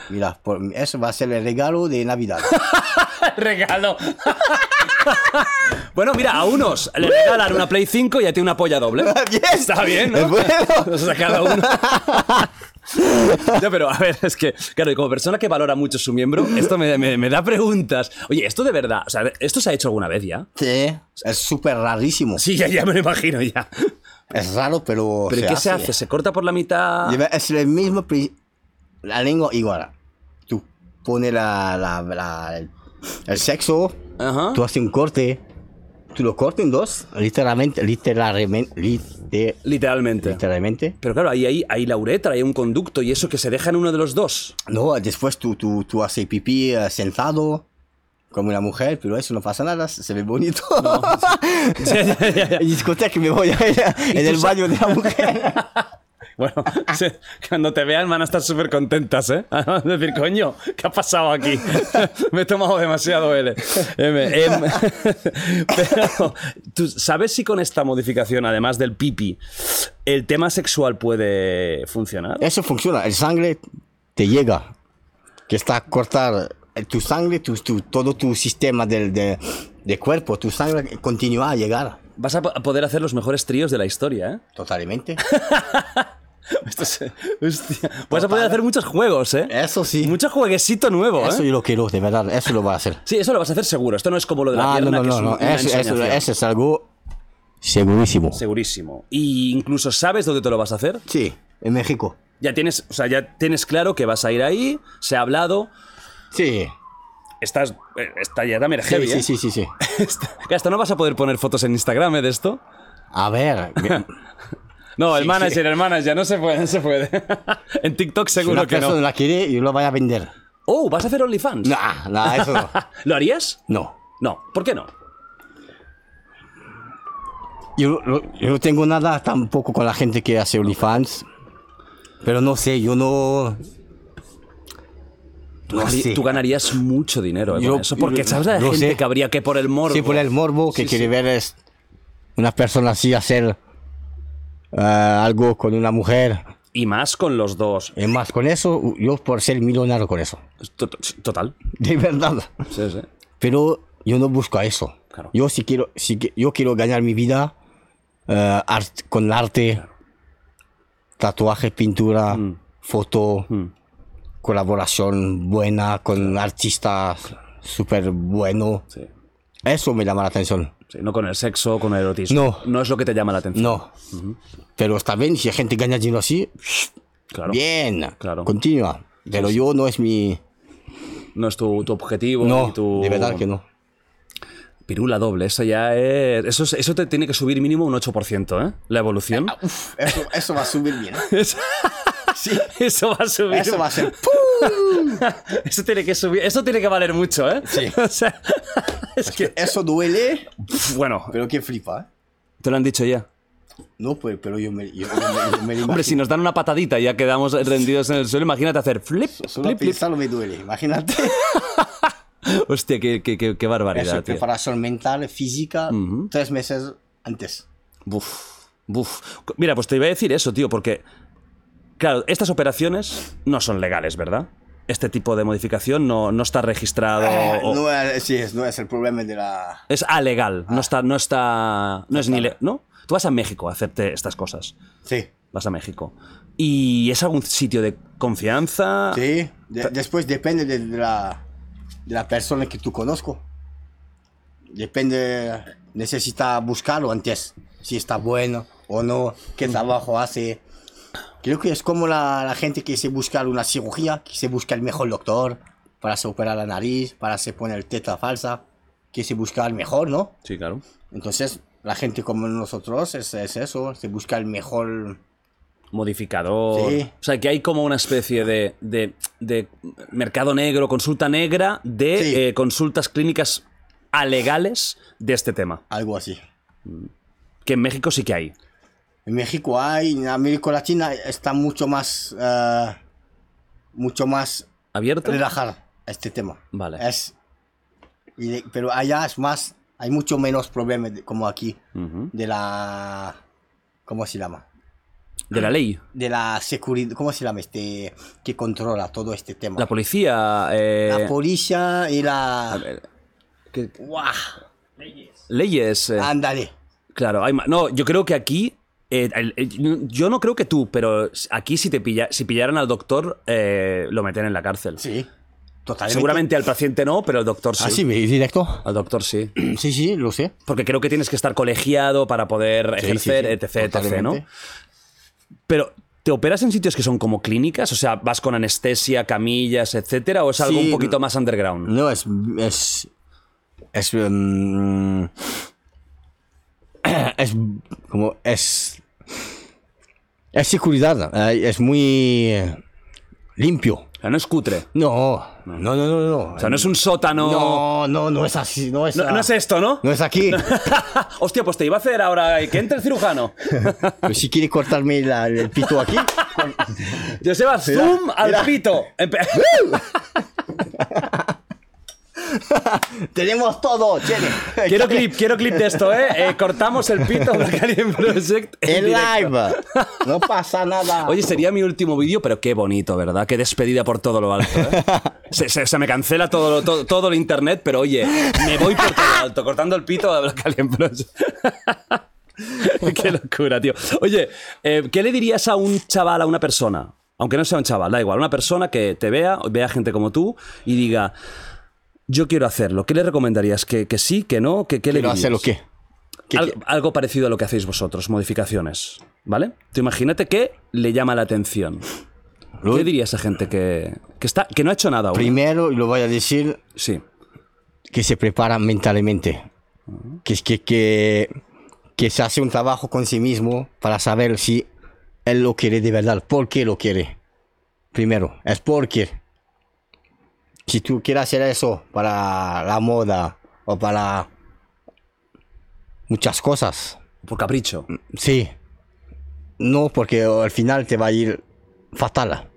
C: Mira, por- eso va a ser el regalo de Navidad.
B: regalo. bueno, mira, a unos le regalan una Play 5 y a ti una polla doble. Está bien, ¿no?
C: Es bueno.
B: O sea, cada uno. Ya, pero a ver, es que, claro, y como persona que valora mucho su miembro, esto me, me- me da preguntas. Oye, esto de verdad, o sea, ¿esto se ha hecho alguna vez ya?
C: Sí, es súper rarísimo.
B: Sí, ya, ya me lo imagino ya.
C: Es raro, pero.
B: ¿Pero qué se hace? ¿Se corta por la mitad?
C: Lleva- Es el mismo. pri- La lengua igual. Tú pones la, la- la- el, el sexo,
B: Ajá.
C: tú haces un corte, tú lo cortas en dos, literalmente, literalmente, liter-
B: Literalmente.
C: literalmente.
B: Pero claro, ahí hay, hay la uretra, hay un conducto y eso que se deja en uno de los dos.
C: No, después tú, tú, tú haces pipí eh, sentado, como una mujer, pero eso no pasa nada, se ve bonito.
B: Ya, ya, ya, ya.
C: en discoteca me voy a ir a- en el baño de la mujer.
B: Bueno, se- cuando te vean van a estar súper contentas, ¿eh? Van a decir, coño, ¿qué ha pasado aquí? Me he tomado demasiado L. M, em. Pero, ¿tú sabes si con esta modificación, además del pipi, el tema sexual puede funcionar?
C: eso funciona, el sangre te llega, que está a cortar eh, tu sangre, tu, tu- todo tu sistema del de, de cuerpo, tu sangre continúa a llegar.
B: Vas a po- a poder hacer los mejores tríos de la historia, ¿eh?
C: Totalmente.
B: Esto es- hostia. Vas a poder hacer muchos juegos, ¿eh?
C: Eso sí.
B: Mucho jueguecito nuevo, ¿eh?
C: Eso yo lo quiero, de verdad, eso lo va a hacer.
B: Sí, eso lo vas a hacer seguro. Esto no es como lo de la
C: Ah, no,
B: pierna,
C: no,
B: que
C: no,
B: es
C: no.
B: un- una
C: Eso, eso-
B: ensoñación.
C: eso es algo segurísimo.
B: Segurísimo. Y incluso sabes dónde te lo vas a hacer.
C: Sí, en México.
B: Ya tienes, o sea, ya tienes claro que vas a ir ahí, se ha hablado,
C: Sí.
B: estás, eh, está ya también
C: Sí,
B: heavy,
C: sí,
B: ¿eh?
C: sí, sí, sí.
B: Está- Hasta no vas a poder poner fotos en Instagram ¿eh, de esto.
C: A ver, me-
B: No, el
C: Sí,
B: manager, el manager, no se puede, no se puede. en TikTok
C: si una
B: seguro que
C: persona
B: no.
C: la quiere, yo lo voy a vender.
B: Oh, ¿vas a hacer OnlyFans?
C: No, no, eso no.
B: ¿Lo harías?
C: No.
B: No, ¿por qué no?
C: Yo, lo- yo no tengo nada tampoco con la gente que hace OnlyFans. Pero no sé, yo no.
B: Tú,
C: No
B: ganarí-
C: sé.
B: tú ganarías mucho dinero eh,
C: Yo-
B: con eso, porque
C: yo-
B: sabes la
C: yo
B: gente
C: sé.
B: que habría que por el morbo.
C: Sí, por el morbo que quiere ver es una persona así hacer eh, algo con una mujer.
B: Y más con los dos.
C: Es más, con eso, yo por ser millonario con eso.
B: To- to- Total.
C: De verdad.
B: Sí, sí.
C: Pero yo no busco eso.
B: Claro.
C: Yo sí quiero, sí que- yo quiero ganar mi vida eh, art- con arte, tatuaje, pintura, foto, colaboración buena con artistas súper bueno.
B: Sí.
C: Eso me llama la atención.
B: Sí, no con el sexo, con el erotismo.
C: No.
B: No es lo que te llama la atención.
C: No. Pero está bien, si hay gente que gana dinero así,
B: Claro.
C: bien.
B: Claro.
C: Continúa. Pero yo no es mi...
B: No es tu, tu objetivo.
C: No,
B: ni tu...
C: de verdad que no.
B: Pirula doble, eso ya es. Eso, es- eso te tiene que subir mínimo un 8%, ¿eh? La evolución.
C: Ah, Eso, va a subir bien. ¿eh?
B: Eso va a subir.
C: Eso va a ser...
B: Eso tiene que subir. Eso tiene que valer mucho, ¿eh?
C: Sí.
B: O sea, es que.
C: Eso duele,
B: Bueno,
C: pero que flipa. ¿eh?
B: te lo han dicho ya.
C: No, pues, pero yo me, yo, yo me- yo me lo
B: Hombre, si
C: imagino.
B: nos dan una patadita y ya quedamos rendidos en el suelo, imagínate hacer flip,
C: Solo
B: flip, flip.
C: pensarlo me duele, imagínate.
B: Hostia, qué, qué, qué, qué
C: Eso,
B: barbaridad, tío.
C: preparación mental, física, tres meses antes.
B: Buf, buf. Mira, pues te iba a decir eso, tío, porque. Claro, estas operaciones no son legales, ¿verdad? Este tipo de modificación no, no está registrado.
C: Eh,
B: o-
C: No, Ah. es, sí, es- no es el problema de la...
B: Es alegal, no está, no está, no es ni le- ¿no? Tú vas a México a hacerte estas cosas,
C: Sí,
B: vas a México y es algún sitio de confianza.
C: sí. De- después depende de, de la, de la persona que tú conozco. Depende, necesita buscarlo antes, si está bueno o no, qué trabajo hace. Creo que es como la, la gente que se busca una cirugía, que se busca el mejor doctor para se operar la nariz, para se poner teta falsa, que se busca el mejor, ¿no?
B: Sí, claro.
C: Entonces, la gente como nosotros es, es eso, se busca el mejor...
B: Modificador.
C: Sí.
B: O sea, que hay como una especie de, de- de mercado negro, consulta negra de
C: Sí.
B: eh, consultas clínicas alegales de este tema.
C: Algo así.
B: Que en México sí que hay.
C: En México hay, en América Latina está mucho más, eh, mucho más
B: ¿Abierto?
C: relajado este tema.
B: Vale.
C: Es, y de- pero allá es más, hay mucho menos problemas de- como aquí
B: Ujú.
C: de la, ¿cómo se llama?
B: De la ley.
C: De la seguridad, ¿cómo se llama este que controla todo este tema?
B: La policía. eh,
C: La policía y la,
B: que-
C: ¡guau!
B: leyes. eh.
C: Ándale.
B: Claro, hay ma- no, yo creo que aquí. eh, el- el- yo no creo que tú, pero aquí si te pilla, si pillaran al doctor, eh, lo meten en la cárcel.
C: Sí, totalmente. Ah,
B: Seguramente al paciente no, pero al doctor sí.
C: Así, directo.
B: Al doctor sí.
C: Sí, sí, lo sé.
B: Porque creo que tienes que estar colegiado para poder
C: Sí,
B: ejercer,
C: sí, sí,
B: etc, etc, ¿no?
C: totalmente.
B: Pero, ¿te operas en sitios que son como clínicas? O sea, ¿vas con anestesia, camillas, etcétera? ¿O es algo
C: Sí,
B: un poquito más underground?
C: No, es. Es. Es. mm, es como. Es. Es seguridad. eh, Es muy. eh, Limpio.
B: No es cutre.
C: No, No, no, no, no.
B: O sea, no es un sótano.
C: No, no, no es así, no es,
B: No,
C: ah,
B: no es esto, ¿no?
C: no es aquí.
B: Hostia, pues te iba a hacer ahora que entre el cirujano.
C: Pero Pues si quiere cortarme la- el pito aquí,
B: Joseba, zoom al
C: mira.
B: pito. Empe-
C: tenemos todo, tiene.
B: quiero clip, quiero clip de esto, ¿eh? Eh, cortamos el pito de Alien Project. en
C: En
B: directo.
C: live. No pasa nada.
B: Oye, sería mi último vídeo, pero qué bonito, ¿verdad? Qué despedida por todo lo alto. ¿eh? Se, se- se me cancela todo, lo- todo, todo el internet, pero oye, me voy por todo lo alto, cortando el pito a Black Alien Bros. qué locura, tío. Oye, eh, ¿qué le dirías a un chaval, a una persona? Aunque no sea un chaval, da igual, una persona que te vea, vea gente como tú y diga, yo quiero hacerlo. ¿Qué le recomendarías? ¿Que, que sí, que no? ¿Que, ¿Qué le
C: ¿Quiero
B: dirías?
C: hacer lo qué? ¿Qué-
B: Al-
C: qué?
B: algo parecido a lo que hacéis vosotros, modificaciones. ¿Vale? Tú imagínate que le llama la atención.
C: Lo-
B: ¿Qué diría esa gente que, que está, que no ha hecho nada aún?
C: Primero, y lo voy a decir,
B: sí.
C: que se prepara mentalmente. Que, es que, que, que se hace un trabajo con sí mismo para saber si él lo quiere de verdad. ¿Por qué lo quiere? Primero, es porque. Si tú quieres hacer eso para la moda o para muchas cosas,
B: Por capricho.
C: Mm. Sí. No, porque al final te va a ir fatal.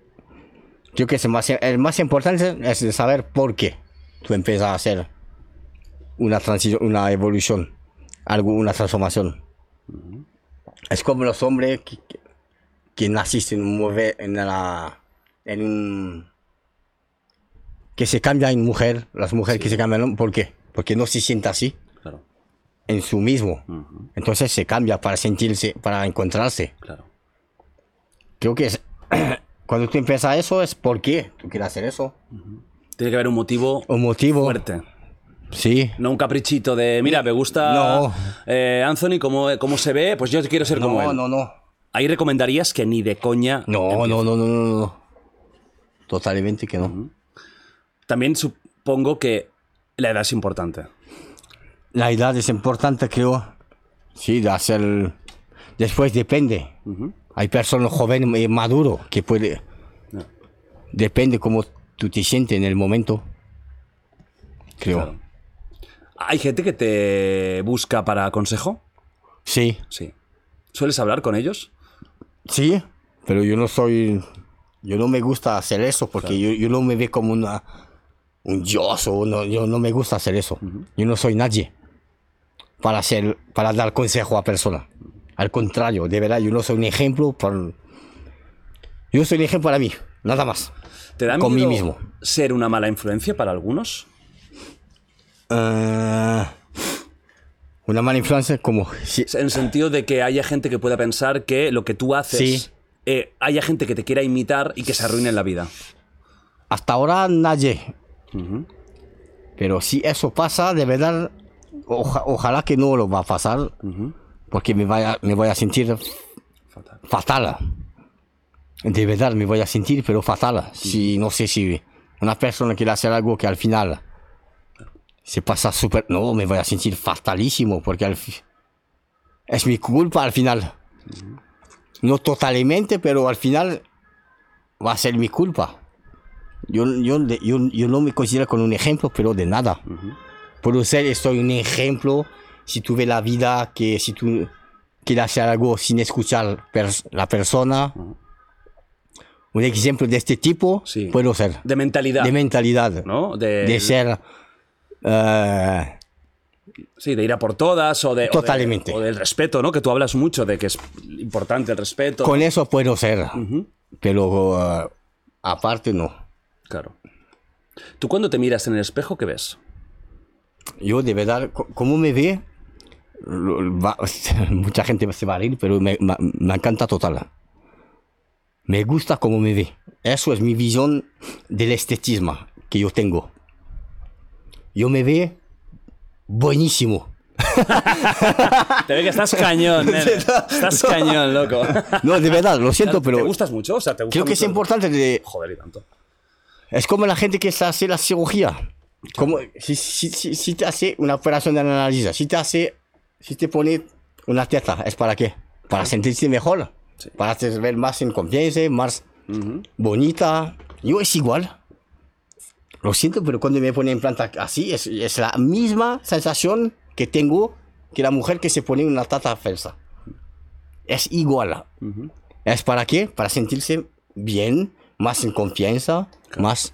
C: Yo creo que es más, el más importante es de saber por qué tú empiezas a hacer una transición, una evolución, algo, una transformación. Es como los hombres que, que- que naciste en un move- en la- en un- que se cambian en mujer, las mujeres que se cambian, en- ¿por qué? Porque no se sienta así
B: Claro,
C: en su mismo. Entonces se cambia para sentirse, para encontrarse.
B: claro.
C: Creo que es, cuando tú empiezas eso es por qué tú quieres hacer eso.
B: Tiene que haber un motivo
C: Un motivo.
B: fuerte.
C: Sí.
B: No un caprichito de, mira, me gusta
C: No.
B: eh, Anthony, cómo, cómo se ve, pues yo quiero ser
C: No,
B: como él.
C: no, no.
B: Ahí recomendarías que ni de coña.
C: No, no, no, no, no, no. Totalmente que no.
B: También supongo que la edad es importante.
C: La edad es importante, creo. Sí, de hacer. Después depende. Hay personas jóvenes y maduros que puede. Depende cómo tú te sientes en el momento. Creo.
B: Claro. ¿Hay gente que te busca para consejo?
C: Sí.
B: Sí. ¿Sueles hablar con ellos?
C: Sí, pero yo no soy. Yo no me gusta hacer eso porque yo, yo no me veo como una, un dios o no, yo no me gusta hacer eso. Yo no soy nadie para, hacer, para dar consejo a personas. Al contrario, de verdad, yo no soy un ejemplo. por- yo soy un ejemplo para mí, nada más.
B: ¿Te da miedo
C: Con mí mismo.
B: ser una mala influencia para algunos?
C: Eh, una mala influencia como... si-
B: En el sentido de que haya gente que pueda pensar que lo que tú haces,
C: Sí.
B: eh, haya gente que te quiera imitar y que se arruine en la vida.
C: Hasta ahora nadie. Pero si eso pasa, de verdad, oja- ojalá que no lo va a pasar, porque me, vaya, me voy a sentir
B: Fatal.
C: fatal. De verdad, me voy a sentir, pero fatal. Si no sé si una persona quiere hacer algo que al final se pasa súper. No, me voy a sentir fatalísimo, porque al fi- es mi culpa al final. No totalmente, pero al final va a ser mi culpa. Yo, yo, de- yo, yo no me considero con un ejemplo, pero de nada. Por ser, estoy un ejemplo. Si tú ves la vida, que si tú quieres hacer algo sin escuchar pers- la persona, un ejemplo de este tipo,
B: Sí.
C: puedo ser.
B: De mentalidad.
C: De mentalidad.
B: ¿no? De,
C: De ser. eh,
B: sí, de ir a por todas o de. o de-
C: Totalmente.
B: O, del respeto, ¿no? Que tú hablas mucho de que es importante el respeto.
C: con eso puedo ser. Pero eh, aparte, no.
B: Claro. ¿Tú cuando te miras en el espejo, qué ves?
C: Yo de verdad, co- ¿cómo me ve? Lo- va- mucha gente se va a reír, pero me, ma- me encanta total. Me gusta cómo me ve. Eso es mi visión del estetismo que yo tengo. Yo me ve buenísimo.
B: Te ve que estás cañón, nene. Estás cañón, loco.
C: No, de verdad, lo siento,
B: ¿Te
C: pero
B: gustas mucho? O sea, te gusta
C: creo que es
B: mucho?
C: importante de,
B: Joder, y tanto.
C: Es como la gente que se hace la cirugía. Como si, si- si- si te hace una operación de la nariz, si te hace, si te pone una teta, ¿es para qué? Para sentirse mejor, para te ver más en confianza, más bonita. Yo es igual. Lo siento, pero cuando me ponen planta así, es, es la misma sensación que tengo que la mujer que se pone una tata falsa. Es igual. ¿Es para qué? Para sentirse bien, más en confianza, más...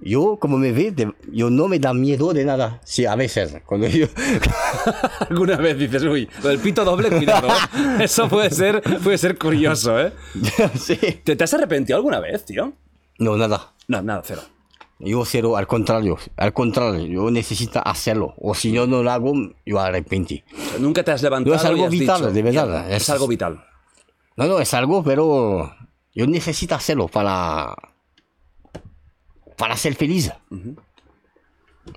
C: Yo, como me ve, de- yo no me da miedo de nada. Sí, a veces. Cuando yo...
B: Alguna vez dices, uy, lo del pito doble, cuidado. ¿eh? Eso puede ser, puede ser curioso, ¿eh?
C: sí.
B: ¿Te, te has arrepentido alguna vez, tío?
C: No, nada.
B: No, nada, cero.
C: Yo cero, al contrario. Al contrario, yo necesito hacerlo. O si yo no lo hago, yo arrepentí.
B: O sea, Nunca te has levantado.
C: No, es algo
B: y has
C: vital,
B: dicho,
C: de verdad,
B: "Mierda, Es,
C: es-
B: algo vital.
C: No, no, es algo, pero yo necesito hacerlo para, para ser feliz.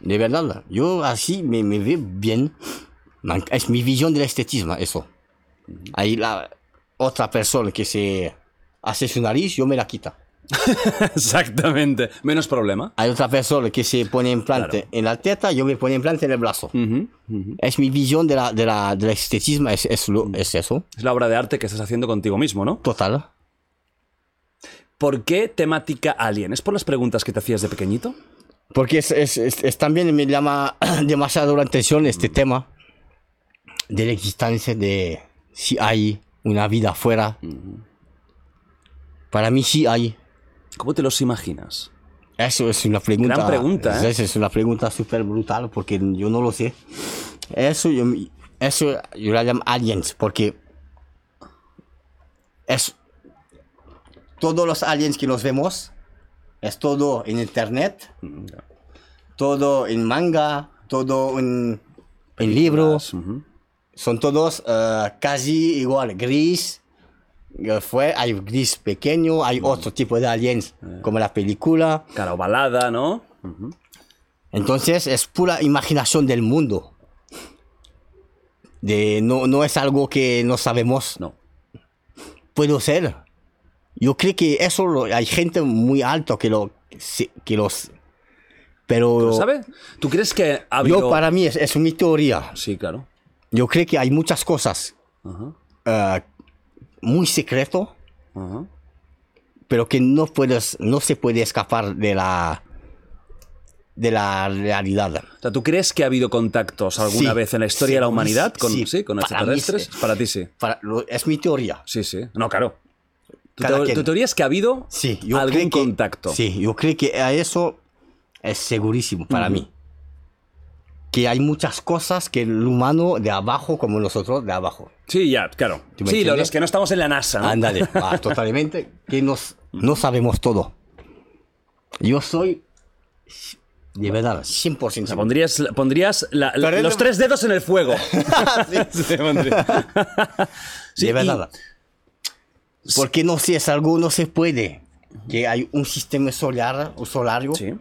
C: De verdad, yo así me, me veo bien. Man- Es mi visión del estetismo, eso. Ahí la otra persona que se hace su nariz, yo me la quita.
B: Exactamente. Menos problema.
C: Hay otra persona que se pone implante en la teta, yo me pongo implante en el brazo. Es mi visión de la, de la, del estetismo, es, es, lo- es eso,
B: Es la obra de arte que estás haciendo contigo mismo, ¿no?
C: total.
B: ¿Por qué temática alien? ¿Es por las preguntas que te hacías de pequeñito?
C: Porque es, es- es- es- también me llama demasiado la atención este tema de la existencia de si hay una vida afuera. Para mí sí hay.
B: ¿Cómo te los imaginas?
C: Eso es una pregunta.
B: Gran pregunta, ¿eh?
C: Eso es una pregunta súper brutal porque yo no lo sé. Eso yo, eso yo la llamo aliens porque es todos los aliens que nos vemos es todo en internet, todo en manga, todo en, en libros.
B: ujú.
C: Son todos eh, casi igual, gris. eh, Fue, hay gris pequeño, hay otro tipo de aliens,
B: Eh.
C: como la película.
B: Cara ovalada, ¿no?
C: Entonces es pura imaginación del mundo. De, no, no es algo que no sabemos.
B: No.
C: Puedo ser. Yo creo que eso lo- hay gente muy alta que lo se- que los pero
B: ¿Lo sabes? ¿Tú crees que ha habido...
C: yo para mí es, es mi teoría.
B: Sí, claro.
C: Yo creo que hay muchas cosas
B: Ajá,
C: eh, muy secreto,
B: ajá.
C: pero que no puedes no se puede escapar de la de la realidad.
B: O sea, ¿tú crees que ha habido contactos alguna
C: Sí,
B: vez en la historia
C: sí,
B: de la humanidad con, sí,
C: sí,
B: con
C: para mí
B: extraterrestres?
C: sí.
B: Para ti sí.
C: Para- lo- es mi teoría.
B: Sí, sí. No, claro. ¿Tu,
C: Cada
B: teo-
C: quien.
B: tu teoría es que ha habido
C: Sí,
B: algún
C: creo que-
B: contacto?
C: Sí, yo creo que a eso es segurísimo para
B: Ujú.
C: mí. Que hay muchas cosas que el humano de abajo, como nosotros de abajo.
B: Sí, ya, claro.
C: ¿Tú me
B: Sí, lo-
C: entiendes?
B: los que no estamos en la NASA. ¿no?
C: Ándale, va, totalmente. Que nos, no sabemos todo. Yo soy, de verdad, 100%
B: O sea, pondrías, pondrías la- la-
C: Pero-
B: los tres dedos en el fuego.
C: seguro. Sí,
B: Sí, pondría. Sí,
C: de
B: y-
C: verdad. Porque no sé, es algo no se puede. Que hay un sistema solar o solario
B: Sí.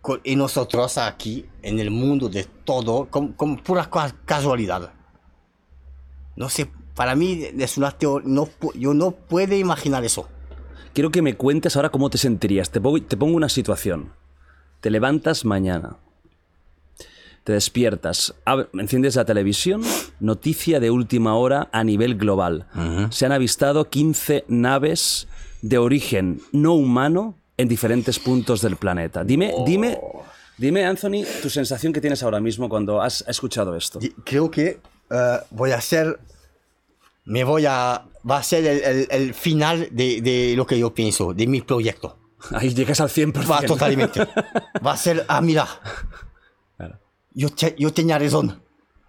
C: con- y nosotros aquí en el mundo de todo como, como pura cua- casualidad no sé para mí es una teoría no, pu- yo no puedo imaginar eso
B: Quiero que me cuentes ahora cómo te sentirías. Te pongo, te pongo una situación. Te levantas mañana. Te despiertas. ab- Enciendes la televisión. Noticia de última hora a nivel global. Se han avistado 15 naves de origen no humano en diferentes puntos del planeta. Dime,
C: Oh.
B: dime, dime, Anthony, tu sensación que tienes ahora mismo cuando has escuchado esto.
C: Y creo que eh, voy a hacer me voy a va a ser el, el- el final de, de lo que yo pienso de mi proyecto
B: Ahí llegas al 100%.
C: va totalmente va a ser ah mira
B: Claro.
C: yo, te- yo tenía razón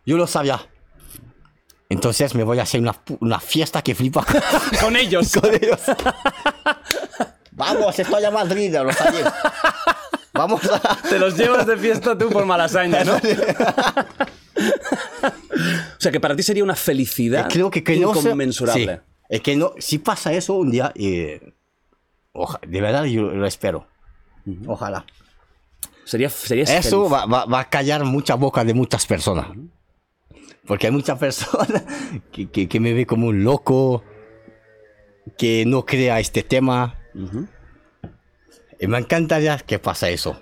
C: yo lo sabía entonces me voy a hacer una, pu- una fiesta que flipa
B: Con ellos.
C: con ellos. Vamos, estoy a Madrid, a los años. Vamos a...
B: Te los llevas de fiesta tú por malasaña, ¿no? o sea, que para ti sería una felicidad
C: Eh, Creo que, que no se-
B: inconmensurable.
C: Sí. Es que no, si pasa eso un día, eh, oja- de verdad yo lo espero. Ojalá.
B: Sería, serías
C: Eso
B: feliz.
C: va, va- va a callar mucha boca de muchas personas. Porque hay muchas personas que, que- que me ve como un loco, que no crea este tema. Y me encantaría que pasa eso.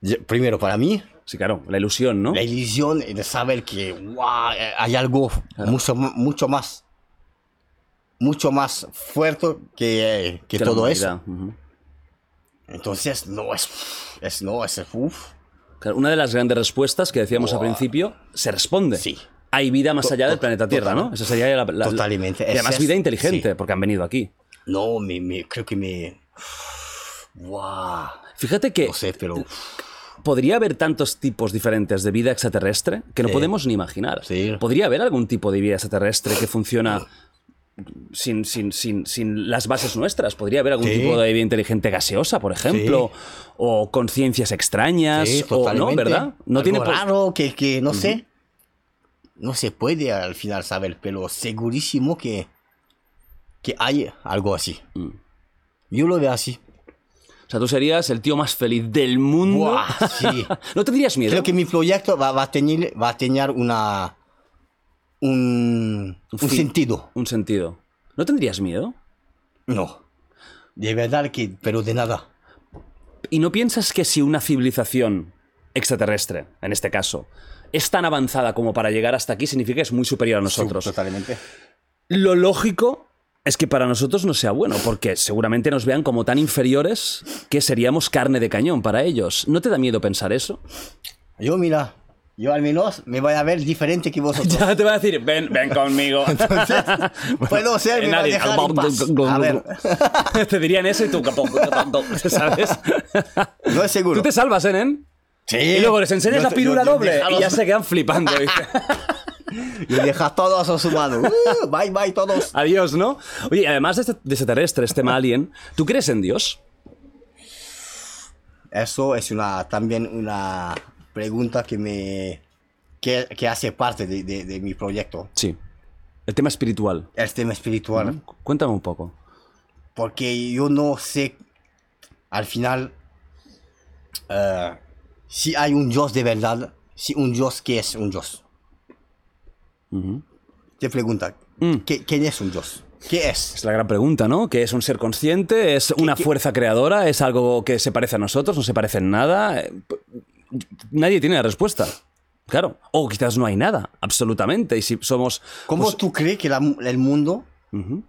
C: Yo- primero para mí,
B: Sí, claro, la ilusión, ¿no?
C: la ilusión de saber que wow, hay algo mucho, mucho más mucho más fuerte que, que
B: Que la
C: todo
B: humanidad.
C: eso
B: Ujú.
C: Entonces, no es. es no, es. Uf.
B: Claro, una de las grandes respuestas que decíamos al principio se responde.
C: Sí.
B: Hay vida más
C: To-
B: allá del
C: to-
B: planeta Tierra,
C: total-
B: ¿no? Esa sería la, la- la-
C: Totalmente.
B: Y además
C: Ese es-
B: vida inteligente,
C: sí.
B: porque han venido aquí.
C: No, me, me- creo que me. ¡Wow!
B: Fíjate que
C: No sé, pero.
B: podría haber tantos tipos diferentes de vida extraterrestre que no
C: Sí.
B: podemos ni imaginar.
C: Sí.
B: Podría haber algún tipo de vida extraterrestre que funciona sin, sin, sin, sin las bases nuestras. Podría haber algún
C: Sí.
B: tipo de vida inteligente gaseosa, por ejemplo, o conciencias extrañas,
C: Sí,
B: o no,
C: totalmente.
B: ¿verdad? No
C: Algo
B: tiene por-
C: raro que, que no sé. No se puede al final saber, pero segurísimo que, que hay algo así.
B: Mm.
C: Yo lo veo así.
B: O sea, tú serías el tío más feliz del mundo.
C: Buah, sí.
B: ¿No tendrías miedo?
C: Creo que mi proyecto va, va a tener, va a tener una, un, un
B: fin.
C: sentido.
B: Un sentido. ¿No tendrías miedo?
C: No. De verdad que, pero de nada.
B: ¿Y no piensas que si una civilización extraterrestre, en este caso, es tan avanzada como para llegar hasta aquí, significa que es muy superior a nosotros?
C: Totalmente.
B: Lo lógico es que para nosotros no sea bueno, porque seguramente nos vean como tan inferiores que seríamos carne de cañón para ellos. ¿No te da miedo pensar eso?
C: Yo, mira, yo al menos me voy a ver diferente que vosotros.
B: Ya te va a decir, ven, ven conmigo.
C: Puedo ser, me va a
B: Nadie.
C: dejar en paz. A ver,
B: Te dirían eso y tú, ¿sabes?
C: no es seguro.
B: Tú te salvas, ¿eh, nen?
C: Sí.
B: Y luego les enseñas
C: Yo
B: la
C: te-
B: pirula
C: yo- yo
B: doble
C: deja
B: y
C: los-
B: ya se quedan flipando. dice.
C: Y deja todos a su mano. Uh, bye, bye, todos.
B: Adiós, ¿no? Oye, y además de este, de este terrestre, este tema alien, ¿tú crees en Dios?
C: Eso es una también una pregunta que me que, que hace parte de, de- de mi proyecto.
B: Sí. El tema espiritual.
C: El tema espiritual.
B: Cu- Cuéntame un poco.
C: Porque yo no sé al final eh, si hay un Dios de verdad, si un Dios que es un Dios. Te pregunta,
B: Mm.
C: ¿qué, ¿quién es un Dios? ¿Qué es?
B: Es la gran pregunta, ¿no? ¿Qué es un ser consciente? ¿Es una fuerza creadora? ¿Es algo que se parece a nosotros? ¿No se parece en nada? Eh, p- Nadie tiene la respuesta. Claro. O quizás no hay nada, absolutamente. Y si somos.
C: ¿Cómo
B: pues,
C: tú crees que la mu- el mundo
B: Ujú.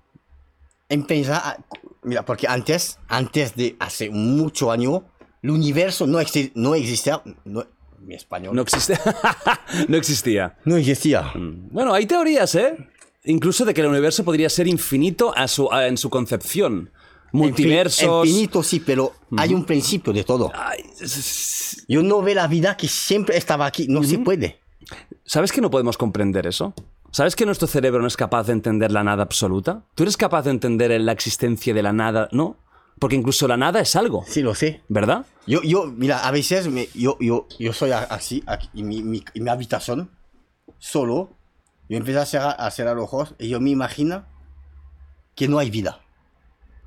C: empezó a... Mira, porque antes, antes de hace mucho año, el universo no, exi- no existía... No, mi español.
B: no Mm.
C: No,
B: existe. no existía.
C: existía.
B: Bueno, hay teorías, ¿eh? Incluso de que el universo podría ser infinito a su, a- en su concepción. Multiversos.
C: Infinito sí, pero hay un principio de todo.
B: Ay, s- s-
C: Yo no veo la vida que siempre estaba aquí. No se puede.
B: ¿Sabes que no podemos comprender eso? ¿Sabes que nuestro cerebro no es capaz de entender la nada absoluta? ¿Tú eres capaz de entender la existencia de la nada? No. Porque incluso la nada es algo,
C: Sí, lo sé.
B: ¿verdad?
C: Yo, yo, mira, a veces me- yo, yo, yo soy a- así, aquí, en, mi, mi- en mi habitación, solo. Yo empiezo a cerrar, a cerrar los ojos y yo me imagino que no hay vida.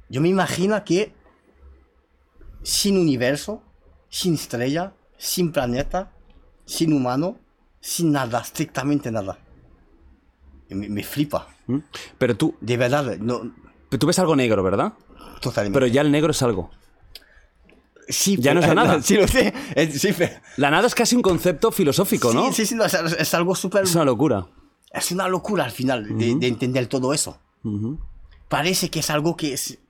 C: Yo me imagino que sin universo, sin estrella, sin planeta, sin humano, sin nada, estrictamente nada. Y Me, me flipa.
B: ¿Mm? Pero tú,
C: De verdad, no,
B: pero tú ves algo negro, ¿verdad?
C: totalmente.
B: Pero ya el negro es algo.
C: sí, eh,
B: ya no es la nada.
C: Sí, lo sé. Es- sí, pero-
B: La nada es casi un concepto filosófico, ¿no?
C: Sí, sí, sí, no, es, es algo súper...
B: Es una locura.
C: Es una locura al final de, de entender todo eso. Parece que es algo que es.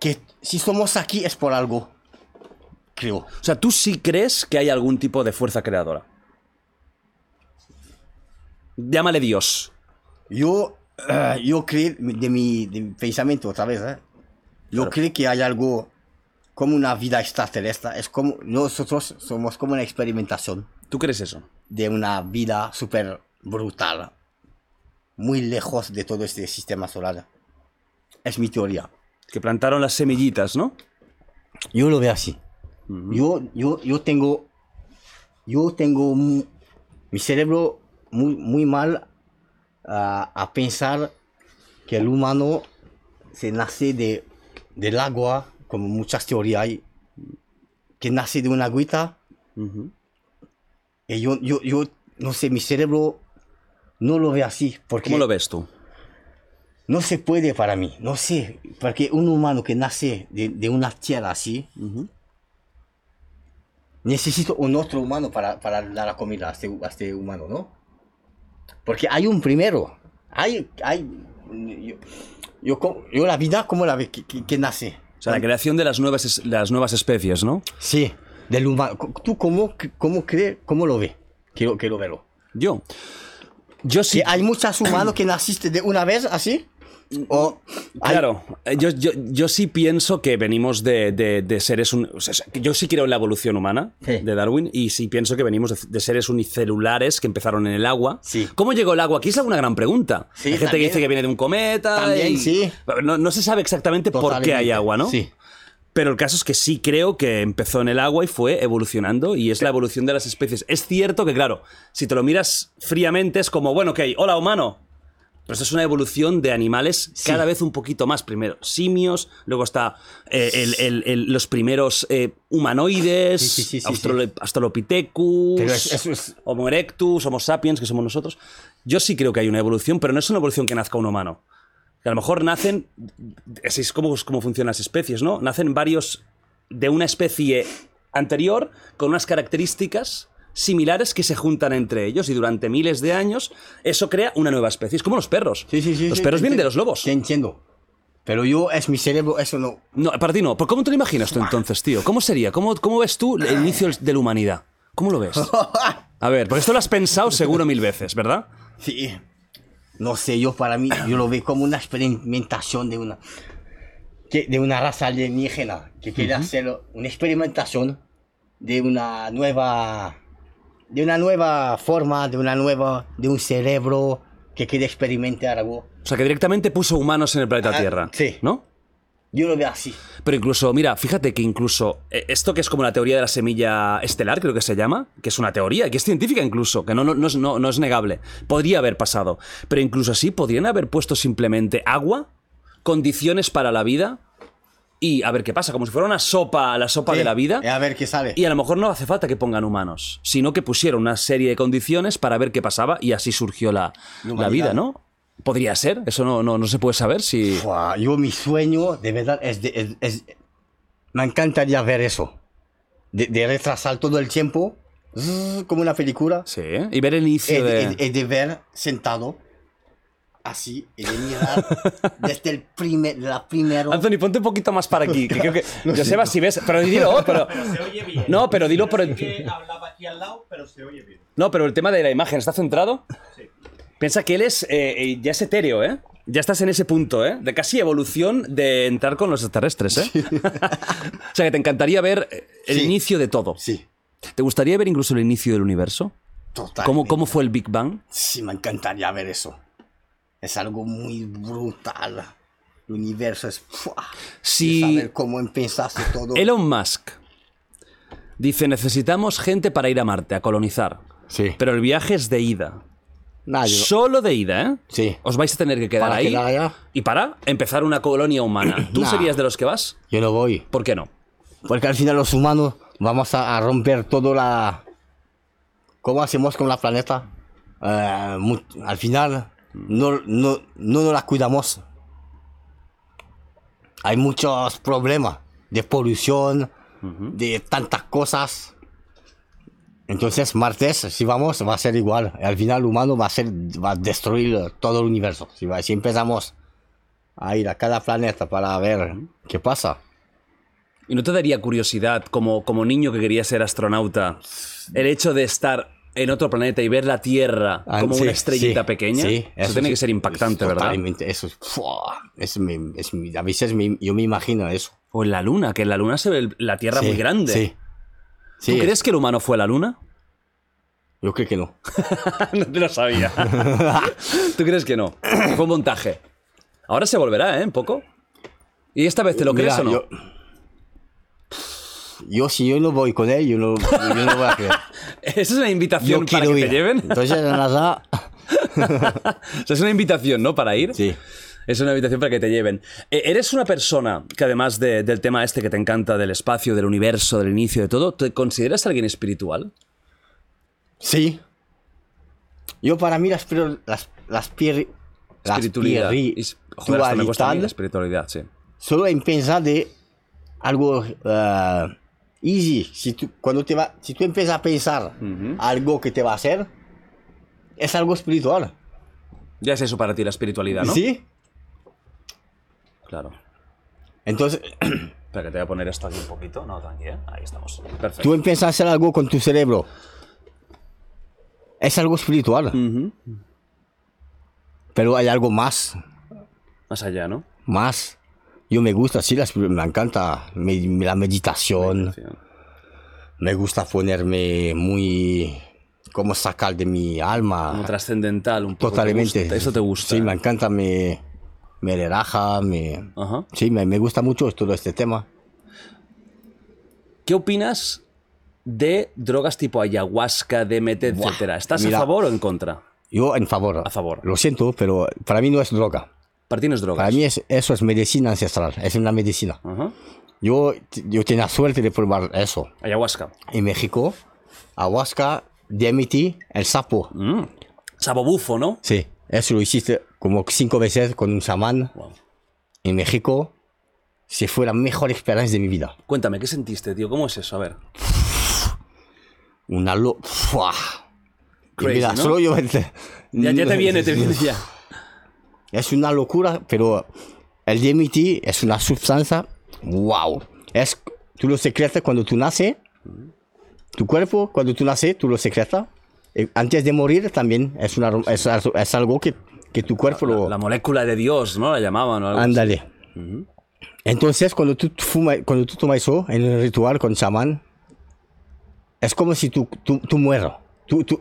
C: que si somos aquí es por algo. Creo.
B: O sea, tú sí crees que hay algún tipo de fuerza creadora. Llámale Dios.
C: Yo. eh, yo creo, de mi, de mi pensamiento otra vez, ¿eh? Yo creo que hay algo como una vida extraterrestre. Es como. Nosotros somos como una experimentación
B: ¿Tú crees eso?
C: de una vida súper brutal. Muy lejos de todo este sistema solar. Es mi teoría.
B: Que plantaron las semillitas, ¿no?
C: Yo lo veo así. yo, yo, yo tengo. Yo tengo. mu- Mi cerebro muy, muy mal ah, a pensar que el humano se nace de, del agua, como muchas teorías hay, que nace de una agüita. Y yo, yo, yo, no sé, mi cerebro no lo ve así. Porque
B: ¿Cómo lo ves tú?
C: no se puede para mí, no sé, porque un humano que nace de, de una tierra así, necesito un otro humano para, para dar la comida a este, a este humano, ¿no? Porque hay un primero, hay, hay, yo, yo, co- yo la vida como la ve que, que- que nace,
B: sea, la creación de las nuevas, es- las nuevas especies, ¿no?
C: Sí, del humano. Co- ¿Tú cómo, cre- cómo crees, cómo lo ves? Quiero, quiero verlo.
B: Yo. Yo sí.
C: Que hay muchos humanos que naciste de una vez así. O hay-
B: Mm, Claro, eh, yo, yo- yo sí pienso que venimos de, de- de seres... un- o sea, yo sí creo en la evolución humana
C: Sí.
B: de Darwin y sí pienso que venimos de, de seres unicelulares que empezaron en el agua.
C: Sí.
B: ¿Cómo llegó el agua aquí? Es una gran pregunta.
C: Sí,
B: Hay gente que
C: también.
B: dice que viene de un cometa.
C: También,
B: y-
C: sí.
B: No, no se sabe exactamente por qué hay
C: totalmente.
B: agua, ¿no?
C: Sí.
B: Pero el caso es que sí creo que empezó en el agua y fue evolucionando y es la evolución de las especies. Es cierto que, claro, si te lo miras fríamente es como, bueno, ok, hola humano. Pero esto es una evolución de animales cada vez un poquito más. Primero simios, luego está eh, el- el- el- los primeros eh, humanoides,
C: Sí, sí, sí, sí,
B: Australo- Australopithecus,
C: Pero es- eso es-
B: Homo erectus, Homo sapiens, que somos nosotros. Yo sí creo que hay una evolución, pero no es una evolución que nazca un humano. Que a lo mejor nacen. Así es como, como funcionan las especies, ¿no? Nacen varios de una especie anterior con unas características similares que se juntan entre ellos y durante miles de años eso crea una nueva especie. Es como los perros.
C: Sí, sí, sí,
B: los
C: sí,
B: perros
C: te
B: vienen de
C: entiendo.
B: los lobos.
C: Te entiendo. Pero yo, es mi cerebro, eso no.
B: No, para ti no. ¿Por cómo te lo imaginas tú entonces, tío? ¿Cómo sería? ¿Cómo, cómo ves tú el inicio de la humanidad? ¿Cómo lo ves? A ver, porque esto lo has pensado seguro mil veces, ¿verdad?
C: Sí. No sé, yo para mí, yo lo veo como una experimentación de una, que- de una raza alienígena que quiere hacer una experimentación de una nueva, de una nueva forma, de una nueva, de un cerebro que quiere experimentar algo.
B: O sea, que directamente puso humanos en el planeta
C: Ah,
B: Tierra.
C: sí.
B: ¿No?
C: Yo lo veo así.
B: Pero incluso, mira, fíjate que incluso eh, esto que es como la teoría de la semilla estelar, creo que se llama, que es una teoría, que es científica incluso, que no, no, no es, no- no es negable, podría haber pasado. Pero incluso así, podrían haber puesto simplemente agua, condiciones para la vida y a ver qué pasa, como si fuera una sopa, la sopa de la vida.
C: Eh, A ver qué sale.
B: Y a lo mejor no hace falta que pongan humanos, sino que pusieron una serie de condiciones para ver qué pasaba y así surgió la, la
C: humanidad.
B: vida, ¿no? Podría ser, eso no, no, no se puede saber si...
C: Fua, yo mi sueño, de verdad, es, de- es- es- me encantaría ver eso. De, de retrasar todo el tiempo, zzz, como una película.
B: Sí, ¿eh? y ver el
C: Y
B: inicio
C: de,
B: de...
C: y de ver sentado, así, y de mirar desde el primer, la primera...
B: Anthony, ponte un poquito más para aquí. Que creo que... Joseba, si ves. Pero dilo, pero. No, pero dilo por el.
D: hablaba aquí al lado, pero se oye bien.
B: No, pero el tema de la imagen, ¿está centrado? Piensa que él es. eh, eh, ya es etéreo, ¿eh? Ya estás en ese punto, ¿eh? De casi evolución de entrar con los extraterrestres, ¿eh? o sea, que te encantaría ver eh, el
C: Sí.
B: inicio de todo.
C: Sí,
B: ¿Te gustaría ver incluso el inicio del universo?
C: total.
B: ¿Cómo, ¿Cómo fue el Big Bang?
C: Sí, me encantaría ver eso. Es algo muy brutal. El universo es... fua,
B: Si-
C: Saber cómo empezaste todo.
B: Elon Musk dice: necesitamos gente para ir a Marte, a colonizar.
C: Sí.
B: Pero el viaje es de ida.
C: Nada, Ah, yo-
B: Solo de ida, ¿eh?
C: Sí.
B: Os vais a tener que quedar
C: Para
B: ahí.
C: quedar allá.
B: Y para empezar una colonia humana. ¿Tú
C: Nah.
B: serías de los que vas?
C: yo no voy.
B: ¿Por qué no?
C: Porque al final los humanos vamos a, a romper todo la... ¿Cómo hacemos con la planeta? Eh, mu- al final no, no, no nos la cuidamos. Hay muchos problemas de polución, de tantas cosas. Entonces, martes, si vamos, va a ser igual. Al final, el humano va a, ser, va a destruir todo el universo. Si, va- si empezamos a ir a cada planeta para ver qué pasa.
B: ¿Y no te daría curiosidad, como, como niño que quería ser astronauta, el hecho de estar en otro planeta y ver la Tierra
C: Ah,
B: como
C: sí,
B: una estrellita
C: sí,
B: pequeña?
C: sí,
B: eso, tiene
C: sí.
B: que ser impactante, ¿verdad?
C: Totalmente, eso es, ¡fua! Es mi- es mi- a veces mi- yo me imagino eso.
B: O en la Luna, que en la Luna se ve el- la Tierra
C: Sí,
B: muy grande.
C: Sí.
B: ¿Tú
C: Sí,
B: crees que el humano fue a la Luna?
C: Yo creo que no.
B: no te lo sabía. ¿Tú crees que no? Fue un montaje. Ahora se volverá, ¿eh? Un poco. ¿Y esta vez te lo
C: Mira,
B: crees o no?
C: Yo, yo si yo no voy con él, yo no, yo no voy a creer.
B: Esa es una
C: Yo
B: invitación para
C: quiero
B: que
C: ir.
B: te lleven.
C: Entonces, nada,
B: O sea, es una invitación, ¿no? Para ir.
C: sí.
B: Es una invitación para que te lleven. Eh, eres una persona que además de- del tema este que te encanta, del espacio, del universo, del inicio, de todo, ¿te consideras alguien espiritual?
C: Sí. Yo para mí las prior- las las pier- la
B: Espiritualidad. Es- Joder, esto me cuesta a mí, ¿eh? la
C: espiritualidad
B: espiritualidad, sí.
C: solo en pensar de algo eh, easy. Si tú, cuando te va, si tú empiezas a pensar algo que te va a hacer, es algo espiritual.
B: Ya es eso para ti, la espiritualidad, ¿no?
C: ¿Sí?
B: Claro.
C: Entonces,
B: Espera, que te voy a poner esto aquí un poquito. No, tranquila. Ahí estamos. Perfecto.
C: tú empiezas a hacer algo con tu cerebro. Es algo espiritual.
B: Mm.
C: Pero hay algo más.
B: Más allá, ¿no?
C: Más. Yo me gusta, sí, la espir- me encanta me- la meditación. Me gusta ponerme muy. como sacar de mi alma.
B: Como trascendental un poco. ¿Te
C: Totalmente.
B: gusta? Eso te gusta.
C: Sí, me encanta, me, me relaja, me...
B: Ajá.
C: Sí, me, me gusta mucho todo este tema.
B: ¿Qué opinas de drogas tipo ayahuasca, DMT,
C: Buah,
B: etcétera? ¿Estás
C: mira.
B: a favor o en contra?
C: Yo en favor.
B: A favor.
C: Lo siento, pero para mí no es droga.
B: Para ti no es drogas.
C: Para mí es, eso es medicina ancestral, es una medicina.
B: Ajá.
C: Yo, yo tenía suerte de probar eso.
B: Ayahuasca.
C: En México, ayahuasca, DMT, el sapo.
B: Mm. Sabobufo, ¿no?
C: Sí, eso lo hiciste como cinco veces con un chamán
B: Wow.
C: en México. Se fue la mejor experiencia de mi vida.
B: Cuéntame, ¿qué sentiste, tío? ¿Cómo es eso? A ver.
C: Una lo... ¡Fua! Y
B: Crazy,
C: mira,
B: ¿no?
C: solo yo... Mm,
B: Ya, ya te viene, te viene ya.
C: Es una locura, pero el DMT es una sustancia... ¡Wow! Es, tú lo secretas cuando tú naces. Tu cuerpo, cuando tú naces, tú lo secretas. Y Antes de morir también es, una, es, es algo que, que tu cuerpo lo...
B: La molécula de Dios, ¿no? La llamaban. o algo así.
C: Ándale. Entonces, cuando tú, fumas, cuando tú tomas eso en el ritual con chamán, es como si tú, tú, tú mueras. Tú, tú,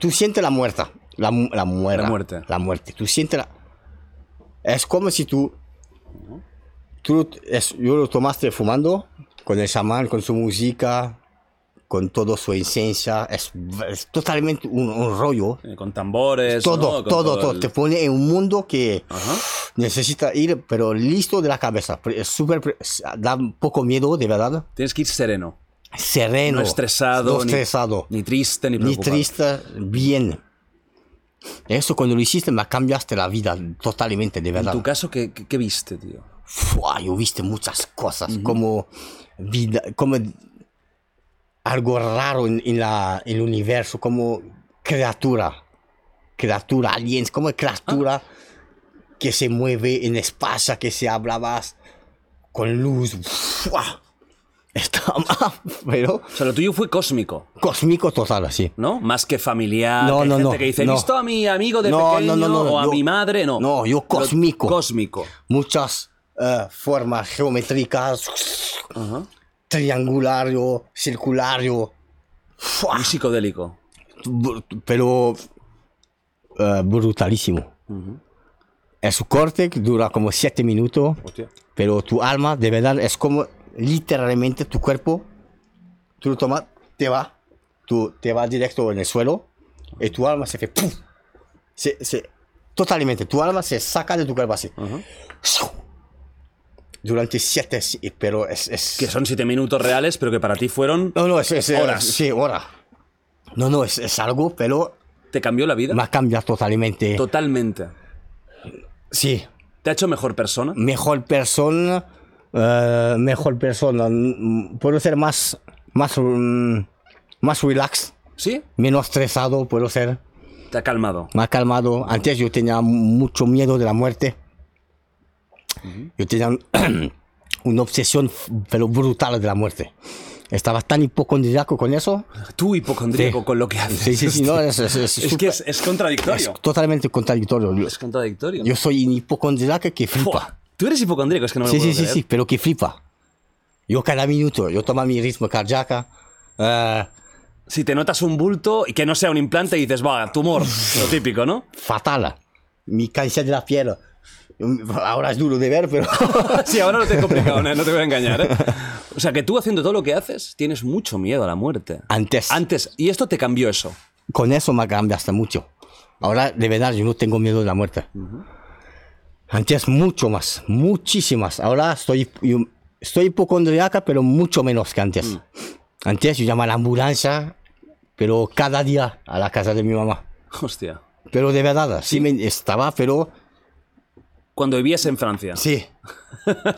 C: tú sientes la muerte. La, mu- la muera.
B: La muerte.
C: La muerte. Tú sientes la... Es como si tú... tú es- yo lo tomaste fumando con el chamán, con su música, con toda su esencia. Es, es totalmente un, un rollo.
B: Eh, Con tambores. ¿no?
C: Todo,
B: Con
C: todo, todo.
B: el-
C: Te pone en un mundo que...
B: Ajá.
C: Necesita ir, pero listo de la cabeza. pre- Es súper. pre- Da un poco miedo, de verdad.
B: Tienes que ir sereno.
C: Sereno.
B: No estresado,
C: No
B: ni-
C: estresado. Ni,
B: Ni triste, ni preocupado.
C: triste, bien. Eso cuando lo hiciste me cambiaste la vida totalmente, de
B: En
C: verdad.
B: tu caso, ¿qué, qué- qué viste, tío?
C: Fua, yo viste muchas cosas, como vida, como algo raro en, en la, en el universo, como criatura, criatura, aliens, como criatura que se mueve en espacio, que se hablaba con luz. Fua. Está mal, pero
B: O sea, lo tuyo fue cósmico,
C: cósmico total, así.
B: ¿no? Más que familiar.
C: No,
B: que hay
C: no,
B: gente
C: no,
B: que dice,
C: no.
B: he visto a mi amigo de
C: No,
B: pequeño
C: no, no, no,
B: o a
C: yo-
B: mi madre, no.
C: no, yo
B: Lo-
C: cósmico.
B: Cósmico.
C: Muchas eh, formas geométricas,
B: Ajá.
C: triangulario, circulario. Fua.
B: Un psicodélico.
C: br- pero eh, brutalísimo. Es un corte que dura como 7 minutos,
B: Hostia.
C: pero tu alma de verdad es como literalmente tu cuerpo, tú lo tomas, te va, tú te va directo en el suelo y tu alma se hace ¡puf! Se, se- totalmente, tu alma se saca de tu cuerpo así.
B: Ajá.
C: Durante 7, pero es... es
B: Que son siete minutos reales, pero que para ti fueron...
C: no, no, es, es- es-
B: Horas.
C: Sí, horas. No, no, es, es algo, pero
B: ¿Te cambió la vida?
C: me ha cambiado totalmente.
B: Totalmente.
C: sí.
B: ¿Te ha hecho mejor persona?
C: mejor persona, eh, mejor persona, mm, puedo ser más, más, mm, más relax,
B: ¿Sí?
C: menos estresado, puedo ser
B: Te ha calmado.
C: más calmado. Antes yo tenía mucho miedo de la muerte. Yo tenía un- una obsesión, pero brutal de la muerte. Estaba tan hipocondriaco con eso.
B: Tú hipocondríaco
C: Sí.
B: con lo que haces.
C: Sí, sí, sí, no, es, es- es
B: Es que
C: súper-
B: es, es contradictorio.
C: es totalmente contradictorio. Yo,
B: Es contradictorio.
C: yo soy un hipocondriaco que flipa.
B: Buah, Tú eres hipocondríaco, es que no me lo
C: Sí,
B: puedo
C: sí, sí,
B: creer.
C: sí, pero que flipa. Yo cada minuto, yo tomo mi ritmo cardíaco. eh,
B: Si te notas un bulto y que no sea un implante y dices, va, tumor, lo típico, ¿no?
C: fatal. Mi cáncer de la piel. Ahora es duro de ver, pero...
B: Sí, ahora no te he complicado, no no te voy a engañar. ¿eh? O sea, que tú haciendo todo lo que haces, tienes mucho miedo a la muerte.
C: Antes,
B: Antes, y esto te cambió eso.
C: con eso me cambiaste mucho. Ahora, de verdad, yo no tengo miedo de la muerte. Antes mucho más, muchísimas. Ahora estoy, yo, estoy hipocondriaca, pero mucho menos que antes.
B: Mm.
C: Antes yo llamaba a la ambulancia, pero cada día a la casa de mi mamá.
B: Hostia.
C: Pero de verdad, sí, me estaba, pero
B: Cuando vivías en Francia.
C: Sí.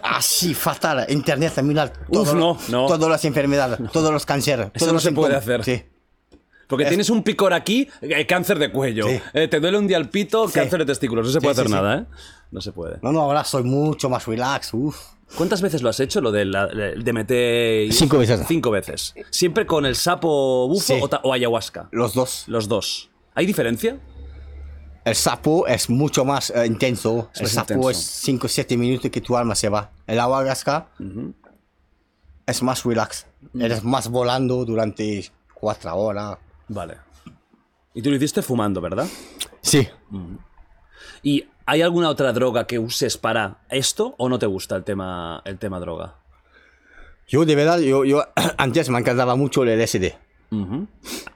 C: Así, fatal. Internet también. la- todo-
B: no, no.
C: Todas las enfermedades, todos los cánceres. todos
B: no
C: los
B: se puede
C: síntomas.
B: hacer.
C: Sí.
B: Porque tienes un picor aquí, eh, cáncer de cuello.
C: Sí.
B: Eh, te duele un día el pito,
C: Sí.
B: cáncer de testículos. No se puede
C: Sí,
B: hacer
C: sí, sí.
B: nada, ¿eh? No se puede.
C: No, no, ahora soy mucho más relax. Uf.
B: ¿Cuántas veces lo has hecho, lo de, la- de meter...
C: Cinco veces.
B: Cinco veces. ¿Siempre con el sapo bufo
C: Sí.
B: o, ta- o ayahuasca?
C: Los dos.
B: Los dos. ¿Hay diferencia?
C: El sapo es mucho más eh, intenso.
B: Es
C: el
B: más
C: sapo
B: intenso.
C: es 5 o 7 minutos que tu alma se va. El ayahuasca es más relax.
B: Mm.
C: Eres más volando durante 4 horas.
B: Vale. Y tú lo hiciste fumando, ¿verdad?
C: Sí.
B: ¿Y hay alguna otra droga que uses para esto o no te gusta el tema, el tema droga?
C: Yo de verdad, yo, yo antes me encantaba mucho el LSD.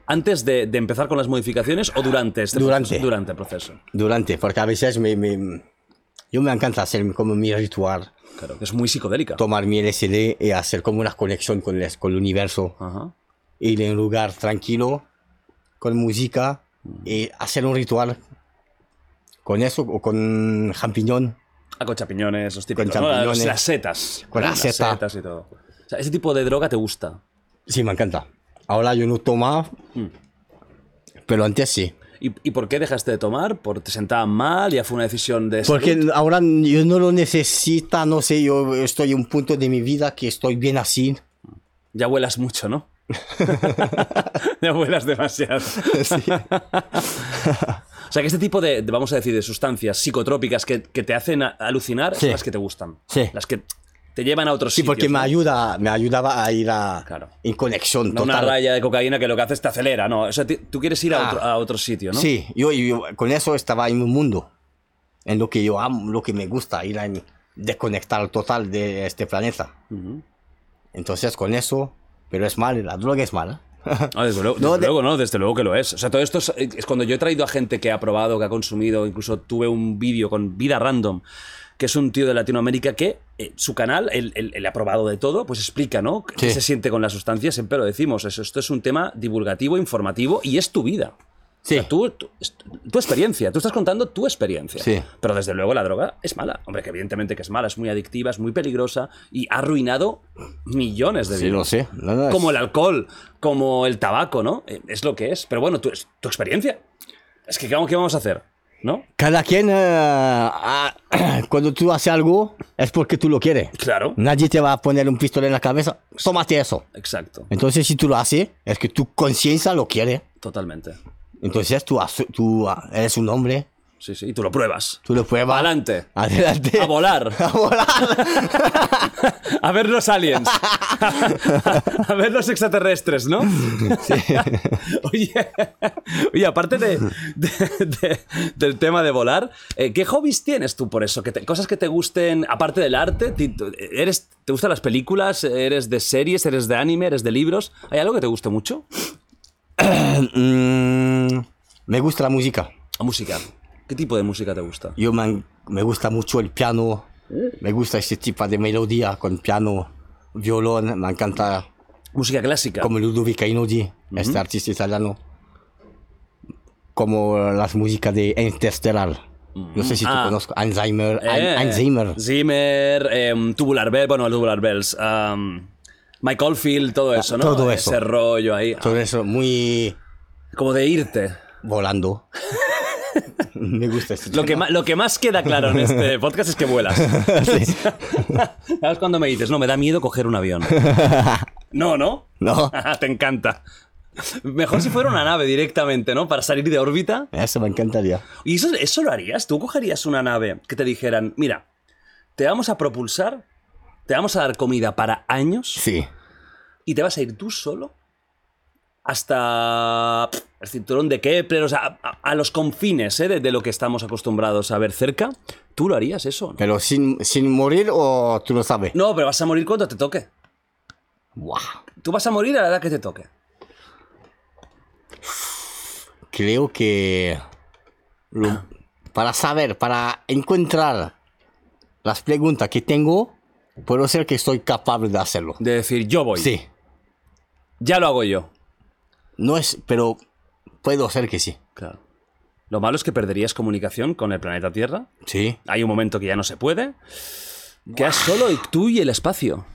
B: ¿Antes de, de empezar con las modificaciones o durante este
C: Durante.
B: proceso? Durante el proceso.
C: Durante, porque a veces me, me- yo me encanta hacer como mi ritual.
B: Claro, que es muy psicodélica.
C: Tomar mi LSD y hacer como una conexión con el, con el universo.
B: Ajá.
C: ir en un lugar tranquilo, con música, y hacer un ritual. Con eso, o con champiñón.
B: Ah, con champiñones, los típicos,
C: Con
B: ¿no? Las-
C: champiñones.
B: Las setas.
C: Con la
B: Las
C: seta.
B: setas y todo. O sea, ese tipo de droga te gusta.
C: Sí, me encanta. Ahora yo no tomaba, pero antes sí.
B: ¿Y, y por qué dejaste de tomar? ¿Por te sentaban mal? ¿Ya fue una decisión de
C: Porque
B: salud?
C: ahora yo no lo necesita, no sé, yo estoy en un punto de mi vida que estoy bien así.
B: Ya vuelas mucho, ¿no? ya vuelas demasiado.
C: Sí.
B: O sea, que este tipo de, de, vamos a decir, de sustancias psicotrópicas que, que te hacen a- alucinar
C: Sí.
B: son las que te gustan.
C: Sí.
B: Las que te llevan a otros
C: Sí,
B: sitios.
C: porque me
B: ¿no?
C: ayuda, me ayudaba a ir a
B: Claro.
C: en conexión
B: No una
C: total.
B: raya de cocaína que lo que hace es te acelera, no. O sea, ti- tú quieres ir a,
C: Ah.
B: otro, a otro sitio, ¿no?
C: Sí, yo, yo con eso estaba en un mundo, en lo que yo amo, lo que me gusta, ir a desconectar total de este planeta. Entonces con eso, pero es mal, la droga es mala.
B: Ah, desde luego,
C: No,
B: desde
C: de-
B: luego, no, desde luego que lo es. O sea, todo esto es, es cuando yo he traído a gente que ha probado, que ha consumido, incluso tuve un vídeo con Vida Random, que es un tío de Latinoamérica que eh, su canal, él, él- él ha probado de todo, pues explica, ¿no? ¿Qué
C: Sí.
B: se siente con la sustancia? Siempre lo decimos, eso, esto es un tema divulgativo, informativo y es tu vida.
C: Sí.
B: O sea, tú- tú- es tu experiencia, tú estás contando tu experiencia.
C: Sí.
B: Pero desde luego la droga es mala. Hombre, que evidentemente que es mala, es muy adictiva, es muy peligrosa y ha arruinado millones de
C: Sí,
B: vidas
C: lo sé. No, no, es-
B: como el alcohol, como el tabaco, ¿no? Eh, Es lo que es. Pero bueno, tu, es tu experiencia. Es que, ¿cómo- ¿qué vamos a hacer? ¿No?
C: Cada quien, eh, ah, cuando tú haces algo, es porque tú lo quieres.
B: Claro.
C: Nadie te va a poner un pistola en la cabeza, tómate eso.
B: Exacto,
C: Entonces si tú lo haces, es que tu conciencia lo quiere.
B: totalmente.
C: Entonces tú, has- tú ah, eres un hombre,
B: Sí, sí, y tú lo pruebas.
C: tú lo pruebas.
B: Adelante.
C: Adelante.
B: A volar.
C: A volar.
B: A ver los aliens. A ver los extraterrestres, ¿no? Oye, oye, aparte de, de- de- del tema de volar, eh, ¿qué hobbies tienes tú por eso? ¿Que te- cosas que te gusten, aparte del arte, ti- eres, ¿te gustan las películas? ¿Eres de series? ¿Eres de anime? ¿Eres de libros? ¿Hay algo que te guste mucho?
C: Mm, me gusta la música.
B: La música. ¿Qué tipo de música te gusta?
C: Yo me, me gusta mucho el piano. Me gusta este tipo de melodía con piano, violón. Me encanta
B: Música clásica.
C: como Ludovica Einaudi, este artista italiano. Como las músicas de Interstellar. No sé si tú
B: Ah.
C: conozco. Alzheimer.
B: Eh,
C: Alzheimer.
B: Zimmer, em, Tubular Bells, bueno, el Tubular Bells. am, Mike Oldfield, todo eso, ¿no?
C: Ah, Todo eso.
B: Ese rollo ahí.
C: Todo eso muy
B: Como de irte.
C: volando. me gusta este
B: Lo que, ma- lo que más queda claro en este podcast es que vuelas. ¿Sabes cuando me dices? No, me da miedo coger un avión. No, ¿no?
C: No,
B: Te encanta. Mejor si fuera una nave directamente, ¿no? Para salir de órbita.
C: eso me encantaría.
B: ¿Y eso, eso lo harías? ¿Tú cogerías una nave que te dijeran, mira, te vamos a propulsar, te vamos a dar comida para años?
C: Sí.
B: y te vas a ir tú solo hasta pf, el cinturón de Kepler, o sea, a, a los confines ¿eh? de, de lo que estamos acostumbrados a ver cerca. ¿Tú lo harías eso? No,
C: Pero sin, sin morir o tú lo sabes.
B: No, pero vas a morir cuando te toque.
C: Buah.
B: Tú vas a morir a la edad que te toque.
C: Creo que lo- para saber, para encontrar las preguntas que tengo, puedo ser que soy capaz de hacerlo.
B: De decir, yo voy.
C: Sí,
B: Ya lo hago yo.
C: no es, pero puedo ser que sí.
B: Claro. Lo malo es que perderías comunicación con el planeta Tierra.
C: Sí.
B: Hay un momento que ya no se puede. Quedas solo y tú y el espacio.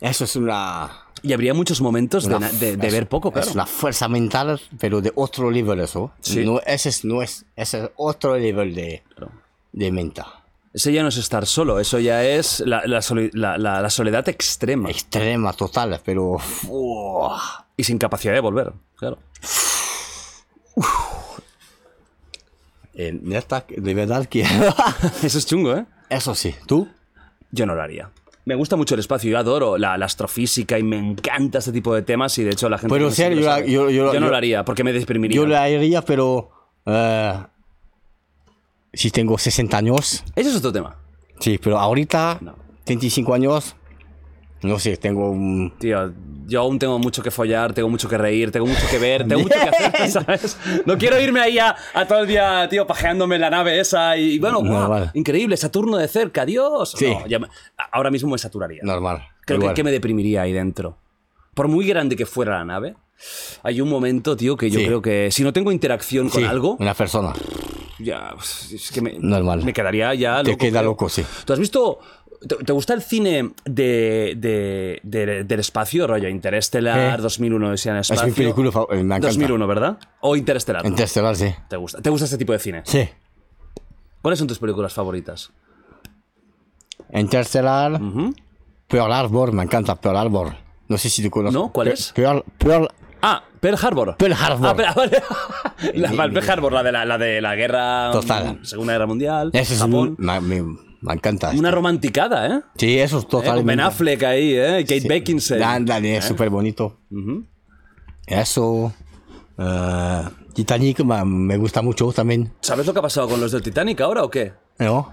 C: Eso es una,
B: Y habría muchos momentos de,
C: una
B: na- de- de
C: es-
B: ver poco, claro.
C: Es una fuerza mental, pero de otro nivel eso.
B: Sí.
C: No, ese es, no es, ese es otro nivel de,
B: Claro.
C: de mental.
B: Ese ya no es estar solo, eso ya es la, la soli- la- la- la soledad extrema
C: Extrema, total, pero. ¡fua!
B: y sin capacidad de volver, claro.
C: Eh, neta, de verdad que.
B: Eso es chungo, ¿eh?
C: Eso sí, tú.
B: Yo no lo haría. Me gusta mucho el espacio, yo adoro la, la astrofísica y me encanta este tipo de temas y de hecho la gente...
C: Puedo
B: que me sigue
C: ser,
B: lo
C: yo la-
B: sabe.
C: yo- yo la-
B: no
C: yo-
B: lo haría porque me deprimiría.
C: Yo lo haría, pero. eh, si tengo 60 años.
B: Ese es otro tema.
C: Sí, pero ahorita.
B: No.
C: 35 años. No sé, tengo. un-
B: Tío, yo aún tengo mucho que follar, tengo mucho que reír, tengo mucho que ver, tengo mucho que hacer, ¿sabes? No quiero irme ahí a, a todo el día, tío, pajeándome en la nave esa y, bueno,
C: No,
B: guau,
C: vale.
B: increíble, Saturno de cerca, Dios.
C: Sí.
B: No, ya me- a- ahora mismo me saturaría.
C: Normal.
B: Creo que,
C: igual.
B: que me deprimiría ahí dentro. Por muy grande que fuera la nave, hay un momento, tío, que yo
C: Sí.
B: creo que si no tengo interacción con
C: Sí,
B: algo,
C: Una persona.
B: ya, pues, es que me,
C: Normal.
B: me quedaría ya loco.
C: Te
B: ¿eh?
C: queda
B: creo.
C: loco, sí.
B: ¿Tú has visto... ¿Te, te gusta el cine de, de- de- del espacio, rollo? Interestelar,
C: Eh.
B: 2001, Odisea en el
C: Es
B: espacio.
C: mi película favorita. Me encanta.
B: 2001, ¿verdad? O Interestelar.
C: Interestelar, sí.
B: ¿Te gusta? ¿Te gusta este tipo de cine?
C: Sí.
B: ¿Cuáles son tus películas favoritas?
C: Interstellar,
B: Ujú.
C: Pearl Harbor, me encanta Pearl Harbor. No sé si tú conoces.
B: No, ¿cuál
C: Pe-
B: es?
C: Pearl, Pearl,
B: Ah, Pearl Harbor.
C: Pearl Harbor.
B: Ah, Pearl- vale. la, vale, Pearl Harbor, la de la, la de la guerra. mm,
C: Total.
B: Segunda Guerra Mundial.
C: Eso es
B: Japón.
C: un- me, me- me encanta.
B: Una romanticada, ¿eh?
C: Sí, eso es
B: Eh, Con
C: totalmente.
B: Ben Affleck ahí, ¿eh? Kate
C: Sí.
B: Beckinsale. Eh.
C: Ándale, es súper bonito.
B: Ujú.
C: Eso. eh, Titanic me, me gusta mucho también.
B: ¿Sabes lo que ha pasado con los del Titanic ahora o qué?
C: ¿No?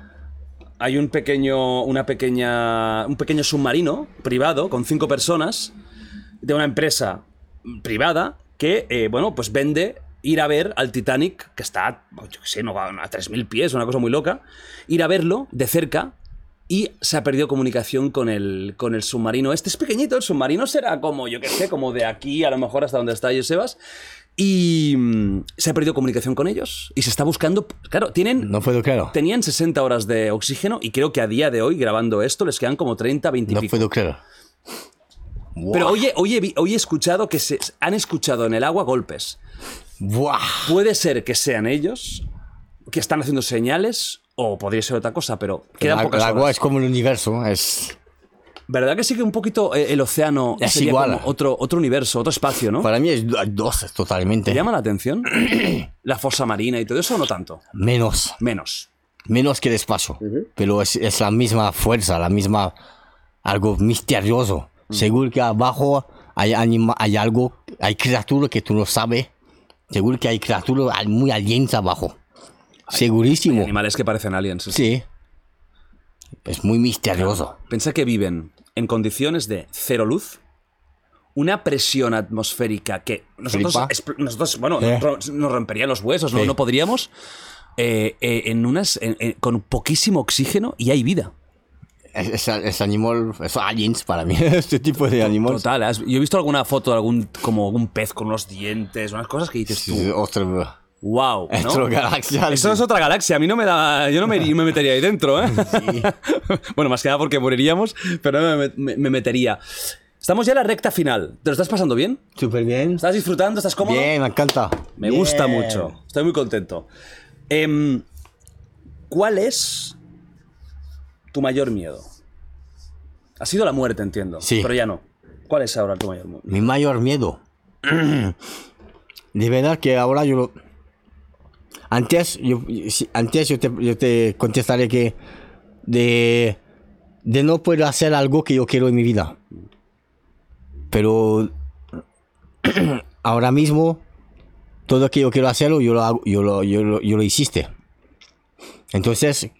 B: Hay un pequeño, una pequeña, un pequeño submarino privado con cinco personas de una empresa privada que, eh, bueno, pues vende ir a ver al Titanic, que está, pues, yo qué sé, no, va a 3.000 pies, una cosa muy loca, ir a verlo de cerca y se ha perdido comunicación con el, con el submarino. Este es pequeñito, el submarino será como, yo qué sé, como de aquí a lo mejor hasta donde está Sebas. Y mm, se ha perdido comunicación con ellos y se está buscando, claro, tienen
C: No puedo creerlo.
B: Tenían 60 horas de oxígeno y creo que a día de hoy, grabando esto, les quedan como 30, 20 y
C: No
B: pico.
C: puedo creerlo.
B: Pero hoy, he- hoy, he, vi- hoy he escuchado que se han escuchado en el agua golpes.
C: ¡Buah!
B: Puede ser que sean ellos que están haciendo señales o podría ser otra cosa, pero quedan
C: La-
B: pocas
C: el agua
B: horas.
C: es como el universo. Es,
B: ¿Verdad que sí que un poquito eh, el océano
C: Es
B: sería
C: igual.
B: como otro, otro universo, otro espacio, no?
C: Para mí es do- dos totalmente.
B: ¿Te llama la atención? La fosa marina y todo eso, o no tanto.
C: Menos.
B: Menos.
C: menos que el espacio, pero es, es la misma fuerza, la misma algo misterioso.
B: Mm.
C: Seguro que abajo hay anima, hay algo, hay criaturas que tú no sabes. Seguro que hay criaturas al- muy aliens abajo. Segurísimo.
B: Animales que parecen aliens. sí.
C: Sí. Es muy misterioso.
B: Pensad que viven en condiciones de cero luz, una presión atmosférica que nosotros,
C: Flipa.
B: expl- nosotros, bueno,
C: Eh.
B: ro- nos romperían los huesos, no,
C: Sí.
B: no podríamos, eh, eh, en unas, en- en- con poquísimo oxígeno y hay vida.
C: Es, es- es animal, es aliens para mí, este tipo de animales.
B: Total, has- yo he visto alguna foto de algún, como algún pez con unos dientes, unas cosas que dices tú,
C: Otra,
B: wow, ¿no?
C: otra galaxia.
B: Eso es otra galaxia, a mí no me da. Yo no me, me metería ahí dentro, ¿eh? bueno, más que nada porque moriríamos, pero no me, me- me metería. Estamos ya en la recta final. ¿Te lo estás pasando bien?
C: Súper bien.
B: ¿Estás disfrutando? ¿Estás cómodo?
C: Bien, me encanta.
B: Me gusta
C: Bien.
B: mucho. Estoy muy contento. Em, ¿Cuál es tu mayor miedo? Ha sido la muerte, entiendo.
C: Sí.
B: Pero ya no. ¿Cuál es ahora tu mayor miedo?
C: Mi mayor miedo. De verdad que ahora yo lo... Antes yo, si- antes yo, te, yo te contestaré que de, de no puedo hacer algo que yo quiero en mi vida. Pero ahora mismo todo lo que yo quiero hacerlo yo lo, hago- yo lo, yo lo- yo lo hiciste. Entonces,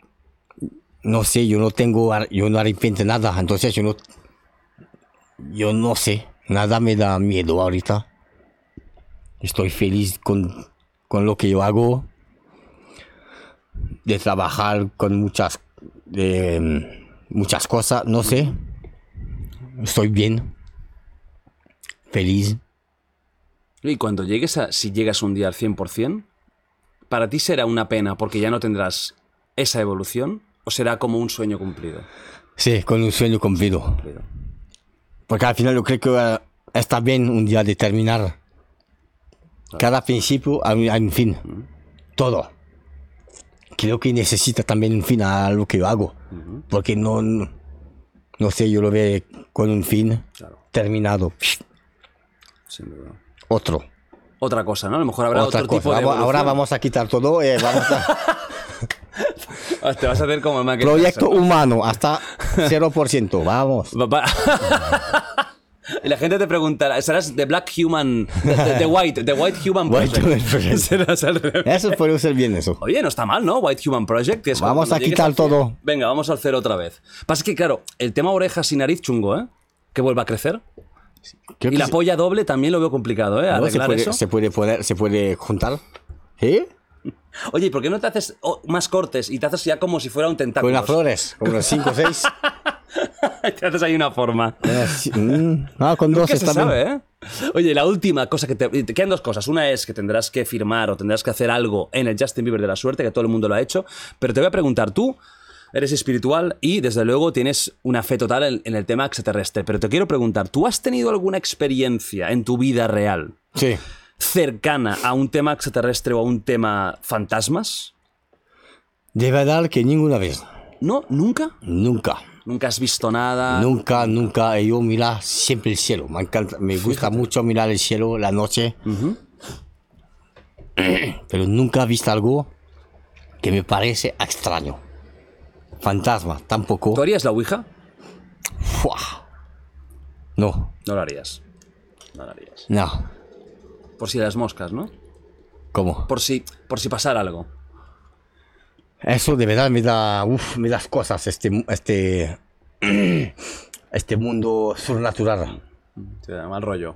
C: no sé, yo no tengo, ar- yo no arrepiento nada. Entonces yo no, yo no sé, nada me da miedo ahorita. Estoy feliz con, con lo que yo hago, de trabajar con muchas, de, muchas cosas, no sé. Estoy bien, feliz.
B: Y cuando llegues a. Si llegas un día al 100%, ¿para ti será una pena porque ya no tendrás esa evolución? ¿O será como un sueño cumplido?
C: Sí, con un sueño cumplido. Porque al final yo creo que eh, está bien un día de terminar. Cada principio hay un, hay un fin. Todo. creo que necesita también un fin a lo que yo hago. Porque no, no sé, yo lo veo con un fin terminado.
B: sin duda.
C: Otro.
B: Otra cosa, ¿no? A lo mejor habrá
C: otra
B: otro
C: cosa.
B: tipo de.
C: Ahora- Ahora
B: evolución.
C: vamos a quitar todo. eh, vamos a-
B: Ah, Te vas a hacer como el Mac
C: proyecto humano hasta 0%. Vamos.
B: Va- va- Y la gente te preguntará, serás The Black Human, The, the- the White, The White Human
C: White
B: Project.
C: Human Project.
B: Serás al revés.
C: Eso puede ser bien eso.
B: Oye, no está mal, ¿no? White Human Project. que es como
C: Vamos
B: cuando
C: a
B: llegues
C: quitar
B: al cien.
C: todo.
B: Venga, vamos al cero otra vez. Pasa que, claro, el tema orejas y nariz chungo, ¿eh? Que vuelva a crecer.
C: Creo
B: Y
C: que
B: la
C: se-
B: polla doble también lo veo complicado, ¿eh?
C: ¿no? se,
B: Arreglar
C: puede,
B: eso.
C: se puede poner, se puede juntar. ¿Eh?
B: Oye, ¿y por qué no te haces oh, más cortes y te haces ya como si fuera un
C: Con
B: tentáculo?
C: las flores, como los 5 o 6.
B: te haces ahí una forma.
C: Eh, Ah, con dos
B: Nunca se
C: está bien.
B: sabe, ¿eh? Oye, la última cosa que te... te Quedan dos cosas. Una es que tendrás que firmar o tendrás que hacer algo en el Justin Bieber de la suerte, que todo el mundo lo ha hecho. Pero te voy a preguntar, tú eres espiritual y desde luego tienes una fe total en, en el tema extraterrestre. Pero te quiero preguntar, ¿tú has tenido alguna experiencia en tu vida real
C: Sí.
B: cercana a un tema extraterrestre o a un tema fantasmas?
C: De verdad que ninguna vez.
B: ¿No? ¿Nunca?
C: Nunca.
B: ¿Nunca has visto nada?
C: Nunca, nunca. Yo mira siempre el cielo. Me encanta, me gusta mucho mirar el cielo la noche. Pero nunca he visto algo que me parece extraño. Fantasma, tampoco.
B: ¿Tú harías la Ouija?
C: Fua. No,
B: No lo harías. No lo harías.
C: no.
B: Por si las moscas, ¿no?
C: ¿Cómo?
B: Por si, por si pasara algo.
C: Eso de verdad me da, uf, me da cosas este, mu- este, este mundo sobrenatural.
B: Te da mal rollo.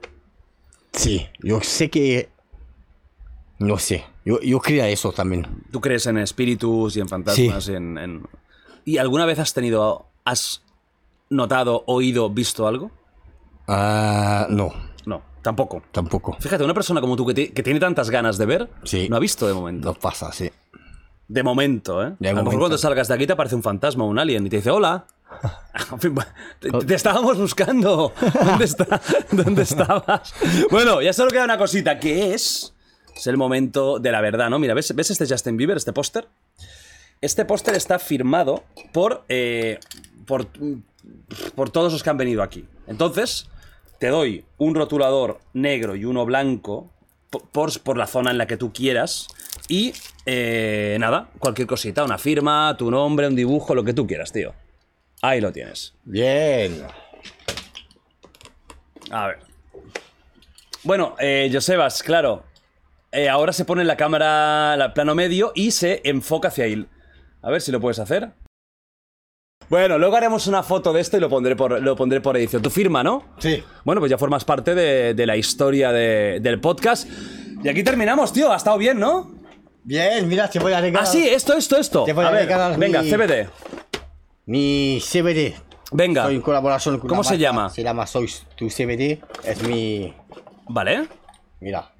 C: Sí, yo sé que, no sé, yo, yo creía eso también.
B: Tú crees en espíritus y en fantasmas y en, en- ¿Y alguna vez has tenido... has notado, oído, visto algo?
C: Ah, no,
B: No, tampoco.
C: tampoco.
B: Fíjate, una persona como tú que, ti- que tiene tantas ganas de ver,
C: Sí.
B: no ha visto de momento.
C: No pasa, sí.
B: De momento, ¿eh?
C: De
B: a lo mejor
C: momento.
B: cuando salgas de aquí te aparece un fantasma, un alien, y te dice, hola. Te, te estábamos buscando. ¿Dónde, está- ¿Dónde estabas? Bueno, ya solo queda una cosita, que es... Es el momento de la verdad, ¿no? Mira, ¿ves, ves este Justin Bieber, este póster? Este póster está firmado por, eh, por, por todos los que han venido aquí. Entonces, te doy un rotulador negro y uno blanco po- por, por la zona en la que tú quieras. Y eh, nada, cualquier cosita, una firma, tu nombre, un dibujo, lo que tú quieras, tío. Ahí lo tienes.
C: Bien.
B: A ver. Bueno, eh, Josebas, claro. eh, ahora se pone la cámara al plano medio y se enfoca hacia él. A ver si lo puedes hacer. Bueno, luego haremos una foto de esto y lo pondré por, lo pondré por edición. Tu firma, ¿no?
C: Sí.
B: Bueno, pues ya formas parte de, de la historia de- del podcast. Y aquí terminamos, tío. Ha estado bien, ¿no?
C: Bien, mira, te voy a regalar
B: Ah, sí, esto, esto, esto.
C: Te voy a
B: ver,
C: regalar
B: venga,
C: mi-
B: CBD.
C: mi CBD.
B: Venga.
C: Soy en colaboración con una
B: ¿Cómo se
C: marca,
B: llama?
C: Se llama Soy tu CBD. Es mi,
B: Vale.
C: mira,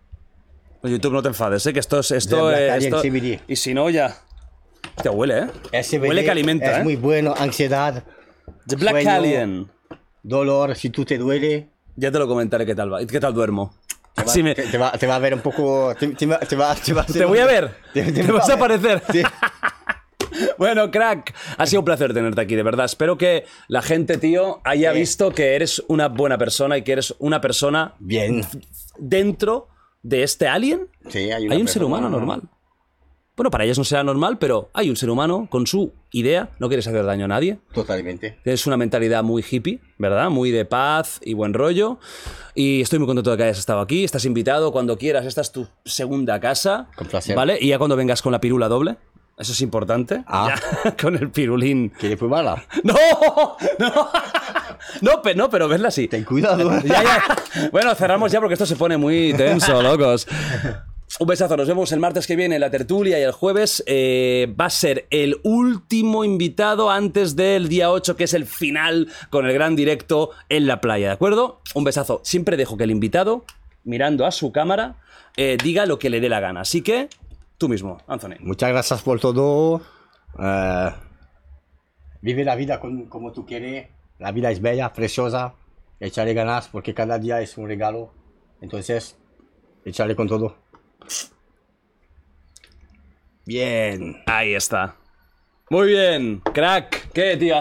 B: YouTube, no te enfades, ¿eh? que esto es. Esto,
C: Black
B: eh,
C: Alien
B: esto-
C: CBD.
B: Y si no, ya. Te huele, ¿eh?
C: El CBD
B: huele que alimenta,
C: es
B: ¿eh?
C: muy bueno, ansiedad,
B: The Black
C: sueño.
B: Alien.
C: dolor, si tú te duele,
B: Ya te lo comentaré qué tal va. ¿Qué tal duermo?
C: te va,
B: Si me-
C: te, te va, te va a ver un poco, te, te va, te va- te va hacer
B: Te voy
C: un-
B: a ver. Te
C: va
B: vas a
C: ver.
B: aparecer.
C: Sí.
B: Bueno, crack, ha sido un placer tenerte aquí, de verdad. Espero que la gente, tío, haya visto que eres una buena persona y que eres una persona
C: Bien.
B: dentro de este alien.
C: Sí,
B: Hay,
C: una
B: un ser
C: persona-
B: humano normal. Bueno, para ellos no será normal, pero hay un ser humano con su idea. No quieres hacer daño a nadie.
C: Totalmente.
B: Tienes una mentalidad muy hippie, ¿verdad? Muy de paz y buen rollo. Y estoy muy contento de que hayas estado aquí. Estás invitado cuando quieras. Esta es tu segunda casa.
C: Con placer.
B: ¿Vale? Y ya cuando vengas con la pirula doble. Eso es importante.
C: Ah.
B: Ya, con el pirulín.
C: ¿Quieres probarla?
B: ¡No! ¡No! No, pe- no, pero verla así.
C: Ten cuidado.
B: Ya, ya. Bueno, cerramos ya porque esto se pone muy tenso, locos. Un besazo, nos vemos el martes que viene en la tertulia y el jueves eh, va a ser el último invitado antes del día 8, que es el final con el gran directo en la playa, ¿de acuerdo? Un besazo. Siempre dejo que el invitado, mirando a su cámara, eh, diga lo que le dé la gana. Así que tú mismo, Anthony.
C: Muchas gracias por todo. Eh, vive la vida con- como tú quieres. La vida es bella, preciosa. Échale ganas porque cada día es un regalo. Entonces, échale con todo. Bien.
B: Ahí está. Muy bien, crack. ¿Qué, tío? Has